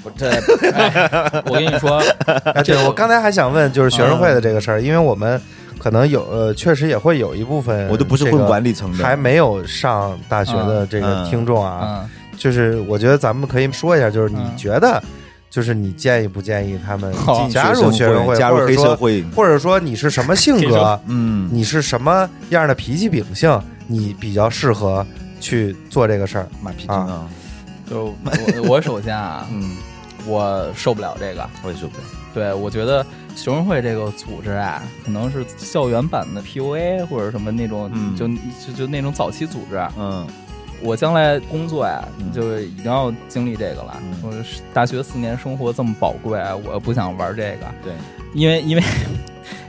Speaker 1: 不这，哎我跟你 说，
Speaker 3: 哎，对
Speaker 1: 这
Speaker 3: 我刚才还想问，就是学生会的这个事儿，因为我们可能有呃，确实也会有一部分
Speaker 2: 我都不
Speaker 3: 嗯
Speaker 2: 是
Speaker 3: 这
Speaker 2: 混
Speaker 3: 个
Speaker 2: 管理层的，
Speaker 3: 还没有上大学的这个
Speaker 2: 嗯
Speaker 3: 听众啊，
Speaker 1: 嗯，
Speaker 3: 就是我觉得咱们可以说一下，就是你
Speaker 1: 嗯
Speaker 3: 觉得，就是你建议不建议他们
Speaker 1: 好
Speaker 2: 进
Speaker 3: 加入学
Speaker 2: 学
Speaker 3: 生
Speaker 2: 生
Speaker 3: 会，
Speaker 2: 加
Speaker 3: 或
Speaker 2: 入
Speaker 3: 者
Speaker 2: 黑社
Speaker 3: 说
Speaker 2: 会，
Speaker 3: 或者说你是什么性
Speaker 1: 黑社
Speaker 3: 格，
Speaker 2: 嗯，
Speaker 3: 你是什么样的脾气秉性，你比较适合去做这个事儿？
Speaker 2: 马屁精啊，
Speaker 1: 就我我首先啊，
Speaker 2: 嗯，
Speaker 1: 我受不了这个，
Speaker 2: 我也受不了。
Speaker 1: 对我觉得学生会这个组织啊，可能是校园版的 PUA 或者什么那种，
Speaker 2: 嗯
Speaker 1: 就就就那种早期组织啊。
Speaker 2: 嗯，
Speaker 1: 我将来工作呀
Speaker 2: 嗯，
Speaker 1: 就一定要经历这个了。
Speaker 2: 嗯
Speaker 1: 我是大学四年生活这么宝贵，啊我不想玩这个，
Speaker 2: 对，
Speaker 1: 因为 因为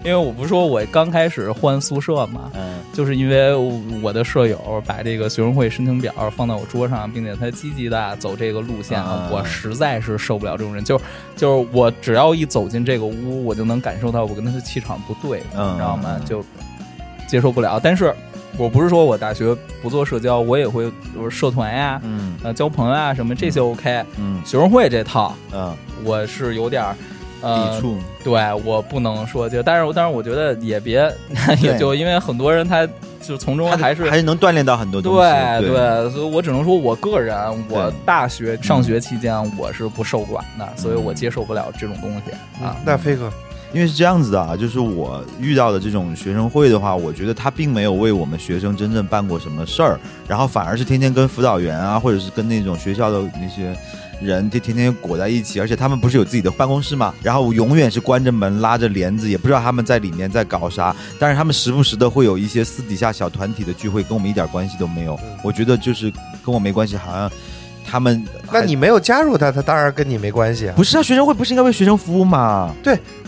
Speaker 1: 因为我不是说我刚开始换宿舍嘛，
Speaker 2: 嗯
Speaker 1: 就是因为我的舍友把这个学生会申请表放到我桌上，并且他积极的走这个路线，
Speaker 2: 啊
Speaker 1: 我实在是受不了这种人。就是就是我只要一走进这个屋，我就能感受到我跟他的气场不对，
Speaker 2: 嗯
Speaker 1: 你知道吗
Speaker 2: 嗯？
Speaker 1: 就接受不了。但是我不是说我大学不做社交，我也会就是社团呀、
Speaker 2: 嗯
Speaker 1: 呃交朋友啊什么这些 OK。
Speaker 2: 嗯
Speaker 1: 学生会这套
Speaker 2: 嗯，
Speaker 1: 我是有点儿
Speaker 3: 嗯
Speaker 1: 呃
Speaker 2: 抵触，
Speaker 1: 对我不能说就，但是但是我觉得也别， 也就因为很多人他就从中
Speaker 2: 他
Speaker 1: 还是
Speaker 2: 还是能锻炼到很多东西。
Speaker 1: 对嗯
Speaker 2: 对，
Speaker 1: 所以我只能说我个人，我
Speaker 2: 对
Speaker 1: 大学上学期间我是不受管的，所以我接受不了这种东西啊。
Speaker 3: 那飞哥，
Speaker 2: 因为是这样子的啊，就是我遇到的这种学生会的话，我觉得他并没有为我们学生真正办过什么事儿，然后反而是天天跟辅导员啊，或者是跟那种学校的那些人，就天天裹在一起，而且他们不是有自己的办公室嘛，然后永远是关着门拉着帘子，也不知道他们在里面在搞啥，但是他们时不时的会有一些私底下小团体的聚会，跟我们一点关系都没有
Speaker 3: 嗯，
Speaker 2: 我觉得就是跟我没关系，好像他们
Speaker 3: 那
Speaker 2: 还
Speaker 3: 你没有加入他，他当然跟你没关系啊。
Speaker 2: 不是啊，学生会不是应该为学生服务
Speaker 3: 啊
Speaker 2: 吗？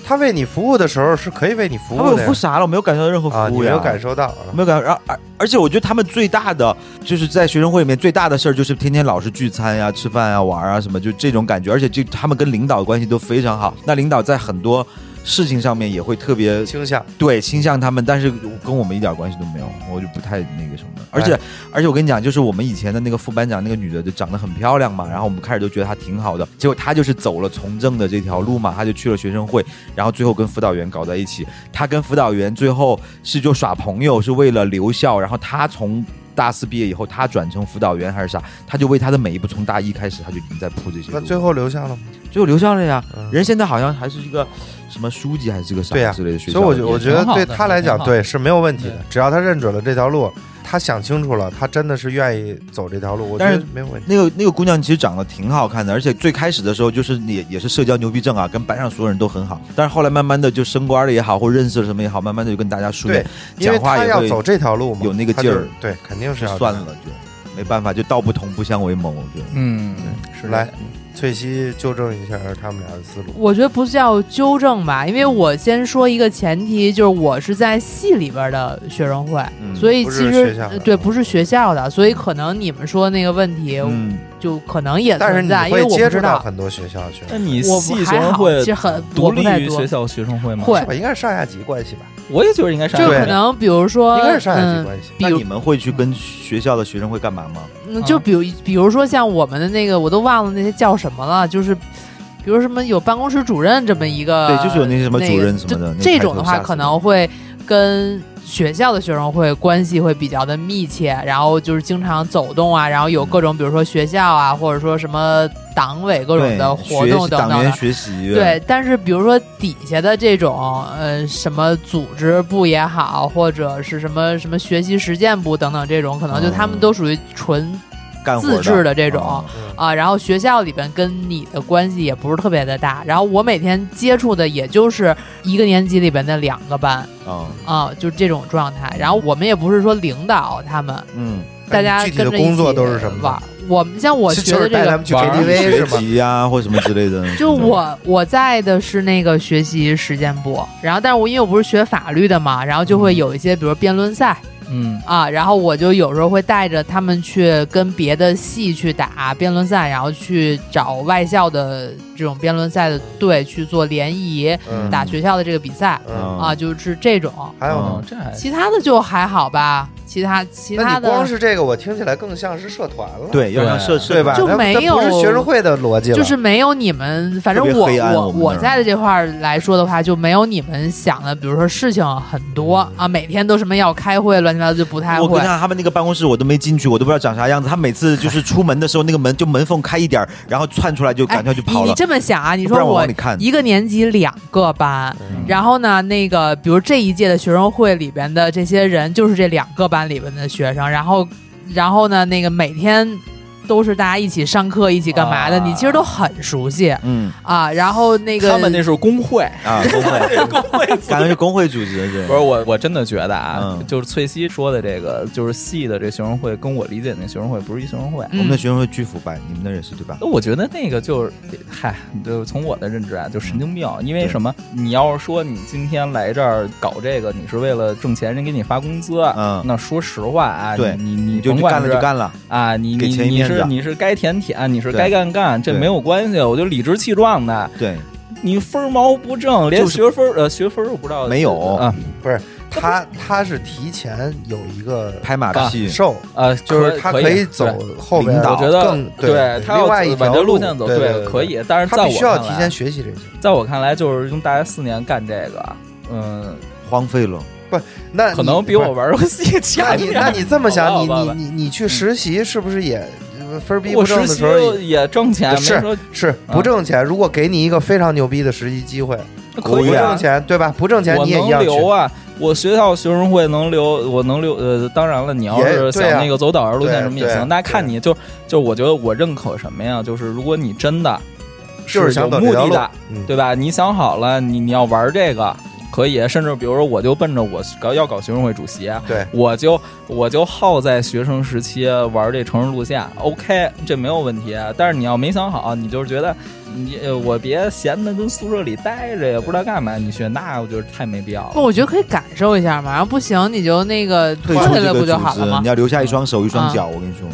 Speaker 3: 他为你服务的时候是可以为你服
Speaker 2: 他们
Speaker 3: 务
Speaker 2: 有
Speaker 3: 的呀
Speaker 2: 服啥了？我没有感受到任何
Speaker 3: 啊，
Speaker 2: 服
Speaker 3: 你
Speaker 2: 务
Speaker 3: 没
Speaker 2: 呀，
Speaker 3: 有感受到啊？
Speaker 2: 没有感受。而而而且我觉得他们最大的就是在学生会里面最大的事儿就是天天老是聚餐呀、吃饭呀、玩啊什么，就这种感觉。而且这他们跟领导关系都非常好，那领导在很多事情上面也会特别
Speaker 3: 倾向
Speaker 2: 对倾向他们，但是跟我们一点关系都没有，我就不太那个什么。而且、而且我跟你讲，就是我们以前的那个副班长，那个女的就长得很漂亮嘛，然后我们开始都觉得她挺好的，结果她就是走了从政的这条路嘛，她就去了学生会，然后最后跟辅导员搞在一起。她跟辅导员最后是就耍朋友，是为了留校，然后她从。大四毕业以后，她转成辅导员还是啥，她就为她的每一步，从大一开始，她就已经在铺这些路
Speaker 3: 那
Speaker 2: 了。
Speaker 3: 最后留下了吗？
Speaker 2: 最后留校了呀，
Speaker 3: 嗯
Speaker 2: 人现在好像还是一个什么书记还是个
Speaker 3: 对呀
Speaker 2: 啥之类的学校
Speaker 3: 所以
Speaker 2: 里
Speaker 3: 我
Speaker 2: 面，
Speaker 3: 觉我觉
Speaker 1: 挺
Speaker 3: 得
Speaker 1: 好
Speaker 3: 对
Speaker 1: 的
Speaker 3: 他来讲，
Speaker 1: 挺好
Speaker 3: 对是没有问题的
Speaker 1: 对。
Speaker 3: 只要他认准了这条路，他想清楚了，他真的是愿意走这条路，我觉
Speaker 2: 但
Speaker 3: 得
Speaker 2: 是
Speaker 3: 没有问题。
Speaker 2: 那个那个姑娘其实长得挺好看的，而且最开始的时候就是也也是社交牛逼症啊，跟班上所有人都很好。但是后来慢慢的就升官了也好，或认识了什么也好，慢慢的就跟大家疏
Speaker 3: 对
Speaker 2: 远，，
Speaker 3: 因为
Speaker 2: 讲话
Speaker 3: 他
Speaker 2: 也
Speaker 3: 要
Speaker 2: 会
Speaker 3: 走这条路嘛，
Speaker 2: 有那个
Speaker 3: 他
Speaker 2: 劲
Speaker 3: 就是
Speaker 2: 儿
Speaker 3: 对，肯定是
Speaker 2: 就
Speaker 3: 要
Speaker 2: 算了。就，没办法，就道不同不相为谋，我觉得。
Speaker 1: 嗯，是的
Speaker 3: 来翠西纠正一下他们俩的思路。
Speaker 4: 我觉得不叫纠正吧，因为我先说一个前提，就是我是在系里边的学生会，
Speaker 2: 嗯
Speaker 4: 所以
Speaker 3: 不
Speaker 4: 其
Speaker 3: 是学
Speaker 4: 实
Speaker 3: 校的
Speaker 4: 对不是学校的，所以可能你们说那个问题
Speaker 2: 嗯，
Speaker 4: 就可能也
Speaker 3: 但是
Speaker 4: 存
Speaker 3: 你
Speaker 4: 在，因为
Speaker 3: 会
Speaker 4: 我
Speaker 3: 接
Speaker 4: 不
Speaker 3: 触
Speaker 4: 知
Speaker 3: 到
Speaker 4: 道。
Speaker 3: 很多学校去，
Speaker 1: 那你
Speaker 4: 我
Speaker 1: 系学
Speaker 4: 还
Speaker 1: 生
Speaker 4: 好
Speaker 1: 会
Speaker 4: 其实很
Speaker 1: 独
Speaker 4: 我不
Speaker 1: 立
Speaker 4: 太
Speaker 1: 于
Speaker 4: 多
Speaker 1: 学校学生会吗？
Speaker 4: 会
Speaker 3: 是吧？应该是上下级关系吧？
Speaker 1: 我也觉得应该是
Speaker 4: 就
Speaker 1: 按
Speaker 3: 对
Speaker 4: 可能比如说，
Speaker 3: 应该是上下级
Speaker 4: 嗯，
Speaker 3: 关系。
Speaker 4: 比
Speaker 2: 那
Speaker 4: 如
Speaker 2: 你们会去跟学校的学生会干嘛吗？
Speaker 4: 嗯就比如比如说像我们的那个，我都忘了那些叫什么了，就是。比如什么有办公室主任这么一个，
Speaker 2: 对就是有那些什么
Speaker 4: 个
Speaker 2: 主任什么的
Speaker 4: 就
Speaker 2: 那个
Speaker 4: 这种的
Speaker 2: 开头吓
Speaker 4: 话
Speaker 2: 死
Speaker 4: 可
Speaker 2: 人
Speaker 4: 能会跟学校的学生会关系会比较的密切，然后就是经常走动啊，然后有
Speaker 2: 嗯
Speaker 4: 各种比如说学校啊，或者说什么党委各种
Speaker 2: 对，
Speaker 4: 的活
Speaker 2: 学
Speaker 4: 动
Speaker 2: 习
Speaker 4: 等
Speaker 2: 党
Speaker 4: 等的
Speaker 2: 员。学习，
Speaker 4: 对，但是比如说底下的这种呃什么组织部也好，或者是什么什么学习实践部等等这种，可能就他们
Speaker 2: 嗯
Speaker 4: 都属于纯
Speaker 2: 干活
Speaker 4: 自制的这种
Speaker 2: 哦
Speaker 4: 啊，然后学校里边跟你的关系也不是特别的大，然后我每天接触的也就是一个年级里边的两个班
Speaker 2: 啊，
Speaker 4: 啊，就这种状态。然后我们也不是说领导他们，
Speaker 2: 嗯，
Speaker 4: 大
Speaker 3: 哎
Speaker 4: 家
Speaker 3: 具体的
Speaker 4: 跟着一
Speaker 3: 工作
Speaker 4: 起
Speaker 3: 都是什么
Speaker 4: 玩儿？我们像我
Speaker 3: 就
Speaker 4: 学
Speaker 3: 就
Speaker 4: 的
Speaker 3: 是
Speaker 4: 这
Speaker 3: 带他
Speaker 4: 个
Speaker 3: 们，去
Speaker 1: 玩儿
Speaker 3: KTV
Speaker 2: 啊学
Speaker 3: 是吗？
Speaker 2: 习呀或什么之类的。
Speaker 4: 就我我在的是那个学习实践部，然后但是我因为我不是学法律的嘛，然后就
Speaker 3: 嗯
Speaker 4: 会有一些比如辩论赛，
Speaker 1: 嗯
Speaker 4: 啊，然后我就有时候会带着他们去跟别的系去打辩论赛，然后去找外校的这种辩论赛的队去做联谊，
Speaker 3: 嗯
Speaker 4: 打学校的这个比赛
Speaker 3: 嗯
Speaker 4: 啊，就是这种。
Speaker 3: 还有呢
Speaker 1: 哦，这还
Speaker 4: 其他的就还好吧，其他其
Speaker 3: 那
Speaker 4: 他
Speaker 3: 你
Speaker 4: 的
Speaker 3: 光是这个，我听起来更像是社团了，
Speaker 2: 对，要像
Speaker 1: 对
Speaker 2: 社
Speaker 3: 对吧？
Speaker 4: 就
Speaker 3: 那
Speaker 4: 没
Speaker 3: 那不是
Speaker 4: 有
Speaker 3: 学生会的逻辑了，
Speaker 4: 就是没有你们，反正
Speaker 2: 特别
Speaker 4: 我
Speaker 2: 黑暗
Speaker 4: 我
Speaker 2: 我们那儿
Speaker 4: 在的这块儿来说的话，就没有你们想的，比如说事情很多啊，每天都什么要开会，乱七八糟就不太
Speaker 2: 嗯我跟
Speaker 4: 会
Speaker 2: 你。讲，他们那个办公室我都没进去，我都不知道长啥样子。他每次就是出门的时候，那个门就门缝开一点儿，然后窜出来就
Speaker 4: 哎
Speaker 2: 赶快就，
Speaker 4: 你
Speaker 2: 跑
Speaker 4: 你
Speaker 2: 了。
Speaker 4: 这么想啊？你
Speaker 2: 不
Speaker 4: 说
Speaker 2: 让我
Speaker 4: 我
Speaker 2: 往里看嗯
Speaker 4: 一个年级两个班，然后呢，那个比如这一届的学生会里边的这些人，就是这两个班里边的学生，然后然后呢，那个每天都是大家一起上课，一起干嘛的，
Speaker 1: 啊
Speaker 4: 你其实都很熟悉
Speaker 2: 嗯
Speaker 4: 啊。然后那个
Speaker 1: 他们那是工会，
Speaker 2: 啊，工会，工会，感觉是工会组织的，
Speaker 1: 不是我，我真的觉得啊，
Speaker 2: 嗯
Speaker 1: 就是翠西说的这个，就是系的这学生会，跟我理解那学生会不是一学生会。
Speaker 2: 我
Speaker 4: 嗯
Speaker 2: 们的学生会巨腐败，你们那儿也是对吧
Speaker 1: 那？我觉得那个就是，嗨，就从我的认知啊，就神经病。因为什么？你要是说你今天来这儿搞这个，你是为了挣钱，人给你发工资，
Speaker 2: 嗯
Speaker 1: 那说实话啊，
Speaker 2: 对
Speaker 1: 你你
Speaker 2: 你就
Speaker 1: 甭
Speaker 2: 干
Speaker 1: 管
Speaker 2: 了
Speaker 1: 是
Speaker 2: 就干了，
Speaker 1: 啊，你
Speaker 2: 给
Speaker 1: 你
Speaker 2: 钱一
Speaker 1: 你
Speaker 2: 面子
Speaker 1: 是你是该舔舔，你是
Speaker 2: 对
Speaker 1: 该干干，这
Speaker 2: 对
Speaker 1: 没有关系，我就理直气壮的。
Speaker 2: 对，
Speaker 1: 你分儿毛不挣，连
Speaker 2: 就是
Speaker 1: 学分儿呃学分儿我不知道
Speaker 2: 没有
Speaker 1: 啊
Speaker 3: 不是他他是提前有一个
Speaker 2: 拍马屁，
Speaker 3: 受，
Speaker 1: 呃，
Speaker 3: 就是他
Speaker 1: 可
Speaker 3: 可以
Speaker 1: 对
Speaker 3: 走后边
Speaker 2: 领导
Speaker 1: 我觉得
Speaker 3: 更对
Speaker 1: 他要
Speaker 3: 另外一
Speaker 1: 走往
Speaker 3: 条
Speaker 1: 这路线走，
Speaker 3: 对对，
Speaker 1: 可以。但是在
Speaker 3: 他
Speaker 1: 我
Speaker 3: 必须要
Speaker 1: 看
Speaker 3: 提前
Speaker 1: 来，
Speaker 3: 学习这些。
Speaker 1: 在我看来，就是用大学四年干这个，嗯，
Speaker 2: 荒废了。
Speaker 3: 那
Speaker 1: 可
Speaker 3: 你
Speaker 1: 能比
Speaker 3: 不
Speaker 1: 我
Speaker 3: 是
Speaker 1: 玩游戏
Speaker 3: 那
Speaker 1: 强
Speaker 3: 你
Speaker 1: 点
Speaker 3: 那你这么想，
Speaker 1: 好
Speaker 3: 你
Speaker 1: 吧好
Speaker 3: 你
Speaker 1: 吧嗯
Speaker 3: 你你去实习是不是也呃分儿逼
Speaker 1: 我
Speaker 3: 不正
Speaker 1: 实
Speaker 3: 的
Speaker 1: 习
Speaker 3: 时候也
Speaker 1: 也挣钱，没
Speaker 3: 是
Speaker 1: 说
Speaker 3: 是
Speaker 1: 啊
Speaker 3: 不挣钱？如果给你一个非常牛逼的实习机会，
Speaker 1: 可
Speaker 3: 不
Speaker 1: 以啊
Speaker 3: 挣。钱对吧？不挣钱
Speaker 1: 我
Speaker 3: 你也一
Speaker 1: 能
Speaker 3: 样去。
Speaker 1: 留啊！我学校学生会能留，我能留。呃，当然了，你要
Speaker 3: 也
Speaker 1: 是想
Speaker 3: 对啊
Speaker 1: 那个走导师路线什么也
Speaker 3: 对
Speaker 1: 行，
Speaker 3: 对
Speaker 1: 那看你就就我觉得我认可什么呀？就是如果你真的
Speaker 3: 就是想
Speaker 1: 有
Speaker 3: 走
Speaker 1: 目
Speaker 3: 这条
Speaker 1: 的
Speaker 3: 路
Speaker 1: 的，
Speaker 3: 嗯
Speaker 1: 对吧？你想好了，你你要玩这个可以，甚至比如说，我就奔着我搞要搞学生会主席，
Speaker 3: 对，
Speaker 1: 我就我就好在学生时期玩这城市路线，OK，这没有问题。但是你要没想好，你就是觉得你呃我别闲的跟宿舍里待着，也不知道干嘛，你去那我觉得太没必要
Speaker 4: 不，
Speaker 1: 了。
Speaker 4: 我觉得可以感受一下嘛，然后不行你就那个
Speaker 2: 退
Speaker 4: 退
Speaker 2: 出
Speaker 4: 下
Speaker 2: 这个
Speaker 4: 来不
Speaker 2: 组
Speaker 4: 就好了
Speaker 2: 织，
Speaker 4: 吗
Speaker 2: 你？要留下一双手一双脚。我跟你说，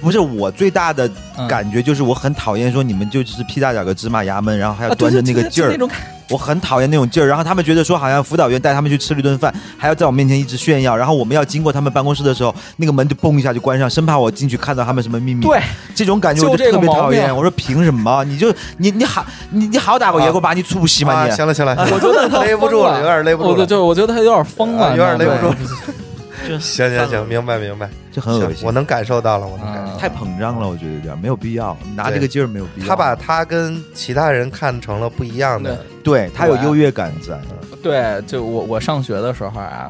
Speaker 2: 不是我最大的
Speaker 1: 嗯
Speaker 2: 感觉就是我很讨厌说你们就是屁大点儿个芝麻衙门，然后还要
Speaker 1: 啊，对
Speaker 2: 端着
Speaker 1: 对
Speaker 2: 那
Speaker 1: 对，
Speaker 2: 个
Speaker 1: 就
Speaker 2: 劲儿
Speaker 1: 那，种感
Speaker 2: 我很讨厌那种劲儿。然后他们觉得说好像辅导员带他们去吃了一顿饭，还要在我面前一直炫耀。然后我们要经过他们办公室的时候，那个门就嘣一下就关上，生怕我进去看到他们什么秘 密。
Speaker 1: 对，
Speaker 2: 这种感觉我
Speaker 1: 就这个
Speaker 2: 特别
Speaker 1: 毛
Speaker 2: 讨厌。
Speaker 1: 病
Speaker 2: 我说凭什么？你就你你好你你好打过
Speaker 3: 啊
Speaker 2: 野狗把你猝不及吗
Speaker 3: 啊，
Speaker 2: 你？
Speaker 3: 行了 行了，
Speaker 1: 我觉 得他
Speaker 3: 勒不住了，有点勒不
Speaker 1: 我
Speaker 3: 住
Speaker 1: 就
Speaker 3: 了，
Speaker 1: 就我觉得他有点疯了，
Speaker 3: 啊有点勒不
Speaker 1: 对
Speaker 3: 住。
Speaker 2: 就
Speaker 3: 行行
Speaker 2: 算了
Speaker 3: 行，明白明白，
Speaker 2: 就很恶
Speaker 3: 行，我
Speaker 2: 心。
Speaker 3: 能感受到了，我能感
Speaker 1: 啊
Speaker 3: 受。
Speaker 2: 太膨胀了，我觉得有点没有必要，拿
Speaker 3: 对
Speaker 2: 这个劲儿没有必要。
Speaker 3: 他把他跟其他人看成了不一样的，
Speaker 2: 对啊他有
Speaker 1: 对
Speaker 2: 优越感在，
Speaker 1: 对，就我我上学的时候啊，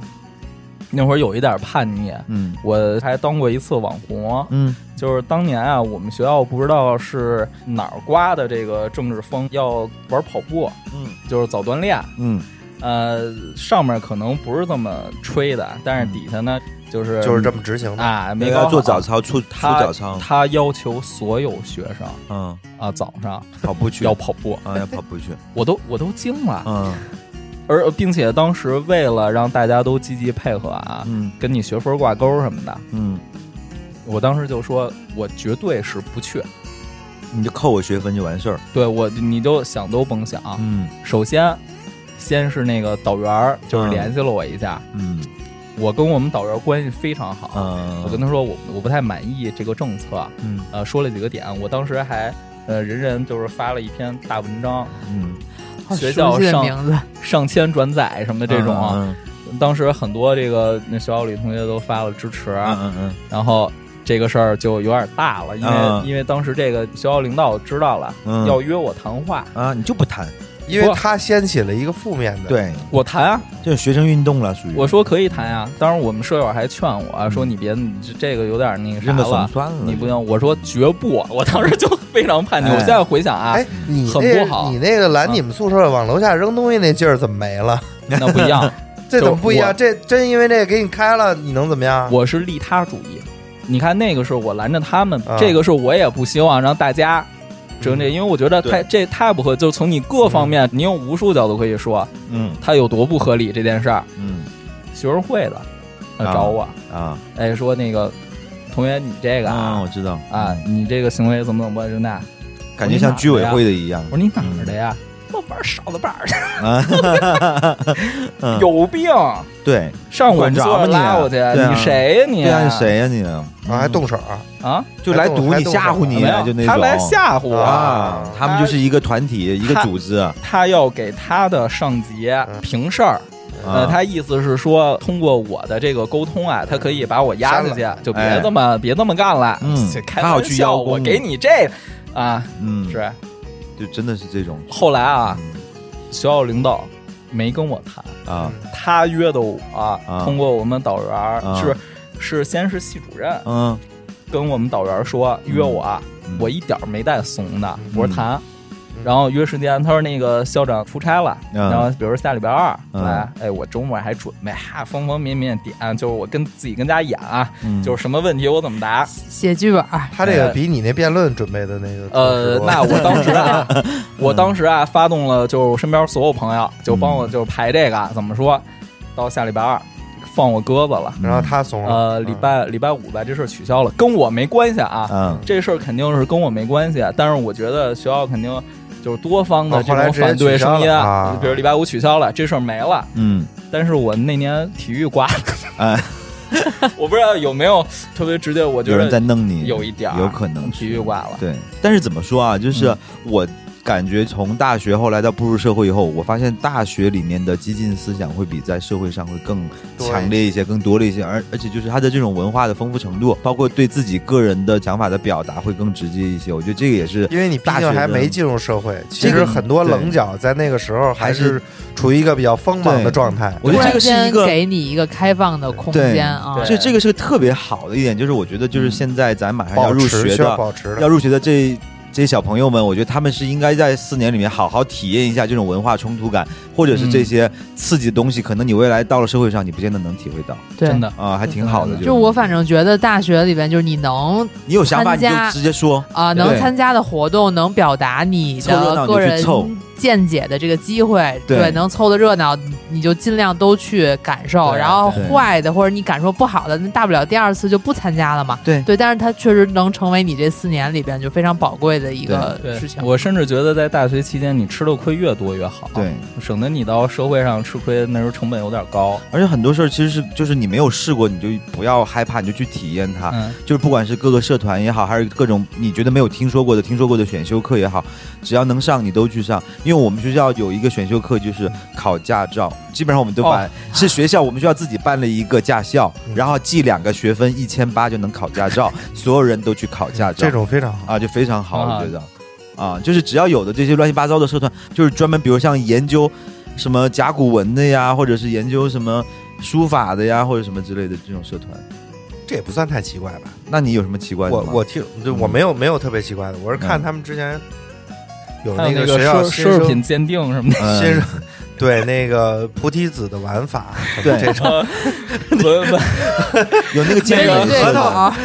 Speaker 1: 那会儿有一点叛逆，
Speaker 2: 嗯
Speaker 1: 我还当过一次网红。
Speaker 2: 嗯，
Speaker 1: 就是当年啊，我们学校不知道是哪儿刮的这个政治风，要玩跑步，
Speaker 2: 嗯，
Speaker 1: 就是早锻炼。
Speaker 2: 嗯，
Speaker 1: 呃，上面可能不是这么吹的，但是底下呢，就是
Speaker 3: 就是这么执行的。
Speaker 1: 啊，没
Speaker 2: 那个
Speaker 1: 搞
Speaker 2: 要
Speaker 1: 好
Speaker 2: 做早。操，出出
Speaker 1: 他
Speaker 2: 早操，
Speaker 1: 他要求所有学生
Speaker 2: 嗯，
Speaker 1: 啊，早上
Speaker 2: 跑步去
Speaker 1: 要，跑步，
Speaker 2: 啊，要跑步去，
Speaker 1: 我都我都惊了。
Speaker 2: 嗯
Speaker 1: 而并且当时为了让大家都积极配合啊，
Speaker 2: 嗯
Speaker 1: 跟你学分挂钩什么的，
Speaker 2: 嗯，
Speaker 1: 我当时就说，我绝对是不去。
Speaker 2: 你就扣我学分就完事儿，
Speaker 1: 对我，你就想都甭想。
Speaker 2: 嗯
Speaker 1: 首先，先是那个导员儿就是
Speaker 2: 嗯
Speaker 1: 联系了我一下，
Speaker 2: 嗯
Speaker 1: 我跟我们导员儿关系非常好。
Speaker 2: 嗯，
Speaker 1: 我跟他说我我不太满意这个政策，
Speaker 2: 嗯
Speaker 1: 呃，说了几个点，我当时还呃人人就是发了一篇大文章，
Speaker 2: 嗯
Speaker 4: 好
Speaker 1: 学
Speaker 4: 熟
Speaker 1: 校
Speaker 4: 悉的
Speaker 1: 上
Speaker 4: 名字，
Speaker 1: 上千转载什么的这种，啊，
Speaker 2: 嗯
Speaker 1: 当时很多这个那学校里同学都发了支持，啊
Speaker 2: 嗯嗯
Speaker 1: 然后这个事儿就有点大了，因为、
Speaker 2: 嗯
Speaker 1: 因为当时这个学校领导知道了，
Speaker 2: 嗯
Speaker 1: 要约我谈话，
Speaker 2: 嗯啊，你就不谈，
Speaker 3: 因为他掀起了一个负面的，，
Speaker 2: 对，
Speaker 1: 我谈啊，
Speaker 2: 就是学生运动了，属于
Speaker 1: 我说可以谈啊，当然我们舍友还劝我啊说你别你这这个有点那个啥
Speaker 2: 扔个总
Speaker 1: 了，
Speaker 2: 算了，
Speaker 1: 你不行。我说绝不，我当时就非常叛逆。
Speaker 2: 哎
Speaker 1: 我现在回想啊
Speaker 3: 哎，，你
Speaker 1: 很
Speaker 3: 那
Speaker 1: 不好
Speaker 3: 你那个
Speaker 1: 啊
Speaker 3: 拦你们宿舍往楼下扔东西那劲儿怎么没了？
Speaker 1: 那不一样，
Speaker 3: 这怎么不一
Speaker 1: 我
Speaker 3: 样？这真因为这个给你开了，你能怎么样？
Speaker 1: 我是利他主义。你看那个是我拦着他们
Speaker 3: 啊，
Speaker 1: 这个是我也不希望让大家。整这，因为我觉得
Speaker 2: 嗯对
Speaker 1: 太这太不合，就从你各方面，你有无数角度可以说
Speaker 2: 嗯
Speaker 1: 它有多不合理这件事儿。
Speaker 2: 嗯
Speaker 1: 学生会的呃
Speaker 2: 啊
Speaker 1: 找我，
Speaker 2: 啊
Speaker 1: 哎，说那个同学你这个
Speaker 2: 啊，
Speaker 1: 啊
Speaker 2: 我知道
Speaker 1: 啊，，你这个行为怎么怎么这那，
Speaker 2: 感觉像居委会的一样啊
Speaker 1: 我，说你哪儿的呀？妈玩少了半儿，
Speaker 2: 嗯
Speaker 1: 有病！
Speaker 2: 对
Speaker 1: 上我
Speaker 2: 管
Speaker 1: 们
Speaker 2: 着
Speaker 1: 座
Speaker 2: 吗
Speaker 1: 位
Speaker 2: 你
Speaker 1: 拉我去，
Speaker 2: 对啊
Speaker 1: 你谁呀你？
Speaker 2: 对啊，你谁呀你？
Speaker 3: 啊，还动手儿，
Speaker 1: 啊？
Speaker 2: 就来堵你、
Speaker 3: 还动手
Speaker 2: 吓唬你啊
Speaker 1: 没有，
Speaker 2: 就那种。
Speaker 1: 他来吓唬我，
Speaker 2: 啊！他们就是一个团体，一个组织啊。
Speaker 1: 他要给他的上级
Speaker 2: 嗯
Speaker 1: 平事儿。
Speaker 2: 啊
Speaker 1: 呃，他意思是说，通过我的这个沟通啊，他可以把我压下去，就别这么、别这么干了。
Speaker 2: 哎嗯
Speaker 1: 这开
Speaker 2: 他好
Speaker 1: 玩
Speaker 2: 去
Speaker 1: 笑，
Speaker 2: 邀功
Speaker 1: 我给你这啊，
Speaker 2: 嗯，
Speaker 1: 是。
Speaker 2: 就真的是这种
Speaker 1: 后来啊，学校领导没跟我谈，
Speaker 2: 啊
Speaker 1: 他约的我，通过我们导员、
Speaker 2: 啊
Speaker 1: 是是先是系主任
Speaker 2: 嗯
Speaker 1: 跟我们导员说
Speaker 2: 嗯
Speaker 1: 约我，啊
Speaker 2: 嗯
Speaker 1: 我一点儿没带怂的，我说
Speaker 2: 嗯
Speaker 1: 谈。然后约时间，他说那个校长出差了，
Speaker 2: 嗯
Speaker 1: 然后比如说下礼拜二
Speaker 2: 嗯
Speaker 1: 来，哎，我周末还准备哈，方方面面点，啊就是我跟自己跟家演啊，
Speaker 2: 嗯，
Speaker 1: 就是什么问题我怎么答。
Speaker 4: 写剧本儿，
Speaker 3: 他这个比你那辩论准备的那个
Speaker 1: 哎呃，
Speaker 3: 多
Speaker 1: 那我当时 啊，我当时啊，发动了就是身边所有朋友，就帮
Speaker 2: 嗯
Speaker 1: 我就是排这个怎么说，到下礼拜二放我鸽子
Speaker 2: 嗯
Speaker 1: 了。
Speaker 3: 然后他怂了，嗯
Speaker 1: 呃，礼拜礼拜五把这事儿取消了，跟我没关系啊，
Speaker 2: 嗯
Speaker 1: 这事儿肯定是跟我没关系。啊但是我觉得学校肯定就是多方的
Speaker 3: 哦
Speaker 1: 这
Speaker 3: 后来
Speaker 1: 种
Speaker 3: 直接
Speaker 1: 反对
Speaker 3: 取消
Speaker 1: 声音，
Speaker 3: 了啊
Speaker 1: 比如礼拜五取消了，这事儿没了。
Speaker 2: 嗯
Speaker 1: 但是我那年体育挂了，
Speaker 2: 哎，
Speaker 1: 我不知道有没有特别直接，我觉
Speaker 2: 有人在
Speaker 1: 得
Speaker 2: 弄你，
Speaker 1: 有一点儿
Speaker 2: 有可能
Speaker 1: 体育挂了。嗯
Speaker 2: 对。但是怎么说啊？就是我感觉从大学后来到步入社会以后，我发现大学里面的激进思想会比在社会上会更
Speaker 3: 对
Speaker 2: 强烈一些，更多了一些，而而且就是他的这种文化的丰富程度，包括对自己个人的想法的表达会更直接一些。我觉得这个也是
Speaker 3: 因为你毕
Speaker 2: 大学
Speaker 3: 竟还
Speaker 2: 的
Speaker 3: 没进入社会，其
Speaker 2: 这
Speaker 3: 实
Speaker 2: 个
Speaker 3: 很多
Speaker 2: 对
Speaker 3: 棱角在那个时候还
Speaker 2: 还是
Speaker 3: 是处于一个比较锋芒的
Speaker 2: 对
Speaker 3: 状态。
Speaker 2: 我觉得这个是一
Speaker 4: 突然间
Speaker 2: 个
Speaker 4: 给你一个开放的空间啊
Speaker 1: 对，
Speaker 2: 这这个是个特别好的一点，就是我觉得
Speaker 1: 嗯
Speaker 2: 就是现在咱马上要
Speaker 3: 保
Speaker 2: 入
Speaker 3: 持
Speaker 2: 学
Speaker 3: 需要
Speaker 2: 的，
Speaker 3: 保持
Speaker 2: 要
Speaker 3: 的，
Speaker 2: 入学的这这些小朋友们，我觉得他们是应该在四年里面好好体验一下这种文化冲突感，或者是
Speaker 1: 嗯
Speaker 2: 这些刺激的东西，可能你未来到了社会上，你不见得能体会到
Speaker 4: 对
Speaker 1: 真。的，
Speaker 2: 啊，还挺好的。
Speaker 1: 对
Speaker 2: 就
Speaker 4: 就我反正觉得大学里边，就是你能
Speaker 2: 你有想法
Speaker 4: 参
Speaker 2: 你就
Speaker 4: 加
Speaker 2: 直接说，
Speaker 4: 啊、能
Speaker 2: 对
Speaker 4: 参加的活动，能表达你
Speaker 2: 凑热闹
Speaker 4: 的
Speaker 2: 你就
Speaker 4: 个
Speaker 2: 去
Speaker 4: 人
Speaker 2: 凑
Speaker 4: 见解的这个机会，
Speaker 2: 对
Speaker 4: 能凑的热闹，你就尽量都去感受。
Speaker 1: 对
Speaker 4: 然后
Speaker 2: 对
Speaker 4: 坏的或者你感受不好的，那大不了第二次就不参加了嘛。
Speaker 2: 对
Speaker 4: 对，但是它确实能成为你这四年里边就非常宝贵的一个
Speaker 1: 对
Speaker 4: 事情。
Speaker 1: 我甚至觉得在大学期间，你吃的亏越多越
Speaker 4: 哦
Speaker 1: 好，
Speaker 2: 对，
Speaker 1: 省得你到社会上吃亏，那时候成本有点高。
Speaker 2: 而且很多事儿其实是就是你没有试过，你就不要害怕，你就去体验
Speaker 3: 啊
Speaker 2: 它。
Speaker 1: 嗯，
Speaker 2: 就是不管是各个社团也好，还是各种你觉得没有听说过的、听说过的选修课也好，只要能上你都去上。因为我们学校有一个选修课就是考驾照，基本上我们都把、
Speaker 1: 哦
Speaker 2: 是学校我们学校自己办了一个驾校，然后记两个学分，一千八就能考驾照，所有人都去考驾照，
Speaker 3: 这种非常好。
Speaker 2: 啊就非常
Speaker 1: 很
Speaker 2: 好，
Speaker 1: 好
Speaker 2: 我觉得啊，就是只要有的这些乱七八糟的社团，就是专门比如像研究什么甲骨文的呀，或者是研究什么书法的呀，或者什么之类的这种社团。
Speaker 3: 这也不算太奇怪吧？
Speaker 2: 那你有什么奇怪的
Speaker 3: 我
Speaker 2: 吗？
Speaker 3: 我听，就我
Speaker 2: 嗯
Speaker 3: 没有没有特别奇怪的，我是看
Speaker 2: 嗯
Speaker 3: 他们之前有
Speaker 1: 还有
Speaker 3: 个
Speaker 1: 个
Speaker 3: 学校
Speaker 1: 奢
Speaker 3: 新
Speaker 1: 奢侈
Speaker 3: 生
Speaker 1: 品鉴定 什么的，
Speaker 2: 嗯
Speaker 3: 先生，对那个菩提子的玩法， 什么
Speaker 2: 对
Speaker 3: 这种
Speaker 1: 文文
Speaker 2: 有那
Speaker 1: 这
Speaker 2: 个尖
Speaker 1: 个
Speaker 2: 锐
Speaker 4: 对
Speaker 2: 的
Speaker 4: 对
Speaker 2: 核
Speaker 4: 对
Speaker 2: 桃，
Speaker 4: 啊，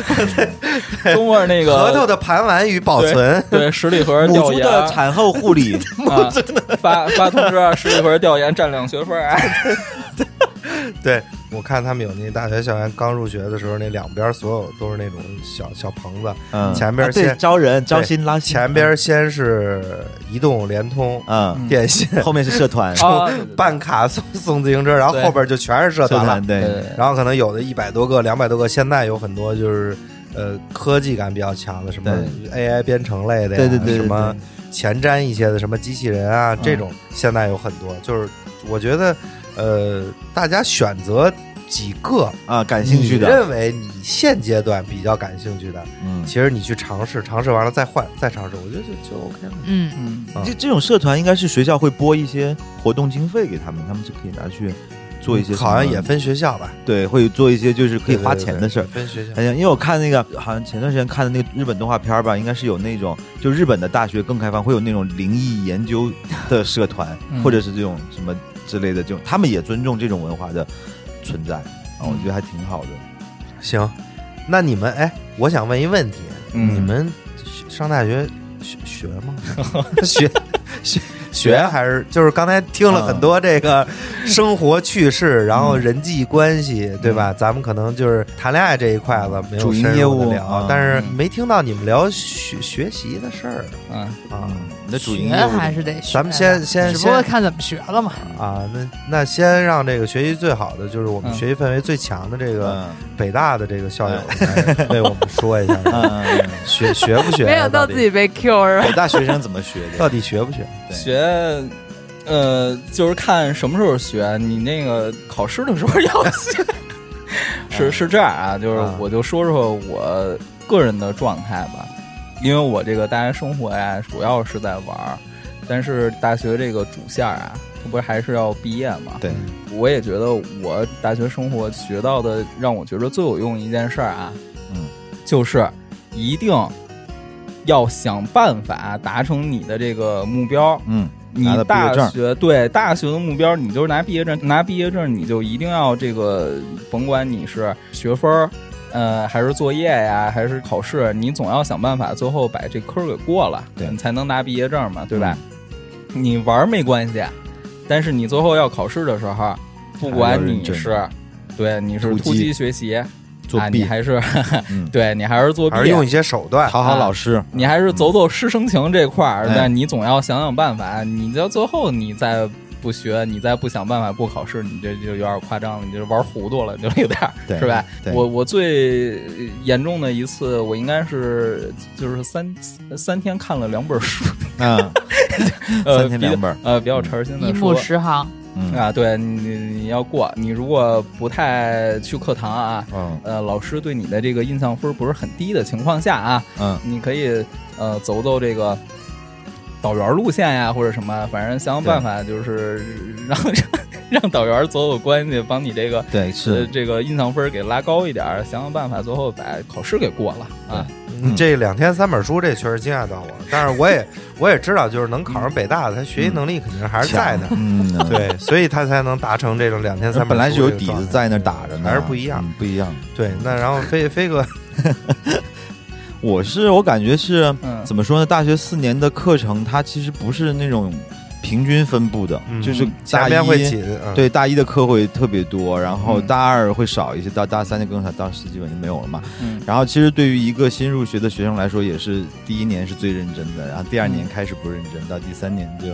Speaker 1: 中国那个
Speaker 3: 核桃的盘玩与保存，
Speaker 1: 对十里河
Speaker 2: 母
Speaker 1: 调
Speaker 2: 猪
Speaker 1: 研
Speaker 2: 的产后护 理，
Speaker 1: 啊，发发通知啊，十里河调研占两学分啊。
Speaker 3: 对 我看他们有那大学校园刚入学的时候，那两边所有都是那种小小棚子，
Speaker 2: 嗯，
Speaker 3: 前边
Speaker 2: 啊对
Speaker 3: 先
Speaker 2: 招人招新拉新，
Speaker 3: 前边先是移动、联通、
Speaker 2: 嗯，
Speaker 3: 电信、
Speaker 2: 后面是社团，
Speaker 1: 啊，
Speaker 3: 办卡送送自行车，然后
Speaker 1: 对
Speaker 3: 后边就全是 社
Speaker 2: 社
Speaker 3: 团了
Speaker 2: 团。对，
Speaker 1: 对
Speaker 3: 然后可能有的一百多个、两百多个，现在有很多就是呃科技感比较强的，什么 AI 编程类的呀，
Speaker 2: 对对对对嗯
Speaker 3: 什么前瞻一些的，什么机器人啊这种，现在有很多。就是我觉得呃，大家选择几个
Speaker 2: 啊，感兴趣
Speaker 3: 你
Speaker 2: 的，
Speaker 3: 认为你现阶段比较感兴趣的，
Speaker 2: 嗯，
Speaker 3: 其实你去尝试，尝试完了再换，再尝试，我觉得就就 OK 了。
Speaker 4: 嗯，
Speaker 1: 嗯，
Speaker 3: 啊
Speaker 2: 这这种社团应该是学校会拨一些活动经费给他们，他们就可以拿去做一些什么，
Speaker 3: 好嗯像也分学校吧，
Speaker 2: 对，会做一些就是可以
Speaker 3: 对
Speaker 2: 花
Speaker 3: 对对
Speaker 2: 钱的事儿
Speaker 3: 对。分学校
Speaker 2: 哎。呀，因为我看那个，好像前段时间看的那个日本动画片儿吧，应该是有那种，就日本的大学更开放，会有那种灵异研究 的社团，
Speaker 1: 嗯
Speaker 2: 或者是这种什么之类的，这种他们也尊重这种文化的存在啊，我
Speaker 1: 嗯
Speaker 2: 觉得还挺好的。
Speaker 3: 行，那你们哎，我想问一问题，
Speaker 1: 嗯
Speaker 3: 你们学上大学学学吗？ 学学学还是就是刚才听了很
Speaker 2: 嗯
Speaker 3: 多这个生活趣事，然后人际关系，对吧？咱们可能就是谈恋爱这一块子没有
Speaker 2: 嗯主营
Speaker 3: 深
Speaker 2: 业
Speaker 3: 入的
Speaker 2: 务
Speaker 3: 聊
Speaker 2: 嗯，
Speaker 3: 但是没听到你们聊学学习的事儿
Speaker 1: 嗯，
Speaker 3: 啊。
Speaker 2: 们的主营
Speaker 4: 学
Speaker 2: 业务
Speaker 4: 还是得学的，
Speaker 3: 咱们先先
Speaker 4: 只不过
Speaker 3: 先
Speaker 4: 看怎么学了嘛。
Speaker 3: 啊，那那先让这个学习最好的，就是我们
Speaker 1: 嗯
Speaker 3: 学习氛围最强的这个
Speaker 2: 嗯
Speaker 3: 北大的这个校友
Speaker 1: 嗯
Speaker 3: 来 为我们说一下，
Speaker 2: 嗯嗯，
Speaker 3: 学学不学？啊
Speaker 4: 没想到自己被 Q 是吧？
Speaker 2: 北哎大学生怎么学
Speaker 3: 到
Speaker 2: 的？
Speaker 3: 底学不学？
Speaker 2: 对，
Speaker 1: 学，呃，就是看什么时候学，你那个考试的时候要学。 是是这样啊，就是
Speaker 3: 啊
Speaker 1: 我就说说我个人的状态吧，因为我这个大学生活呀，主要是在玩儿，但是大学这个主线儿啊，它不是还是要毕业嘛？
Speaker 2: 对，
Speaker 1: 我也觉得我大学生活学到的让我觉得最有用的一件事儿啊，
Speaker 2: 嗯，
Speaker 1: 就是一定要想办法达成你的这个目标，
Speaker 2: 嗯，
Speaker 1: 你
Speaker 2: 拿到毕业
Speaker 1: 大
Speaker 2: 证
Speaker 1: 学对大学的目标，你就是拿毕业证，拿毕业证你就一定要这个，甭管你是学分儿，呃，还是作业呀，还是考试，你总要想办法最后把这科儿给过了，
Speaker 2: 对
Speaker 1: 你才能拿毕业证嘛，对吧？你玩儿没关系，但是你最后要考试的时候，不管你
Speaker 2: 还要
Speaker 1: 是对你是
Speaker 2: 突击
Speaker 1: 突击学习
Speaker 2: 作
Speaker 1: 啊，
Speaker 2: 弊
Speaker 1: 你，还是
Speaker 2: 嗯，
Speaker 1: 对你还是作弊
Speaker 3: 还，是用一些手段？
Speaker 2: 讨好老师，
Speaker 1: 你还是走走师生情这块儿，
Speaker 2: 哎
Speaker 1: 但你总要想想办法。你到最后你再不学，你再不想办法不考试，你这就有点夸张了，你就玩糊涂了，就有点儿
Speaker 2: 对
Speaker 1: 是吧？
Speaker 2: 对
Speaker 1: 我我最严重的一次，我应该是就是三三天看了两本书，
Speaker 2: 嗯，
Speaker 1: 呃，
Speaker 2: 三天两本儿
Speaker 1: 比呃比较诚心的
Speaker 4: 一目
Speaker 1: 说。
Speaker 4: 十行，
Speaker 2: 嗯
Speaker 1: 啊，对你你要过，你如果不太去课堂啊，
Speaker 2: 嗯
Speaker 1: 呃，老师对你的这个印象分儿不是很低的情况下啊，
Speaker 2: 嗯，
Speaker 1: 你可以呃走走这个导员路线呀，或者什么，反正想想办法，就是让 让导员走走关系，帮你这个
Speaker 2: 对，
Speaker 1: 呃
Speaker 2: 是
Speaker 1: 这个印象分儿给拉高一点儿，想想办法，最后把考试给过了啊。
Speaker 3: 嗯这两天三本书，这确实惊讶 到我。但是我也我也知道，就是能考上北大的，他学习能力肯定还是在的。
Speaker 2: 嗯，嗯。
Speaker 3: 对， 所以他才能达成这种两天三本。
Speaker 2: 本来就有底子，在那儿打着呢，
Speaker 3: 还是不一样
Speaker 2: 嗯，不一样。
Speaker 3: 对，那然后飞飞 哥，
Speaker 2: 我是我感觉是
Speaker 1: 嗯
Speaker 2: 怎么说呢？大学四年的课程，它其实不是那种平均分布的，
Speaker 3: 嗯
Speaker 2: 就是
Speaker 3: 前
Speaker 2: 大
Speaker 3: 面会
Speaker 2: 一
Speaker 3: 紧，嗯，
Speaker 2: 对大一的课会特别多，然后
Speaker 1: 嗯
Speaker 2: 大二会少一些，到大三就更少，到四基本就没有了嘛。
Speaker 1: 嗯
Speaker 2: 然后其实对于一个新入学的学生来说，也是第一年是最认真的，然后第二年开始不认真，到第三年就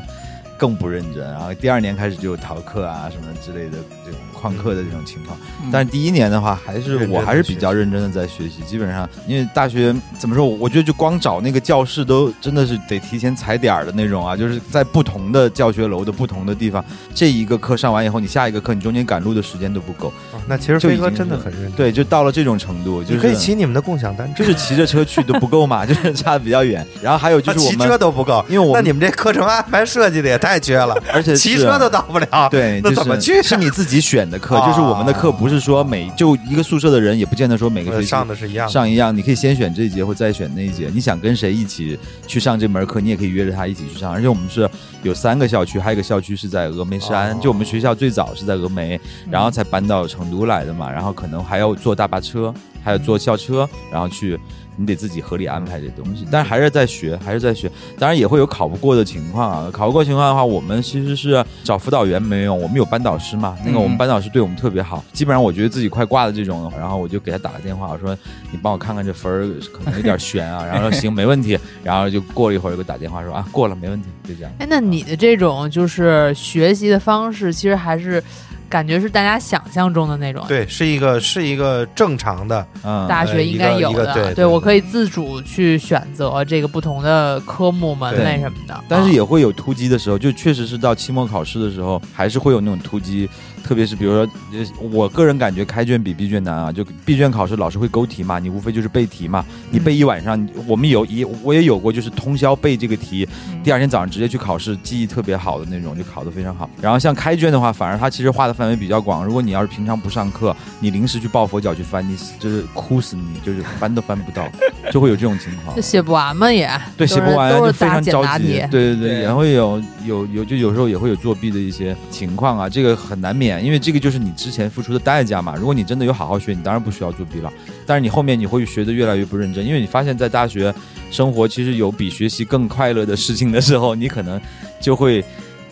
Speaker 2: 更不认真，然后第二年开始就有逃课啊什么之类的这种旷课的这种情况。
Speaker 1: 嗯
Speaker 2: 但是第一年的话，还
Speaker 3: 认
Speaker 2: 是
Speaker 3: 真地
Speaker 2: 我还是比较
Speaker 3: 学
Speaker 2: 认真的在学习，基本上因为大学怎么说，我觉得就光找那个教室都真的是得提前踩点儿的那种啊，就是在不同的教学楼的不同的地方，这一个课上完以后，你下一个课你中间赶路的时间都不够，
Speaker 3: 哦那其实
Speaker 2: 就已
Speaker 3: 飞
Speaker 2: 经
Speaker 3: 哥真的
Speaker 2: 是
Speaker 3: 很认真。
Speaker 2: 对，就到了这种程度，
Speaker 3: 你
Speaker 2: 就是
Speaker 3: 可以 骑你们的共享单车，
Speaker 2: 就是骑着车去都不够嘛，就是差的比较远。然后还有就是我
Speaker 3: 骑车
Speaker 2: 们，
Speaker 3: 都不够，
Speaker 2: 因为我
Speaker 3: 那
Speaker 2: 们
Speaker 3: 你们这课程安排设计的也太绝了，
Speaker 2: 而且
Speaker 3: 骑
Speaker 2: 是啊
Speaker 3: 车都到不了，
Speaker 2: 对，
Speaker 3: 那
Speaker 2: 就是
Speaker 3: 怎么去
Speaker 2: 是你自己选的课，
Speaker 3: 啊
Speaker 2: 就是我们的课不是说每就一个宿舍的人，也不见得说每个学期
Speaker 3: 呃上的是一样的。
Speaker 2: 上一样，你可以先选这一节或再选那一节。你想跟谁一起去上这门课，你也可以约着他一起去上。而且我们是有三个校区，还有一个校区是在峨眉山，
Speaker 3: 哦嗯
Speaker 2: 就我们学校最早是在峨眉，然后才搬到成都来的嘛。然后可能还要坐大巴车，还有坐校车，然后去。你得自己合理安排这东
Speaker 3: 嗯
Speaker 2: 西，但是还是在学，还是在学。当然也会有考不过的情况啊。考不过情况的话，我们其实是找辅导员没用，我们有班导师嘛。那个我
Speaker 1: 嗯
Speaker 2: 们班导师对我们特别好，基本上我觉得自己快挂了这种，然后我就给他打个电话，我说你帮我看看这分儿可能有点悬啊，然后说行没问题，然后就过了一会儿又给我打电话说啊过了没问题，就这样。
Speaker 4: 哎，那你的这种就是学习的方式，其实还是感觉是大家想象中的那种。
Speaker 3: 对，是一个是一个正常的，
Speaker 2: 嗯，
Speaker 4: 大学应该有
Speaker 3: 一个一
Speaker 4: 的，
Speaker 3: 个对对
Speaker 4: 我
Speaker 3: 对
Speaker 4: 可以自主去选择这个不同的科目门
Speaker 3: 对
Speaker 4: 类什么的。
Speaker 2: 但是
Speaker 4: 啊
Speaker 2: 也会有突击的时候，就确实是到期末考试的时候，还是会有那种突击，特别是比如说，呃我个人感觉开卷比闭卷难啊，就闭卷考试老师会勾题嘛，你无非就是背题嘛，你背一晚上，你我们有也我也有过，就是通宵背这个题，
Speaker 4: 嗯
Speaker 2: 第二天早上直接去考试，记忆特别好的那种，就考得非常好。然后像开卷的话，反而它其实画的范围比较广，如果你要是平常不上课，你临时去抱佛脚去翻，你就是哭死你，就是翻都翻不到，就会有这种情况
Speaker 4: 这。写不完嘛也，
Speaker 2: 对，
Speaker 4: 都
Speaker 2: 写不
Speaker 4: 是
Speaker 2: 完
Speaker 4: 都
Speaker 2: 就是非
Speaker 4: 大
Speaker 2: 常
Speaker 4: 简
Speaker 2: 着
Speaker 4: 答
Speaker 2: 急
Speaker 4: 题。。
Speaker 2: 对对
Speaker 1: 对
Speaker 2: 对，也会有有有，就有时候也会有作弊的一些情况啊，这个很难免，因为这个就是你之前付出的代价嘛。如果你真的有好好学，你当然不需要作弊了。但是你后面你会学的越来越不认真，因为你发现在大学生活其实有比学习更快乐的事情的时候，你可能就会。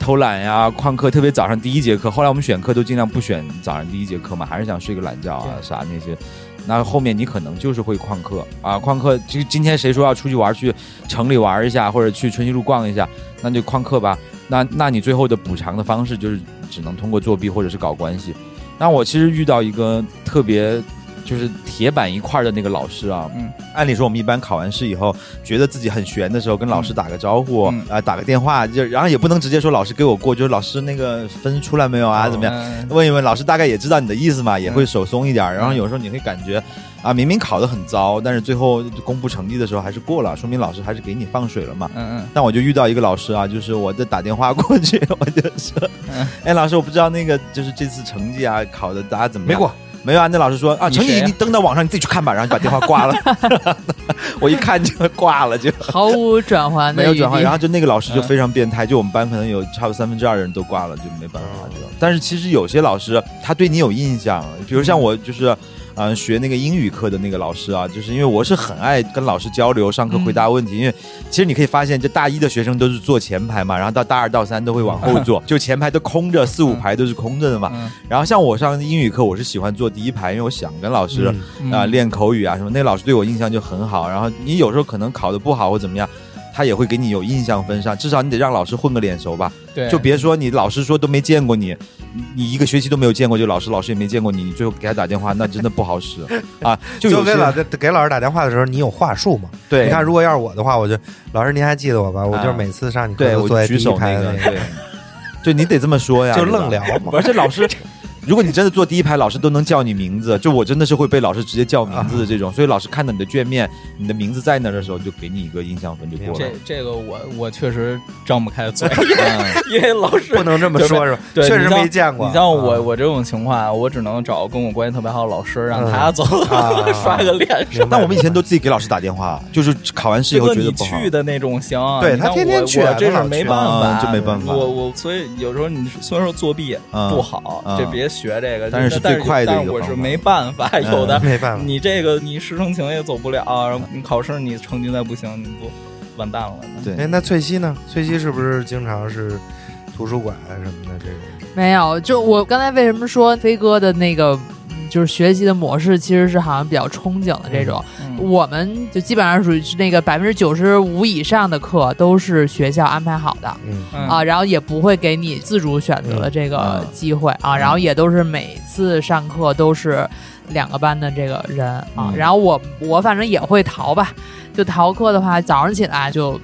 Speaker 2: 偷懒呀、旷课，特别早上第一节课。后来我们选课都尽量不选早上第一节课嘛，还是想睡个懒觉啊，啥那些那后面你可能就是会旷课啊，旷课就今天谁说要出去玩，去城里玩一下，或者去春熙路逛一下，那就旷课吧。那那你最后的补偿的方式就是只能通过作弊或者是搞关系。那我其实遇到一个特别就是铁板一块的那个老师啊，
Speaker 1: 嗯，
Speaker 2: 按理说我们一般考完试以后，觉得自己很悬的时候，跟老师打个招呼，啊
Speaker 1: 嗯、
Speaker 2: 打个电话，就然后也不能直接说老师给我过，就是老师那个分出来没有啊，怎么样？
Speaker 1: 嗯
Speaker 2: 问一问老师，大概也知道你的意思嘛，也会手松一点儿。然后有时候你会感觉，啊，明明考得很糟，但是最后公布成绩的时候还是过了，说明老师还是给你放水了嘛。
Speaker 1: 嗯
Speaker 2: 但我就遇到一个老师啊，就是我在打电话过去， 我就说
Speaker 1: 嗯，
Speaker 2: 哎，老师，我不知道那个就是这次成绩啊，考的大家怎么
Speaker 3: 没
Speaker 2: 样
Speaker 3: 过，
Speaker 2: 没有啊？那老师说啊，
Speaker 1: 你
Speaker 2: 成
Speaker 1: 谁
Speaker 2: 绩
Speaker 1: 呀
Speaker 2: 你登到网上你自己去看吧，然后就把电话挂了。我一看就挂了，就
Speaker 4: 毫无转换 的
Speaker 2: 没有转换。
Speaker 4: 余地
Speaker 2: 然后就那个老师就
Speaker 1: 嗯
Speaker 2: 非常变态，就我们班可能有差不多三分之二人都挂了，就没办法。
Speaker 3: 嗯
Speaker 2: 就但是其实有些老师他对你有印象，比如像我就是，嗯、学那个英语课的那个老师啊，就是因为我是很爱跟老师交流，上课
Speaker 1: 嗯
Speaker 2: 回答问题。因为其实你可以发现，这大一的学生都是坐前排
Speaker 1: 嗯
Speaker 2: 嘛，然后到大二到三都会往后 坐，就前排都空着，四五排都是空着的嘛。
Speaker 1: 嗯
Speaker 2: 然后像我上英语课，我是喜欢坐第一排，因为我想跟老师。
Speaker 3: 嗯
Speaker 1: 嗯
Speaker 2: 啊、练口语啊什么，那老师对我印象就很好。然后你有时候可能考得不好或怎么样，他也会给你有印象分上，至少你得让老师混个脸熟吧。
Speaker 1: 对，
Speaker 2: 就别说你老师说都没见过你，你你一个学期都没有见过，就老师老师也没见过你，你最后给他打电话，那真的不好 使啊。就
Speaker 3: 就
Speaker 2: 有
Speaker 3: 给
Speaker 2: 些
Speaker 3: 老给老师打电话的时候，你有话术吗？
Speaker 2: 对，
Speaker 3: 你看，如果要是我的话，我就老师您还记得我吧？我就是
Speaker 2: 啊
Speaker 3: 每次上你课
Speaker 2: 对
Speaker 3: 都坐
Speaker 2: 我
Speaker 3: 在
Speaker 2: 举
Speaker 3: 第一
Speaker 2: 手
Speaker 3: 排
Speaker 2: 那
Speaker 3: 的
Speaker 2: 个，
Speaker 3: 那个，
Speaker 2: 对，就你得这么说呀，
Speaker 3: 就
Speaker 2: 对吧
Speaker 3: 愣聊嘛。
Speaker 2: 而且老师，如果你真的坐第一排，老师都能叫你名字。就我真的是会被老师直接叫名字的这
Speaker 3: 啊
Speaker 2: 种，所以老师看到你的卷面，你的名字在那儿的时候，就给你一个印象分就过
Speaker 1: 这
Speaker 2: 了。
Speaker 1: 这个我我确实张不开 嘴，啊
Speaker 2: 嗯
Speaker 1: 因为老师
Speaker 3: 不能这 么说，是吧？
Speaker 1: 对
Speaker 3: 确实
Speaker 1: 你像
Speaker 3: 没见过。
Speaker 1: 你像我、
Speaker 3: 啊
Speaker 1: 我这种情况啊，我只能找跟我关系特别好的老师，让他走了、
Speaker 3: 啊
Speaker 1: 刷个脸。
Speaker 3: 明白
Speaker 2: 但我们以前都自己给老师打电话，就是考完试以
Speaker 1: 这
Speaker 2: 后
Speaker 1: 个
Speaker 2: 觉得
Speaker 1: 你
Speaker 2: 不好。
Speaker 1: 去的那种行，
Speaker 3: 对
Speaker 1: 你
Speaker 3: 他
Speaker 1: 像
Speaker 3: 天天
Speaker 1: 我
Speaker 3: 去
Speaker 1: 我
Speaker 3: 啊
Speaker 1: 这
Speaker 3: 他
Speaker 1: 是
Speaker 3: 老
Speaker 1: 没
Speaker 3: 去
Speaker 1: 办
Speaker 2: 啊
Speaker 1: 法，
Speaker 2: 这没办法
Speaker 1: 我我所以有时候你虽然说作弊
Speaker 2: 嗯
Speaker 1: 不好，
Speaker 2: 嗯
Speaker 1: 这别学这个，
Speaker 2: 但是是最快的一
Speaker 1: 但
Speaker 2: 个
Speaker 1: 是我是
Speaker 2: 方法
Speaker 1: 没办法，
Speaker 2: 嗯
Speaker 1: 有的
Speaker 3: 没办法，
Speaker 1: 你这个你师生情也走不了，啊然后你考试你成绩再不行，你不完蛋
Speaker 4: 啊
Speaker 1: 了。
Speaker 3: 哎，
Speaker 2: 对，
Speaker 3: 那翠西呢？翠西是不是经常是图书馆啊什么的这种？
Speaker 4: 没有，就我刚才为什么说飞哥的那个嗯就是学习的模式其实是好像比较憧憬的这种，
Speaker 1: 嗯
Speaker 4: 我们就基本上属于是那个百分之九十五以上的课都是学校安排好的。
Speaker 3: 嗯，
Speaker 1: 嗯
Speaker 4: 啊，然后也不会给你自主选择的这个
Speaker 2: 嗯
Speaker 4: 机会啊，然后也都是每次上课都是两个班的这个人啊，
Speaker 2: 嗯
Speaker 4: 然后我我反正也会逃吧，就逃课的话，早上起来就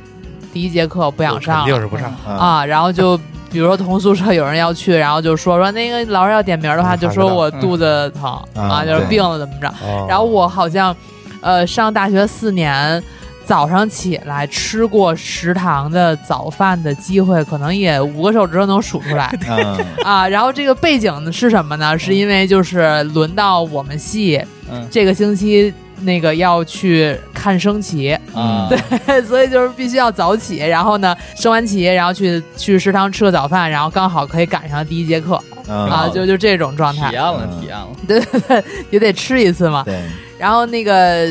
Speaker 4: 第一节课不想上
Speaker 3: 肯定是不上。
Speaker 2: 啊，
Speaker 4: 啊，然后就比如说同宿舍有人要去，然后就说说那个老师要点名的话，
Speaker 3: 嗯
Speaker 4: 就
Speaker 3: 喊
Speaker 4: 说
Speaker 3: 不到
Speaker 4: 我肚子疼
Speaker 3: 嗯
Speaker 4: 啊，
Speaker 3: 啊
Speaker 4: 就是
Speaker 2: 对
Speaker 4: 病了怎么着。
Speaker 3: 哦
Speaker 4: 然后我好像，呃，上大学四年，早上起来吃过食堂的早饭的机会，可能也五个手指头能数出来
Speaker 2: 嗯，
Speaker 4: 啊。然后这个背景是什么呢？是因为就是轮到我们系
Speaker 1: 嗯
Speaker 4: 这个星期那个要去看升旗，
Speaker 1: 啊，
Speaker 2: 对
Speaker 4: 所以就是必须要早起。然后呢，升完旗，然后去去食堂吃个早饭，然后刚好可以赶上第一节课
Speaker 2: 嗯
Speaker 4: 啊，
Speaker 1: 好
Speaker 4: 就就这种状
Speaker 1: 体
Speaker 4: 态
Speaker 1: 验，了，
Speaker 2: 嗯
Speaker 1: 体验了。
Speaker 4: 也得吃一次嘛。
Speaker 2: 对，
Speaker 4: 然后那个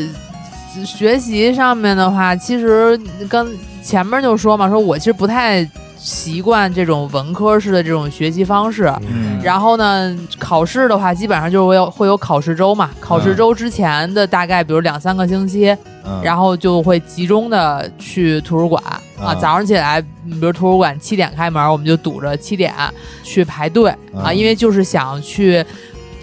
Speaker 4: 学习上面的话，其实刚前面就说嘛，说我其实不太习惯这种文科式的这种学习方式。
Speaker 2: 嗯
Speaker 4: 然后呢，考试的话，基本上就是会有会有考试周嘛。考试周之前的大概，比如两三个星期，
Speaker 2: 嗯，
Speaker 4: 然后就会集中的去图书馆啊。
Speaker 2: 嗯
Speaker 4: 早上起来，嗯比如图书馆七点开门，我们就堵着七点去排队啊，
Speaker 2: 嗯
Speaker 4: 因为就是想去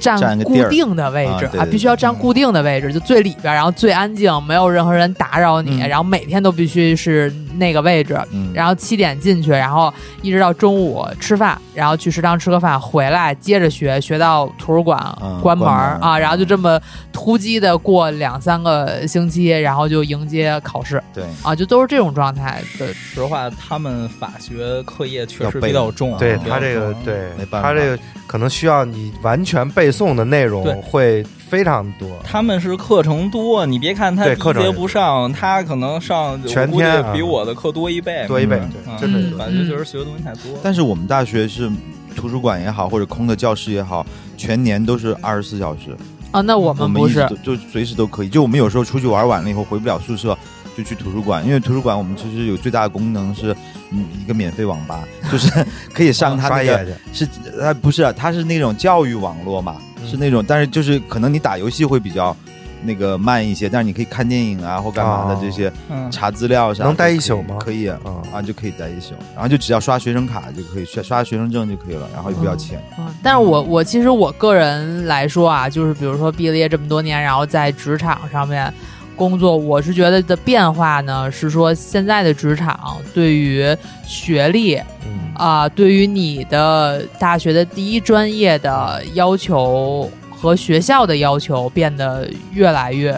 Speaker 4: 占
Speaker 2: 占个
Speaker 4: 固
Speaker 2: 地儿
Speaker 4: 定的位
Speaker 2: 啊
Speaker 4: 置
Speaker 2: 对
Speaker 4: 啊，
Speaker 2: 对
Speaker 4: 必须要
Speaker 2: 对
Speaker 4: 占固定的位置，就最里边，然后最安静，没有任何人打扰你，
Speaker 1: 嗯
Speaker 4: 然后每天都必须是那个位置。
Speaker 2: 嗯
Speaker 4: 然后七点进去，然后一直到中午吃饭，然后去食堂吃个饭，回来接着学，学到图书馆
Speaker 2: 嗯
Speaker 4: 关门,、
Speaker 2: 关门
Speaker 4: 啊，然后就这么突击的过两三个星期，然后就迎接考试
Speaker 2: 对，
Speaker 4: 啊，就都是这种状态的。
Speaker 1: 实话，他们法学课业确实
Speaker 2: 要背
Speaker 1: 比较重啊，
Speaker 3: 对
Speaker 1: 比较
Speaker 3: 他这个
Speaker 1: 重，
Speaker 3: 对
Speaker 2: 嗯没办法
Speaker 3: 他这个可能需要你完全背诵的内
Speaker 1: 对
Speaker 3: 容会非常多，
Speaker 1: 他们是课程多，你别看他
Speaker 3: 对
Speaker 1: 第
Speaker 3: 课
Speaker 1: 一
Speaker 3: 程
Speaker 1: 节
Speaker 3: 也
Speaker 1: 不上，他可能上
Speaker 3: 全
Speaker 1: 我估计
Speaker 3: 天啊
Speaker 1: 比我的课多一倍，
Speaker 3: 多一倍
Speaker 2: 嗯，
Speaker 3: 对，
Speaker 1: 嗯
Speaker 3: 真的多。
Speaker 1: 法学确实学的东西太多了。
Speaker 2: 但是我们大学是图书馆也好，或者空的教室也好，全年都是二十四小时，
Speaker 4: 啊，那我
Speaker 2: 我
Speaker 4: 们
Speaker 2: 们
Speaker 4: 不
Speaker 2: 一直
Speaker 4: 是
Speaker 2: 都，就随时都可以。就我们有时候出去玩晚了以后回不了宿舍，就去图书馆，因为图书馆我们其实有最大的功能是，嗯，一个免费网吧， 就是可以上它
Speaker 3: 哦刷
Speaker 2: 那
Speaker 3: 夜
Speaker 2: 个
Speaker 3: 去，
Speaker 2: 是它不是啊它是那种教育网络嘛，
Speaker 3: 嗯
Speaker 2: 是那种，但是就是可能你打游戏会比较那个慢一些，但是你可以看电影啊或干嘛的
Speaker 3: 哦
Speaker 2: 这些，
Speaker 1: 嗯，
Speaker 2: 查资料啥的
Speaker 3: 能待
Speaker 2: 可以
Speaker 3: 一宿吗
Speaker 2: 可以啊
Speaker 3: 啊，
Speaker 2: 啊，就可以待一宿，然后就只要刷学生卡就可以，刷刷学生证就可以了，然后也不要钱。
Speaker 4: 嗯，但是我我其实我个人来说啊，就是比如说毕了业这么多年，然后在职场上面工作，我是觉得的变化呢是说现在的职场对于学历
Speaker 3: 嗯
Speaker 4: 啊、对于你的大学的第一专业的要求和学校的要求变得越来越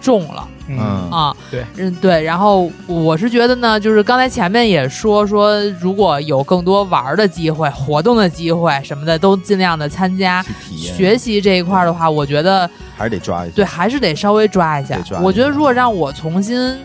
Speaker 4: 重了。
Speaker 1: 嗯，
Speaker 4: 啊，
Speaker 1: 对，
Speaker 4: 嗯对，然后我是觉得呢，就是刚才前面也说说，如果有更多玩儿的机会、活动的机会什么的，都尽量的参加
Speaker 2: 去。体验
Speaker 4: 学习这一块儿的话，我觉得
Speaker 2: 还是得抓一下。
Speaker 4: 对，还是得稍微抓一下
Speaker 2: 得。抓
Speaker 4: 我
Speaker 2: 一
Speaker 4: 觉得
Speaker 2: 下
Speaker 4: 如果让我重新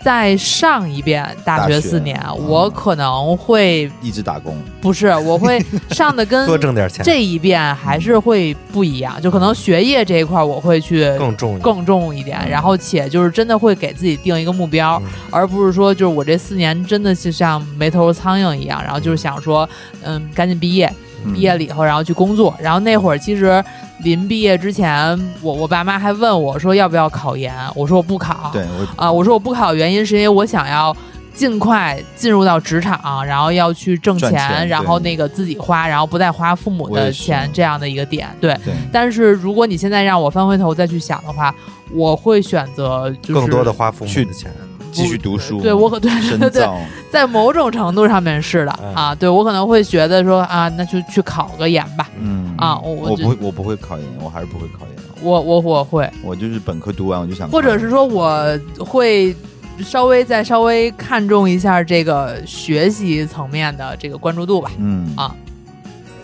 Speaker 4: 再上一遍大
Speaker 2: 大
Speaker 4: 学
Speaker 2: 学
Speaker 4: 四年，
Speaker 2: 嗯
Speaker 4: 我可能会
Speaker 2: 一直打工，
Speaker 4: 不是，我会上的跟
Speaker 3: 多挣点钱
Speaker 4: 这一遍还是会不一样，就可能学业这一块儿我会去
Speaker 3: 呃更重要。
Speaker 4: 更重一点，然后且就是真的会给自己定一个目标，
Speaker 3: 嗯
Speaker 4: 而不是说就是我这四年真的就像没头苍蝇一样，然后就是想说，嗯，赶紧毕业，
Speaker 2: 嗯
Speaker 4: 毕业了以后然后去工作。然后那会儿其实临毕业之前，我我爸妈还问我说要不要考研，我说我不考，
Speaker 2: 对我
Speaker 4: 啊，我说我不考的原因是因为我想要。尽快进入到职场，然后要去挣
Speaker 2: 赚
Speaker 4: 钱，
Speaker 2: 钱
Speaker 4: 然
Speaker 2: 对
Speaker 4: 后那个自己花，然后不再花父母
Speaker 2: 我也
Speaker 4: 的
Speaker 2: 是
Speaker 4: 钱，这样的一个点，对。
Speaker 2: 对
Speaker 4: 但是如果你现在让我翻回头再去想的话，我会选择就是
Speaker 3: 更多的花父母的钱，
Speaker 2: 继续读书，
Speaker 4: 对我可对
Speaker 2: 深
Speaker 4: 对对，
Speaker 2: 造，
Speaker 4: 在某种程度上面是的、
Speaker 3: 嗯
Speaker 4: 啊，对我可能会觉得说啊，那就去考个研吧
Speaker 2: 嗯
Speaker 4: 啊，我
Speaker 2: 我
Speaker 4: 我
Speaker 2: 不会，我不会考研，我还是不会考研，
Speaker 4: 我我我会，
Speaker 2: 我就是本科读完我就想考
Speaker 4: 或
Speaker 2: 研，
Speaker 4: 者是说我会。稍微再稍微看重一下这个学习层面的这个关注度吧。
Speaker 2: 嗯
Speaker 4: 啊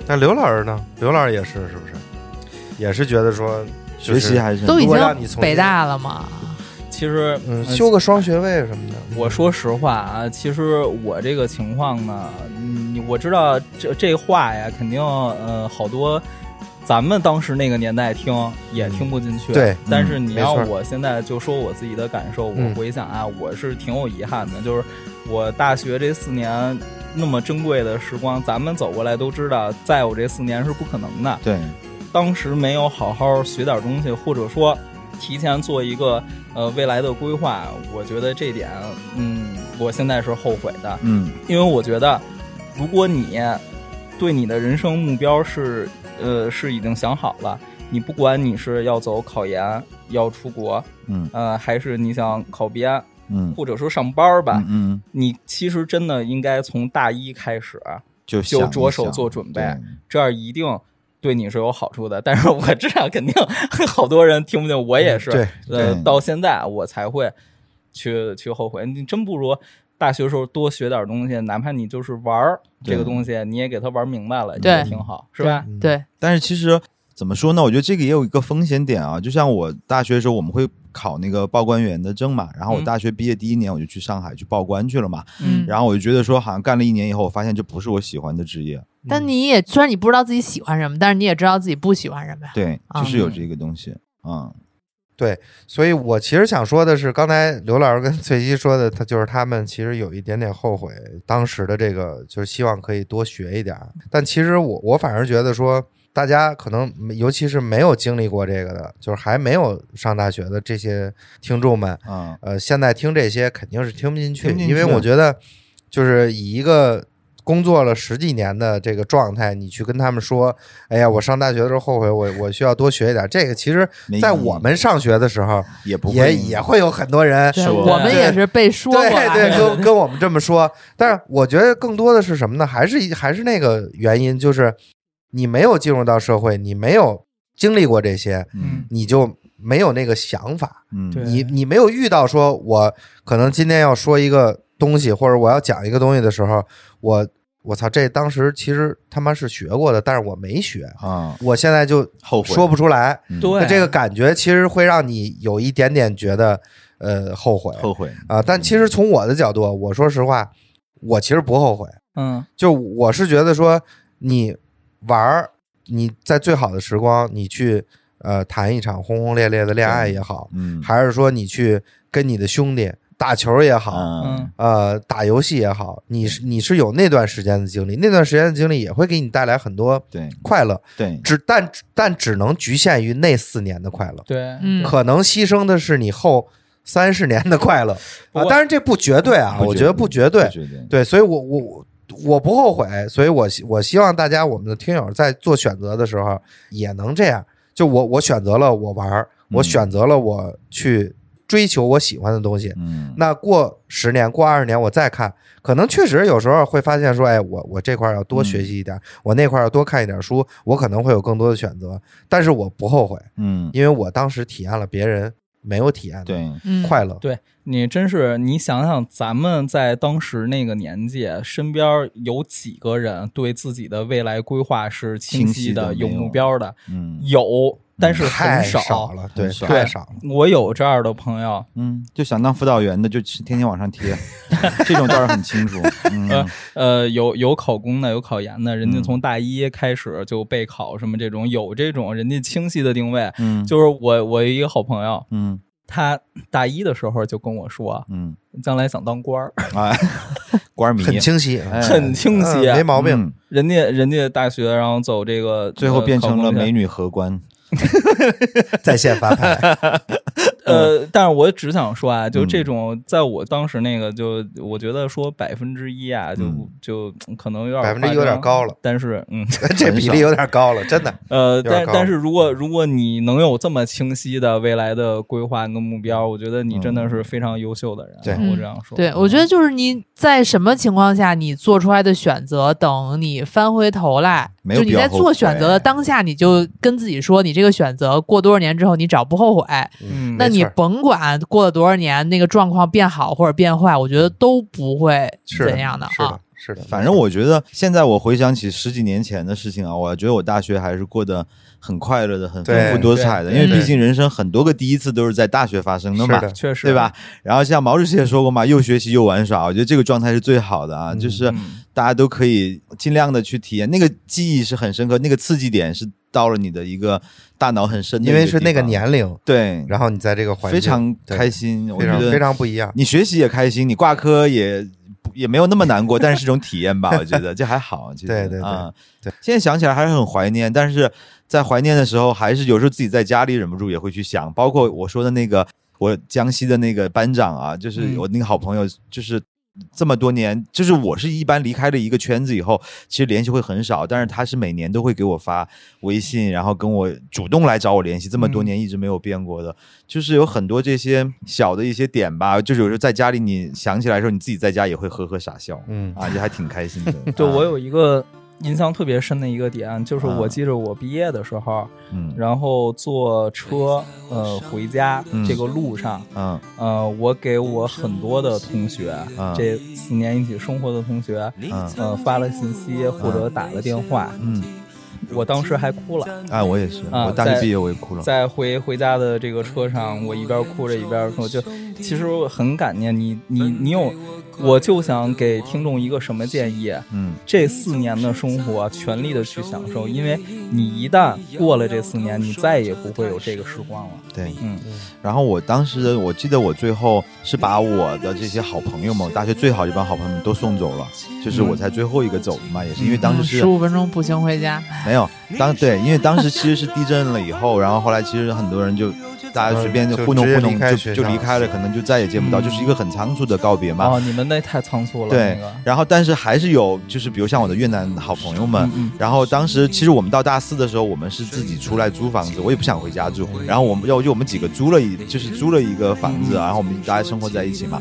Speaker 3: 那刘老师呢？刘老师也是，是不是？也是觉得说，
Speaker 2: 学习还是很
Speaker 4: 都已
Speaker 3: 如
Speaker 4: 经
Speaker 3: 果让你从
Speaker 4: 北大了嘛，
Speaker 1: 其实
Speaker 3: 嗯，修个双学位什么
Speaker 1: 呃
Speaker 3: 的。
Speaker 1: 我说实话啊，其实我这个情况呢，嗯，我知道这这话呀，肯定呃好多。咱们当时那个年代听也听不进去，
Speaker 3: 嗯对嗯
Speaker 1: 但是你让
Speaker 3: 没错
Speaker 1: 我现在就说我自己的感受，我
Speaker 3: 嗯
Speaker 1: 回想啊，我是挺有遗憾的，就是我大学这四年那么珍贵的时光，咱们走过来都知道，在我这四年是不可能的。
Speaker 2: 对，
Speaker 1: 当时没有好好学点东西，或者说提前做一个呃未来的规划，我觉得这点，嗯，我现在是后悔的，
Speaker 2: 嗯
Speaker 1: 因为我觉得如果你对你的人生目标是呃是已经想好了，你不管你是要走考研、要出国，
Speaker 2: 嗯
Speaker 1: 呃，还是你想考编，
Speaker 2: 嗯
Speaker 1: 或者说上班吧
Speaker 2: 嗯，嗯，
Speaker 1: 你其实真的应该从大一开始。
Speaker 2: 就
Speaker 1: 就
Speaker 2: 就
Speaker 1: 着手做准备
Speaker 2: 对
Speaker 1: 这样一定对你是有好处的。但 是我知道肯定 好多人听不进，我也是，
Speaker 3: 嗯对
Speaker 1: 呃，
Speaker 2: 对
Speaker 1: 到现在我才会去去后悔。你真不如大学时候多学点东西，哪怕你就是玩儿这个
Speaker 2: 对
Speaker 1: 东西，你也给它玩明白了，
Speaker 4: 对
Speaker 1: 也挺好，是吧？
Speaker 3: 嗯
Speaker 4: 对，
Speaker 2: 但是其实怎么说呢？我觉得这个也有一个风险点啊。就像我大学的时候，我们会考那个报关员的证嘛。然后我
Speaker 1: 嗯
Speaker 2: 大学毕业第一年，我就去上海去报关去了嘛。
Speaker 4: 嗯
Speaker 2: 然后我就觉得说，好像干了一年以后，我发现这不是我喜欢的职业。
Speaker 4: 但你也虽然你不知道自己喜欢什么，但是你也知道自己不喜欢什么呀。
Speaker 2: 对，
Speaker 4: 啊
Speaker 2: 就是有这个东西。嗯
Speaker 3: 对，所以我其实想说的是，刚才刘老师跟翠西说的，他就是他们其实有一点点后悔当时的这个，就是希望可以多学一点儿。但其实我我反而觉得说，大家可能尤其是没有经历过这个的，就是还没有上大学的这些听众们，
Speaker 2: 嗯
Speaker 3: 呃，现在听这些肯定是听不进去，
Speaker 2: 听不进
Speaker 3: 因为
Speaker 2: 去
Speaker 3: 我觉得就是以一个工作了十几年的这个状态，你去跟他们说，哎呀，我上大学的时候后悔，我我需要多学一点。这个其实
Speaker 2: 没，
Speaker 3: 在
Speaker 2: 意义
Speaker 3: 我们上学的时候，
Speaker 2: 也不
Speaker 3: 也
Speaker 2: 会
Speaker 3: 也会有很多人
Speaker 4: 对，
Speaker 2: 是我
Speaker 4: 我们也是被说过
Speaker 3: 对
Speaker 4: 来
Speaker 3: 对，
Speaker 4: 的。
Speaker 3: 跟跟我们这么说。但是我觉得更多的是什么呢？还是还是那个原因，就是你没有进入到社会，你没有经历过这些，
Speaker 2: 嗯
Speaker 3: 你就没有那个想法。
Speaker 2: 嗯
Speaker 1: 对
Speaker 3: 你你没有遇到说我可能今天要说一个东西，或者我要讲一个东西的时候，我我操，这当时其实他妈是学过的，但是我没学，
Speaker 2: 啊，
Speaker 3: 我现在就
Speaker 2: 后悔
Speaker 3: 说不出来。
Speaker 2: 嗯
Speaker 1: 对
Speaker 3: 那这个感觉其实会让你有一点点觉得呃后悔
Speaker 2: 后悔
Speaker 3: 啊。但其实从我的角度，我说实话，我其实不后悔，
Speaker 1: 嗯，
Speaker 3: 就我是觉得说你玩儿，你在最好的时光，你去呃谈一场轰轰烈烈的恋爱也好，
Speaker 2: 嗯
Speaker 3: 还是说你去跟你的兄弟打球也好，
Speaker 2: 嗯
Speaker 1: 嗯，
Speaker 3: 呃，打游戏也好，你是你是有那段时间的经历，那段时间的经历也会给你带来很多
Speaker 2: 对
Speaker 3: 快乐，
Speaker 2: 对，
Speaker 3: 只但但只能局限于那四年的快乐，
Speaker 1: 对，
Speaker 4: 嗯，
Speaker 3: 可能牺牲的是你后三十年的快乐啊
Speaker 1: 我。
Speaker 3: 当然这不绝对啊，
Speaker 2: 不
Speaker 3: 我
Speaker 2: 绝
Speaker 3: 觉得
Speaker 2: 对
Speaker 3: 不绝对
Speaker 2: 我，觉得
Speaker 3: 对，所以我我我不后悔，所以我希我希望大家我们的听友在做选择的时候也能这样。就我我选择了我玩儿，我
Speaker 2: 嗯
Speaker 3: 选择了我去追求我喜欢的东西。
Speaker 2: 嗯，
Speaker 3: 那过十年、过二十年，我再看，可能确实有时候会发现说，哎，我我这块儿要多学习一点，我那块儿要多看一点书，我可能会有更多的选择。但是我不后悔，
Speaker 2: 嗯，
Speaker 3: 因为我当时体验了别人没有体验的
Speaker 2: 对，
Speaker 4: 嗯
Speaker 3: 快乐。
Speaker 1: 对你真是，你想想，咱们在当时那个年纪，身边有几个人对自己的未来规划是清
Speaker 2: 清
Speaker 1: 晰
Speaker 2: 晰
Speaker 1: 的、
Speaker 2: 的
Speaker 1: 有
Speaker 2: 没有
Speaker 1: 目标的？
Speaker 2: 嗯
Speaker 1: 有，但是
Speaker 3: 太
Speaker 1: 很
Speaker 3: 少了，对，
Speaker 2: 很少
Speaker 3: 太少了。
Speaker 1: 我有这样的朋友，
Speaker 2: 嗯，就想当辅导员的，就天天往上贴，这种倒是很清楚。嗯
Speaker 1: 呃，有有考公的，有考研的，人家
Speaker 2: 嗯
Speaker 1: 从大一开始就备考什么这种，有这种人家清晰的定位。
Speaker 2: 嗯，
Speaker 1: 就是我，我一个好朋友，
Speaker 2: 嗯
Speaker 1: 他大一的时候就跟我说，
Speaker 2: 嗯
Speaker 1: 将来想当官儿，
Speaker 2: 啊，官迷
Speaker 3: 很清晰，
Speaker 2: 哎
Speaker 1: 很清晰
Speaker 3: 嗯
Speaker 1: 啊
Speaker 3: 没。毛病。
Speaker 2: 嗯
Speaker 1: 人家人家大学，然后走这个，
Speaker 2: 最后
Speaker 1: 呃
Speaker 2: 变成
Speaker 1: 考
Speaker 2: 了
Speaker 1: 公去
Speaker 3: 嗯
Speaker 2: 美女荷官。
Speaker 3: 在线发 牌，
Speaker 1: 呃，但是我只想说
Speaker 3: 嗯
Speaker 1: 啊，就这种，在我当时那个，就我觉得说百分之一啊，就、
Speaker 2: 嗯
Speaker 1: 就可能有点
Speaker 3: 百分之一
Speaker 1: 夸张
Speaker 3: 有点高了，
Speaker 1: 但是嗯
Speaker 3: 这比例有点高了，真的。
Speaker 1: 呃，
Speaker 3: 有点
Speaker 1: 但
Speaker 3: 高
Speaker 1: 但是如果如果你能有这么清晰的未来的规划跟目标，我觉得你真的是非常优秀的人。
Speaker 2: 对
Speaker 1: 我这样说，
Speaker 4: 嗯
Speaker 1: 嗯
Speaker 4: 对，我觉得就是你在什么情况下你做出来的选择，等你翻回头来，
Speaker 2: 没有
Speaker 4: 就你
Speaker 2: 必要
Speaker 4: 在
Speaker 2: 后
Speaker 4: 做
Speaker 2: 悔
Speaker 4: 选择的当下，你就跟自己说，你这个选择过多少年之后你找不后悔。
Speaker 1: 嗯，
Speaker 4: 那你
Speaker 3: 错儿
Speaker 4: 甭管过了多少年，那个状况变好或者变坏，我觉得都不会
Speaker 3: 是的
Speaker 4: 怎样的
Speaker 3: 是
Speaker 4: 啊
Speaker 3: 的。，是的。
Speaker 2: 反正我觉得现在我回想起十几年前的事情啊，我觉得我大学还是过得很快乐的，很丰富
Speaker 3: 对
Speaker 2: 多彩的，因
Speaker 1: 对
Speaker 2: 为
Speaker 4: 对
Speaker 2: 毕竟人生很多个第一次都是在大学发生的嘛
Speaker 3: 是。的
Speaker 1: 确实
Speaker 2: 对吧？？然后像毛主席也说过嘛，又学习又玩耍，我觉得这个状态是最好的啊，
Speaker 3: 嗯
Speaker 2: 就是
Speaker 1: 嗯
Speaker 2: 大家都可以尽量的去体验，那个记忆是很深刻，那个刺激点是到了你的一个大脑很深的一
Speaker 3: 因
Speaker 2: 地方，
Speaker 3: 为是那个年龄，
Speaker 2: 对，
Speaker 3: 然后你在这个环境
Speaker 2: 非常开
Speaker 3: 对
Speaker 2: 心，我
Speaker 3: 非
Speaker 2: 觉
Speaker 3: 常
Speaker 2: 得
Speaker 3: 非常不一样。
Speaker 2: 你学习也开心，你挂科也不也没有那么难过，但是是种体 验吧，我觉得这还好。其实
Speaker 3: 对对对
Speaker 2: 啊
Speaker 3: 对
Speaker 2: 现在想起来还是很怀念，但是在怀念的时候，还是有时候自己在家里忍不住也会去想，包括我说的那个我江西的那个班长啊，就是
Speaker 1: 嗯
Speaker 2: 我那个好朋友，就是。这么多年，就是我是一般离开了一个圈子以后，其实联系会很少，但是他是每年都会给我发微信，然后跟我主动来找我联系，这么
Speaker 1: 嗯
Speaker 2: 多年一直没有变过的。就是有很多这些小的一些点吧，就是有时候在家里你想起来的时候，你自己在家也会呵呵傻笑，
Speaker 3: 嗯
Speaker 2: 啊，就还挺开心的。
Speaker 1: 对
Speaker 2: 啊
Speaker 1: 我，有一个印象特别深的一个点，就是
Speaker 2: 啊
Speaker 1: 我记着我毕业的时候，
Speaker 2: 嗯
Speaker 1: 然后坐车呃回家
Speaker 2: 嗯
Speaker 1: 这个路上，
Speaker 2: 嗯
Speaker 1: 呃，我给我很多的同学，
Speaker 2: 嗯
Speaker 1: 这四年一起生活的同学，
Speaker 2: 嗯
Speaker 1: 呃，发了信息或者打了电话，
Speaker 2: 嗯，
Speaker 1: 我当时还哭了。
Speaker 2: 哎，我也是，
Speaker 1: 啊
Speaker 2: 我大学
Speaker 1: 在
Speaker 2: 毕业我也哭了。
Speaker 1: 在回回家的这个车上，我一边哭着一边说，就其实我很感念你，你你有，我就想给听众一个什么建议？
Speaker 2: 嗯
Speaker 1: 这四年的生活，全力的去享受，因为你一旦过了这四年，你再也不会有这个时光了。
Speaker 2: 对，
Speaker 1: 嗯
Speaker 2: 然后我当时我记得我最后是把我的这些好朋友们，我大学最好这帮好朋友们都送走了，就是
Speaker 1: 嗯
Speaker 2: 我才最后一个走的嘛，也是因为当时是
Speaker 4: 十五分钟步行回家，
Speaker 2: 没有当对，因为当时其实是地震了以后，然后后来其实很多人就大家随便就
Speaker 3: 就
Speaker 2: 糊弄
Speaker 3: 直接
Speaker 2: 糊
Speaker 3: 离
Speaker 2: 弄
Speaker 3: 开
Speaker 2: 就
Speaker 3: 学
Speaker 2: 就
Speaker 3: 校
Speaker 2: 离开了，可能就再也见不到，
Speaker 1: 嗯
Speaker 2: 就是一个很仓促的告别嘛。
Speaker 1: 哦，你们那太仓促了，
Speaker 2: 啊对
Speaker 1: 那个，
Speaker 2: 然后但是还是有，就是比如像我的越南好朋友们
Speaker 1: 嗯，嗯
Speaker 2: 然后当时其实我们到大四的时候，我们是自己出来租房子，我也不想回家住。然后我们要就我们几个租了一，就是租了一个房子，
Speaker 1: 嗯
Speaker 2: 然后我们大家生活在一起嘛。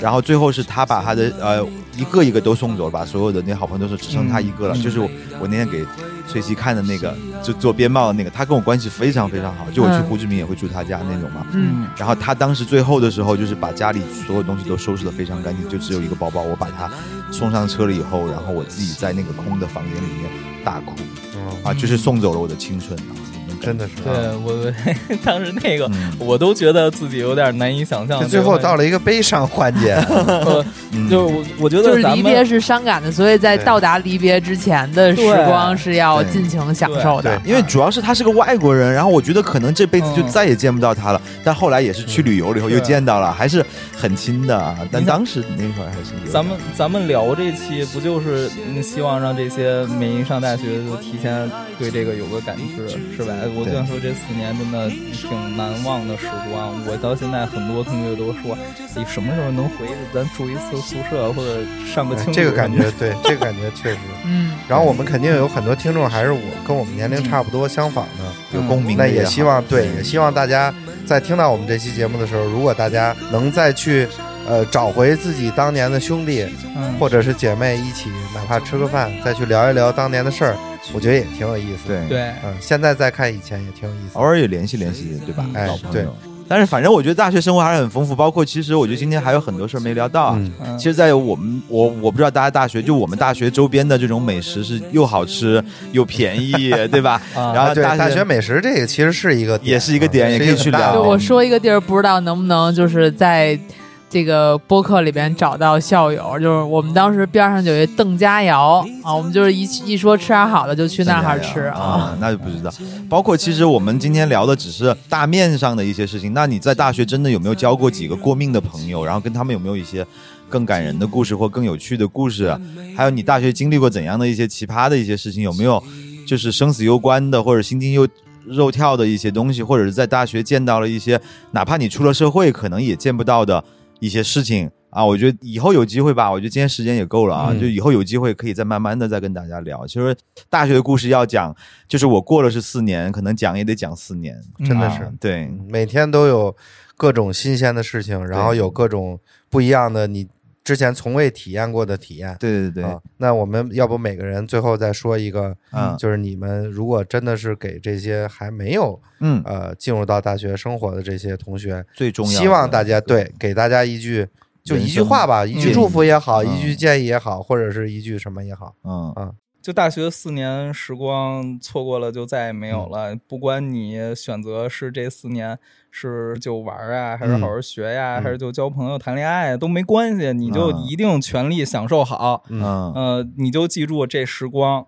Speaker 2: 然后最后是他把他的呃一个一个都送走了，把所有的那好朋友都是只剩他一个了。
Speaker 1: 嗯
Speaker 2: 就是我我那天给崔西看的那个，就做编帽的那个，他跟我关系非常非常好，就我去
Speaker 4: 嗯
Speaker 2: 胡志明也会住他家那种嘛。
Speaker 4: 嗯，
Speaker 2: 然后他当时最后的时候，就是把家里所有东西都收拾得非常干净，就只有一个包包。我把他送上车了以后，然后我自己在那个空的房间里面大哭
Speaker 3: 嗯
Speaker 2: 啊，就是送走了我的青春啊。种感觉。
Speaker 3: 真的是。
Speaker 1: 对我 当时那个
Speaker 2: 嗯，
Speaker 1: 我都觉得自己有点难以想象这个
Speaker 3: 这
Speaker 1: 问题。
Speaker 3: 最后到了一个悲伤环节，
Speaker 1: 呃，
Speaker 2: 嗯
Speaker 1: 就是我我觉
Speaker 4: 就
Speaker 1: 得
Speaker 4: 是
Speaker 1: 咱
Speaker 4: 离
Speaker 1: 们
Speaker 4: 别是伤感的，所以在
Speaker 3: 对
Speaker 4: 到达离别之前的时
Speaker 1: 对
Speaker 4: 光是要
Speaker 2: 对
Speaker 4: 尽情享受的
Speaker 3: 对。
Speaker 2: 因为主要是他是个外国人，然后我觉得可能这辈子就
Speaker 1: 嗯
Speaker 2: 再也见不到他了。但后来也是去旅游了以后
Speaker 1: 是
Speaker 2: 又见到了，还是很亲的啊。但
Speaker 1: 你看
Speaker 2: 当时那会儿还是有点
Speaker 1: 咱们咱们聊这期，不就是嗯希望让这些没上大学就提前对这个有个感知，是吧？我就
Speaker 2: 对
Speaker 1: 想说，这四年真的挺难忘的时光。我到现在很多同学都说，你什么时候能回去咱住一次宿舍或者上个
Speaker 3: 哎
Speaker 1: 青旅
Speaker 3: 这个感
Speaker 1: 什么
Speaker 3: 觉对，这个感觉确 实。
Speaker 4: 嗯，
Speaker 3: 然后我们肯定有很多听众还是我跟我们年龄差不多相仿的，
Speaker 2: 有共鸣
Speaker 3: 嗯那
Speaker 2: 嗯的也
Speaker 3: 也
Speaker 2: 好嗯
Speaker 3: 希望对，也希望大家在听到我们这期节目的时候，如果大家能再去呃找回自己当年的兄弟
Speaker 1: 的，嗯，
Speaker 3: 或者是姐妹一起，哪怕吃个饭，再去聊一聊当年的事儿，我觉得也挺有意思。，
Speaker 2: 对
Speaker 1: 对，啊
Speaker 3: 嗯，现在再看以前也挺有意思
Speaker 2: 偶。尔也联系联系，对吧？
Speaker 3: 哎
Speaker 2: 老朋
Speaker 3: 对
Speaker 2: 友。但是反正我觉得大学生活还是很丰富，包括其实我觉得今天还有很多事儿没聊到啊。
Speaker 3: 嗯
Speaker 1: 嗯
Speaker 2: 其实，在我们我我不知道大家大学，就我们大学周边的这种美食是又好吃又便宜， 对吧？
Speaker 1: 啊
Speaker 2: 然后
Speaker 3: 啊，对，
Speaker 2: 大
Speaker 3: 大学美食这个其实是一个
Speaker 2: 也是一个点
Speaker 3: 嗯
Speaker 2: 也可以
Speaker 3: 是一个
Speaker 2: 去
Speaker 3: 大
Speaker 2: 聊
Speaker 4: 就
Speaker 3: 的
Speaker 4: 我说一个地儿，不知道能不能就是在这个播客里边找到校友。就是我们当时边上有一邓家窑啊，我们就是一一说吃点好的就去那儿吃啊。
Speaker 2: 啊，那就不知道。包括其实我们今天聊的只是大面上的一些事情。那你在大学真的有没有交过几个过命的朋友？然后跟他们有没有一些更感人的故事或更有趣的故事？啊还有你大学经历过怎样的一些奇葩的一些事情？有没有就是生死攸关的或者心惊肉肉跳的一些东西，或者是在大学见到了一些哪怕你出了社会可能也见不到的一些事情？啊，我觉得以后有机会吧，我觉得今天时间也够了啊，
Speaker 3: 嗯
Speaker 2: 就以后有机会可以再慢慢的再跟大家聊。其实大学的故事要讲，就是我过了是四年，可能讲也得讲四年，
Speaker 3: 真的是
Speaker 2: 啊对，
Speaker 3: 每天都有各种新鲜的事情，然后有各种不一样的你之前从未体验过的体验。
Speaker 2: 对对对，
Speaker 3: 啊，那我们要不每个人最后再说一个，
Speaker 2: 嗯
Speaker 3: 就是你们如果真的是给这些还没有
Speaker 2: 嗯，
Speaker 3: 呃进入到大学生活的这些同学，
Speaker 2: 最重要的，
Speaker 3: 希望大家对给大家一句就一句话吧，一
Speaker 2: 建
Speaker 3: 句
Speaker 2: 议
Speaker 3: 祝福也好，
Speaker 2: 嗯
Speaker 3: 一句建议也好，或者是一句什么也好，
Speaker 2: 嗯，
Speaker 1: 就大学四年时光错过了，就再也没有
Speaker 3: 嗯
Speaker 1: 了。不管你选择是这四年是就玩儿啊，还是
Speaker 3: 嗯
Speaker 1: 好好学呀、
Speaker 3: 嗯
Speaker 1: 还是就交朋友、谈恋爱、啊都没关系，你就
Speaker 2: 啊
Speaker 1: 一定全力享受好。
Speaker 2: 嗯
Speaker 1: 呃，你就记住这时光，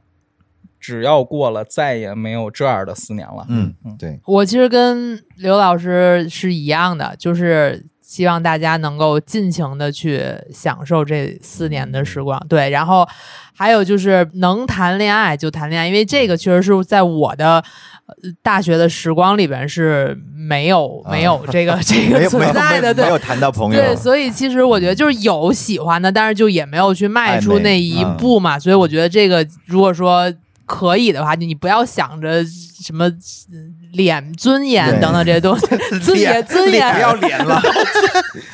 Speaker 1: 只要过了，再也没有这样的四年了。
Speaker 2: 嗯
Speaker 1: 嗯
Speaker 2: 对，
Speaker 4: 我其实跟刘老师是一样的，就是希望大家能够尽情的去享受这四年的时光。对，然后还有就是能谈恋爱就谈恋爱，因为这个确实是在我的。呃大学的时光里边是没有没有 这个、这
Speaker 2: 啊没
Speaker 4: 个
Speaker 2: 有没
Speaker 4: 存
Speaker 2: 有
Speaker 4: 在的，
Speaker 2: 没
Speaker 4: 对
Speaker 2: 有谈到朋友，
Speaker 4: 对，所以其实我觉得就是有喜欢的，但是就也没有去迈出那一
Speaker 2: 嗯
Speaker 4: 步嘛。所以我觉得这个如果说可以的话，你不要想着什么脸、尊严
Speaker 2: 对
Speaker 4: 等等这 些东西，尊严、尊严
Speaker 2: 不要嗯脸 了，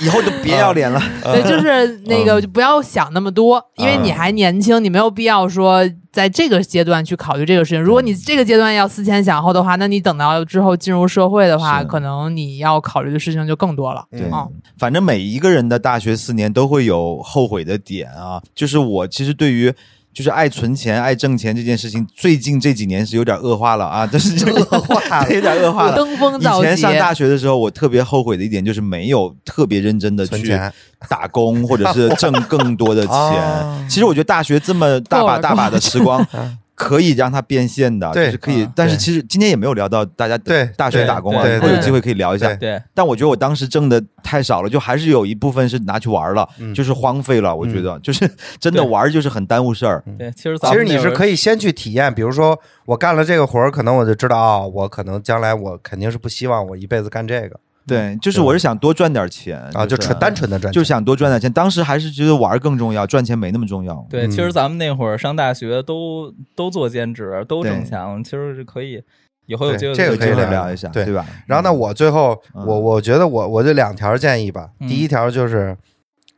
Speaker 2: 以后就别要脸了，
Speaker 4: 对，就是那个就不要想那么多，
Speaker 2: 嗯
Speaker 4: 因为你还年轻，你没有必要说在这个阶段去考虑这个事情。如果你这个阶段要思前想后的话，那你等到之后进入社会的话，
Speaker 2: 是
Speaker 4: 可能你要考虑的事情就更多了。
Speaker 2: 对
Speaker 3: 哦
Speaker 4: 嗯，
Speaker 2: 反正每一个人的大学四年都会有后悔的点啊。就是我其实对于就是爱存钱、爱挣钱这件事情，最近这几年是有点恶化了啊， 就是恶化， 有点恶化了。
Speaker 4: 登峰造
Speaker 2: 以
Speaker 4: 极。
Speaker 2: 前上大学的时候，我特别后悔的一点就是没有特别认真的
Speaker 3: 存
Speaker 2: 去
Speaker 3: 钱
Speaker 2: 打工，或者是挣更多的
Speaker 3: 哦
Speaker 2: 钱。其实我觉得大学这么大把大把的时光
Speaker 3: 嗯。
Speaker 2: 可以让它变现的，就
Speaker 3: 对
Speaker 2: 是可以
Speaker 1: 嗯，
Speaker 2: 但是
Speaker 3: 对
Speaker 2: 其实今天也没有聊到大家
Speaker 3: 对
Speaker 2: 大学
Speaker 3: 对
Speaker 2: 打工啊，
Speaker 3: 对
Speaker 2: 以后有
Speaker 4: 对
Speaker 2: 机会可以聊一下
Speaker 3: 对。
Speaker 1: 对，
Speaker 2: 但我觉得我当时挣的太少了，就还是有一部分是拿去玩了，
Speaker 3: 嗯
Speaker 2: 就是荒废了。我觉得、就是 真的
Speaker 1: 对
Speaker 2: 玩就是很耽误事儿。
Speaker 3: 嗯
Speaker 1: 对，其实咱
Speaker 3: 其
Speaker 1: 们
Speaker 3: 实你是可
Speaker 1: 以，
Speaker 3: 以先去体验，比如说我干了这个活儿，可能我就知道啊、我可能将来我肯定是不希望我一辈子干这个
Speaker 2: 对，就是我是想多赚点钱
Speaker 3: 嗯啊，就纯单纯的赚钱，
Speaker 2: 就想多赚点钱。当时还是觉得玩更重要，赚钱没那么重要。
Speaker 1: 对，
Speaker 3: 嗯
Speaker 1: 其实咱们那会儿上大学都都做兼职，都
Speaker 2: 对
Speaker 1: 挣钱了，其实是可以，以后有
Speaker 3: 对
Speaker 1: 机会
Speaker 3: 这个
Speaker 2: 有
Speaker 1: 可
Speaker 2: 机
Speaker 1: 以
Speaker 3: 可以
Speaker 2: 会
Speaker 3: 聊
Speaker 2: 聊一下，
Speaker 3: 对
Speaker 2: 吧？
Speaker 3: 然后呢，我最后
Speaker 2: 嗯
Speaker 3: 我我觉得我我就两条建议吧。
Speaker 1: 嗯
Speaker 3: 第一条就是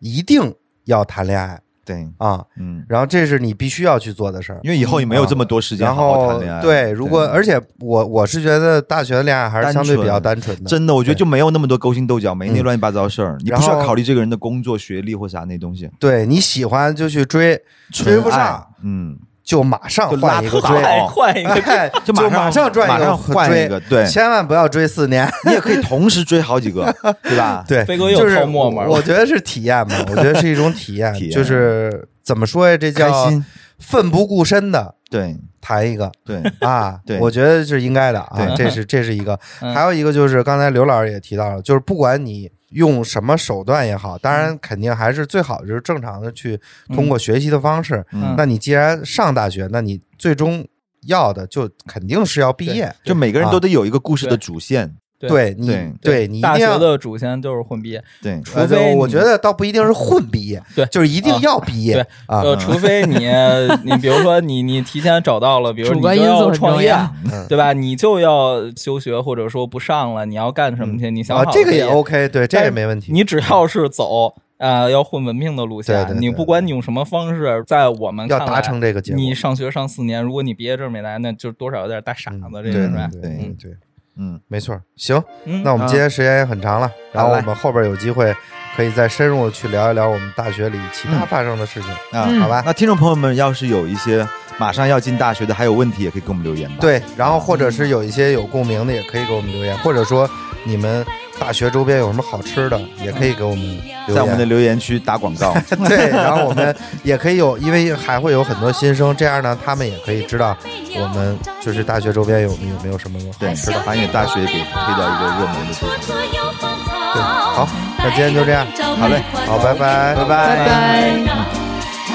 Speaker 3: 一定要谈恋爱
Speaker 2: 对，
Speaker 3: 啊，
Speaker 2: 嗯，
Speaker 3: 然后这是你必须要去做的事儿。
Speaker 2: 因为以后也没有这么多时间
Speaker 3: 嗯然
Speaker 2: 好好谈
Speaker 3: 后
Speaker 2: 恋爱。
Speaker 3: 对，如果而且我我是觉得大学的恋爱还是
Speaker 2: 单
Speaker 3: 相对比较
Speaker 2: 纯
Speaker 3: 单纯的，
Speaker 2: 真的，我觉得
Speaker 3: 对
Speaker 2: 就没有那么多勾心斗角，没那
Speaker 3: 嗯
Speaker 2: 乱七八糟事儿。你不
Speaker 3: 然
Speaker 2: 需要
Speaker 3: 后
Speaker 2: 考虑这个人的工作、学历或啥那东西。
Speaker 3: 对你喜欢就去追，追不
Speaker 2: 纯爱
Speaker 3: 上，
Speaker 2: 嗯，
Speaker 3: 就马上
Speaker 2: 就
Speaker 3: 换一个
Speaker 2: 拉
Speaker 3: 追，
Speaker 2: 倒
Speaker 1: 换换一个
Speaker 3: 哎就
Speaker 2: 就马上
Speaker 3: 马上赚
Speaker 2: 马
Speaker 3: 一个
Speaker 2: 上换
Speaker 3: 追
Speaker 2: 一个对
Speaker 3: 千万不要追四年。
Speaker 2: 你也可以同时追好几个，对吧？
Speaker 3: 对，
Speaker 1: 飞哥又
Speaker 3: 就是
Speaker 1: 泡沫嘛
Speaker 3: 我我觉得是体验嘛，我觉得是一种体验，
Speaker 2: 体验
Speaker 3: 就是怎么说呀？这
Speaker 2: 开
Speaker 3: 叫
Speaker 2: 心，
Speaker 3: 奋不顾身的
Speaker 2: 对
Speaker 3: 谈一个
Speaker 2: 对，，
Speaker 3: 啊
Speaker 2: 对
Speaker 3: 我觉得是应该的啊
Speaker 2: 对，
Speaker 3: 这是这是一个，
Speaker 1: 嗯
Speaker 3: 还有一个就是刚才刘老师也提到了，就是不管你。用什么手段也好，当
Speaker 1: 嗯
Speaker 3: 然肯定还是最好就是正常的去通过学习的方式。
Speaker 1: 嗯
Speaker 3: 那你既然上大学，那你最终要的就肯定是要毕业。
Speaker 2: 就每个人
Speaker 3: 啊
Speaker 2: 都得有一个故事的主线，
Speaker 1: 对
Speaker 3: 对你，
Speaker 2: 对
Speaker 3: 你一
Speaker 1: 大
Speaker 3: 定
Speaker 1: 学
Speaker 3: 要
Speaker 1: 的主线就是混毕业，
Speaker 2: 对，
Speaker 1: 除
Speaker 3: 呃，就
Speaker 1: 非
Speaker 3: 我
Speaker 1: 你
Speaker 3: 觉得倒不一定是混毕业，
Speaker 1: 对
Speaker 3: 就是一定
Speaker 1: 啊
Speaker 3: 要毕业
Speaker 1: 对
Speaker 3: 啊。
Speaker 1: 呃，除非你 你比如说你你提前找到了，比如
Speaker 4: 主
Speaker 1: 你
Speaker 4: 观
Speaker 1: 就
Speaker 4: 因素
Speaker 1: 要
Speaker 4: 很
Speaker 1: 创
Speaker 4: 重
Speaker 1: 业
Speaker 4: 要，
Speaker 3: 嗯
Speaker 1: 对吧？你就要休学或者说不上了，你要干什么去？你想好
Speaker 3: 啊
Speaker 1: 了，
Speaker 3: 这个也
Speaker 1: 以
Speaker 3: OK，对，这
Speaker 1: 但
Speaker 3: 也没问题。
Speaker 1: 你只要是走啊、呃要混文凭的路线，
Speaker 3: 对对对
Speaker 1: 你不管你用什么方式，在我们
Speaker 3: 要
Speaker 1: 看来
Speaker 3: 达成这个结果
Speaker 1: 你上学上四年，如果你毕业证没来，那就多少有点大傻
Speaker 3: 嗯
Speaker 1: 子，这
Speaker 3: 对
Speaker 1: 个
Speaker 3: 对
Speaker 1: 是吧？
Speaker 3: 对
Speaker 2: 嗯
Speaker 3: 对对，
Speaker 2: 嗯，
Speaker 3: 没错。行，
Speaker 1: 嗯，
Speaker 3: 那我们今天时间也很长了，然后
Speaker 2: 好
Speaker 3: 我
Speaker 2: 嘞
Speaker 3: 们后边有机会可以再深入地去聊一聊我们大学里其他
Speaker 2: 嗯
Speaker 3: 发生的事情。
Speaker 2: 啊，
Speaker 4: 嗯
Speaker 2: 好吧。那听众朋友们，要是有一些马上要进大学的，还有问题，也可以给我们留言吧。，
Speaker 3: 对，然后或者是有一些有共鸣的，也可以给我们留言，或者说你们大学周边有什么好吃的，也可以给我们留言。
Speaker 2: 在 我们的留言区打广告。
Speaker 3: 对，然后我们也可以有，因为还会有很多新生，这样呢，他们也可以知道我们就是大学周边有有没有什么
Speaker 2: 对，
Speaker 6: 哎
Speaker 3: 好
Speaker 2: 是
Speaker 3: 吃
Speaker 2: 的，
Speaker 3: 的。
Speaker 2: 把你的大学给推到一个热门的地方。
Speaker 3: 对，好，那今天就这样，
Speaker 2: 好嘞，
Speaker 3: 好，拜拜，拜拜。
Speaker 4: 拜拜。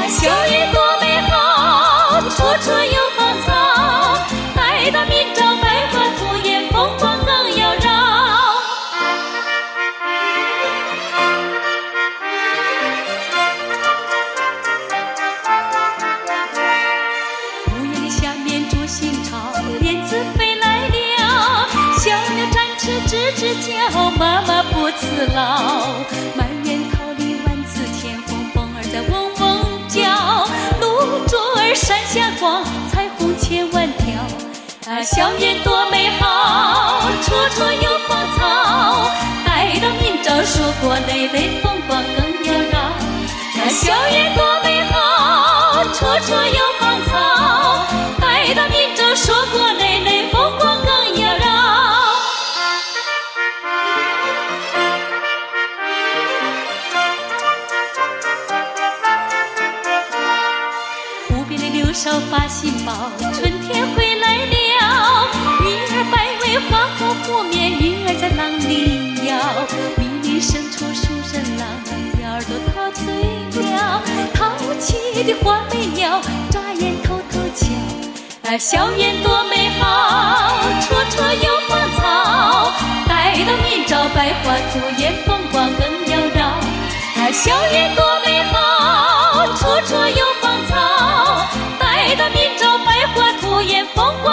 Speaker 6: 相遇多美好，处处有芳草，待到明朝百花吐艳，风光更妖娆。屋檐的下面竹新巢，燕子飞来了，小鸟展翅吱吱叫，妈妈不辞劳。满园桃李万紫千红，风儿在嗡嗡叫，露珠儿闪霞光，彩虹千万条。那校园多美好，处处有芳草，待到明朝硕果累累，风光更妖娆。那校园多美好，处处有芳草，待到明朝硕果累累，风光更妖娆。湖边的柳梢把心抱，春天回来了。鱼儿摆尾划过湖面，鱼儿在浪里摇。迷离深处数人郎，鸟儿都陶醉了。淘气的花媚鸟，眨眼偷偷瞧。那校园多美好，处处有芳草。待到明朝百花吐艳，风光更妖娆。那校园多美好，处处有芳草。待到明朝百花吐艳，风光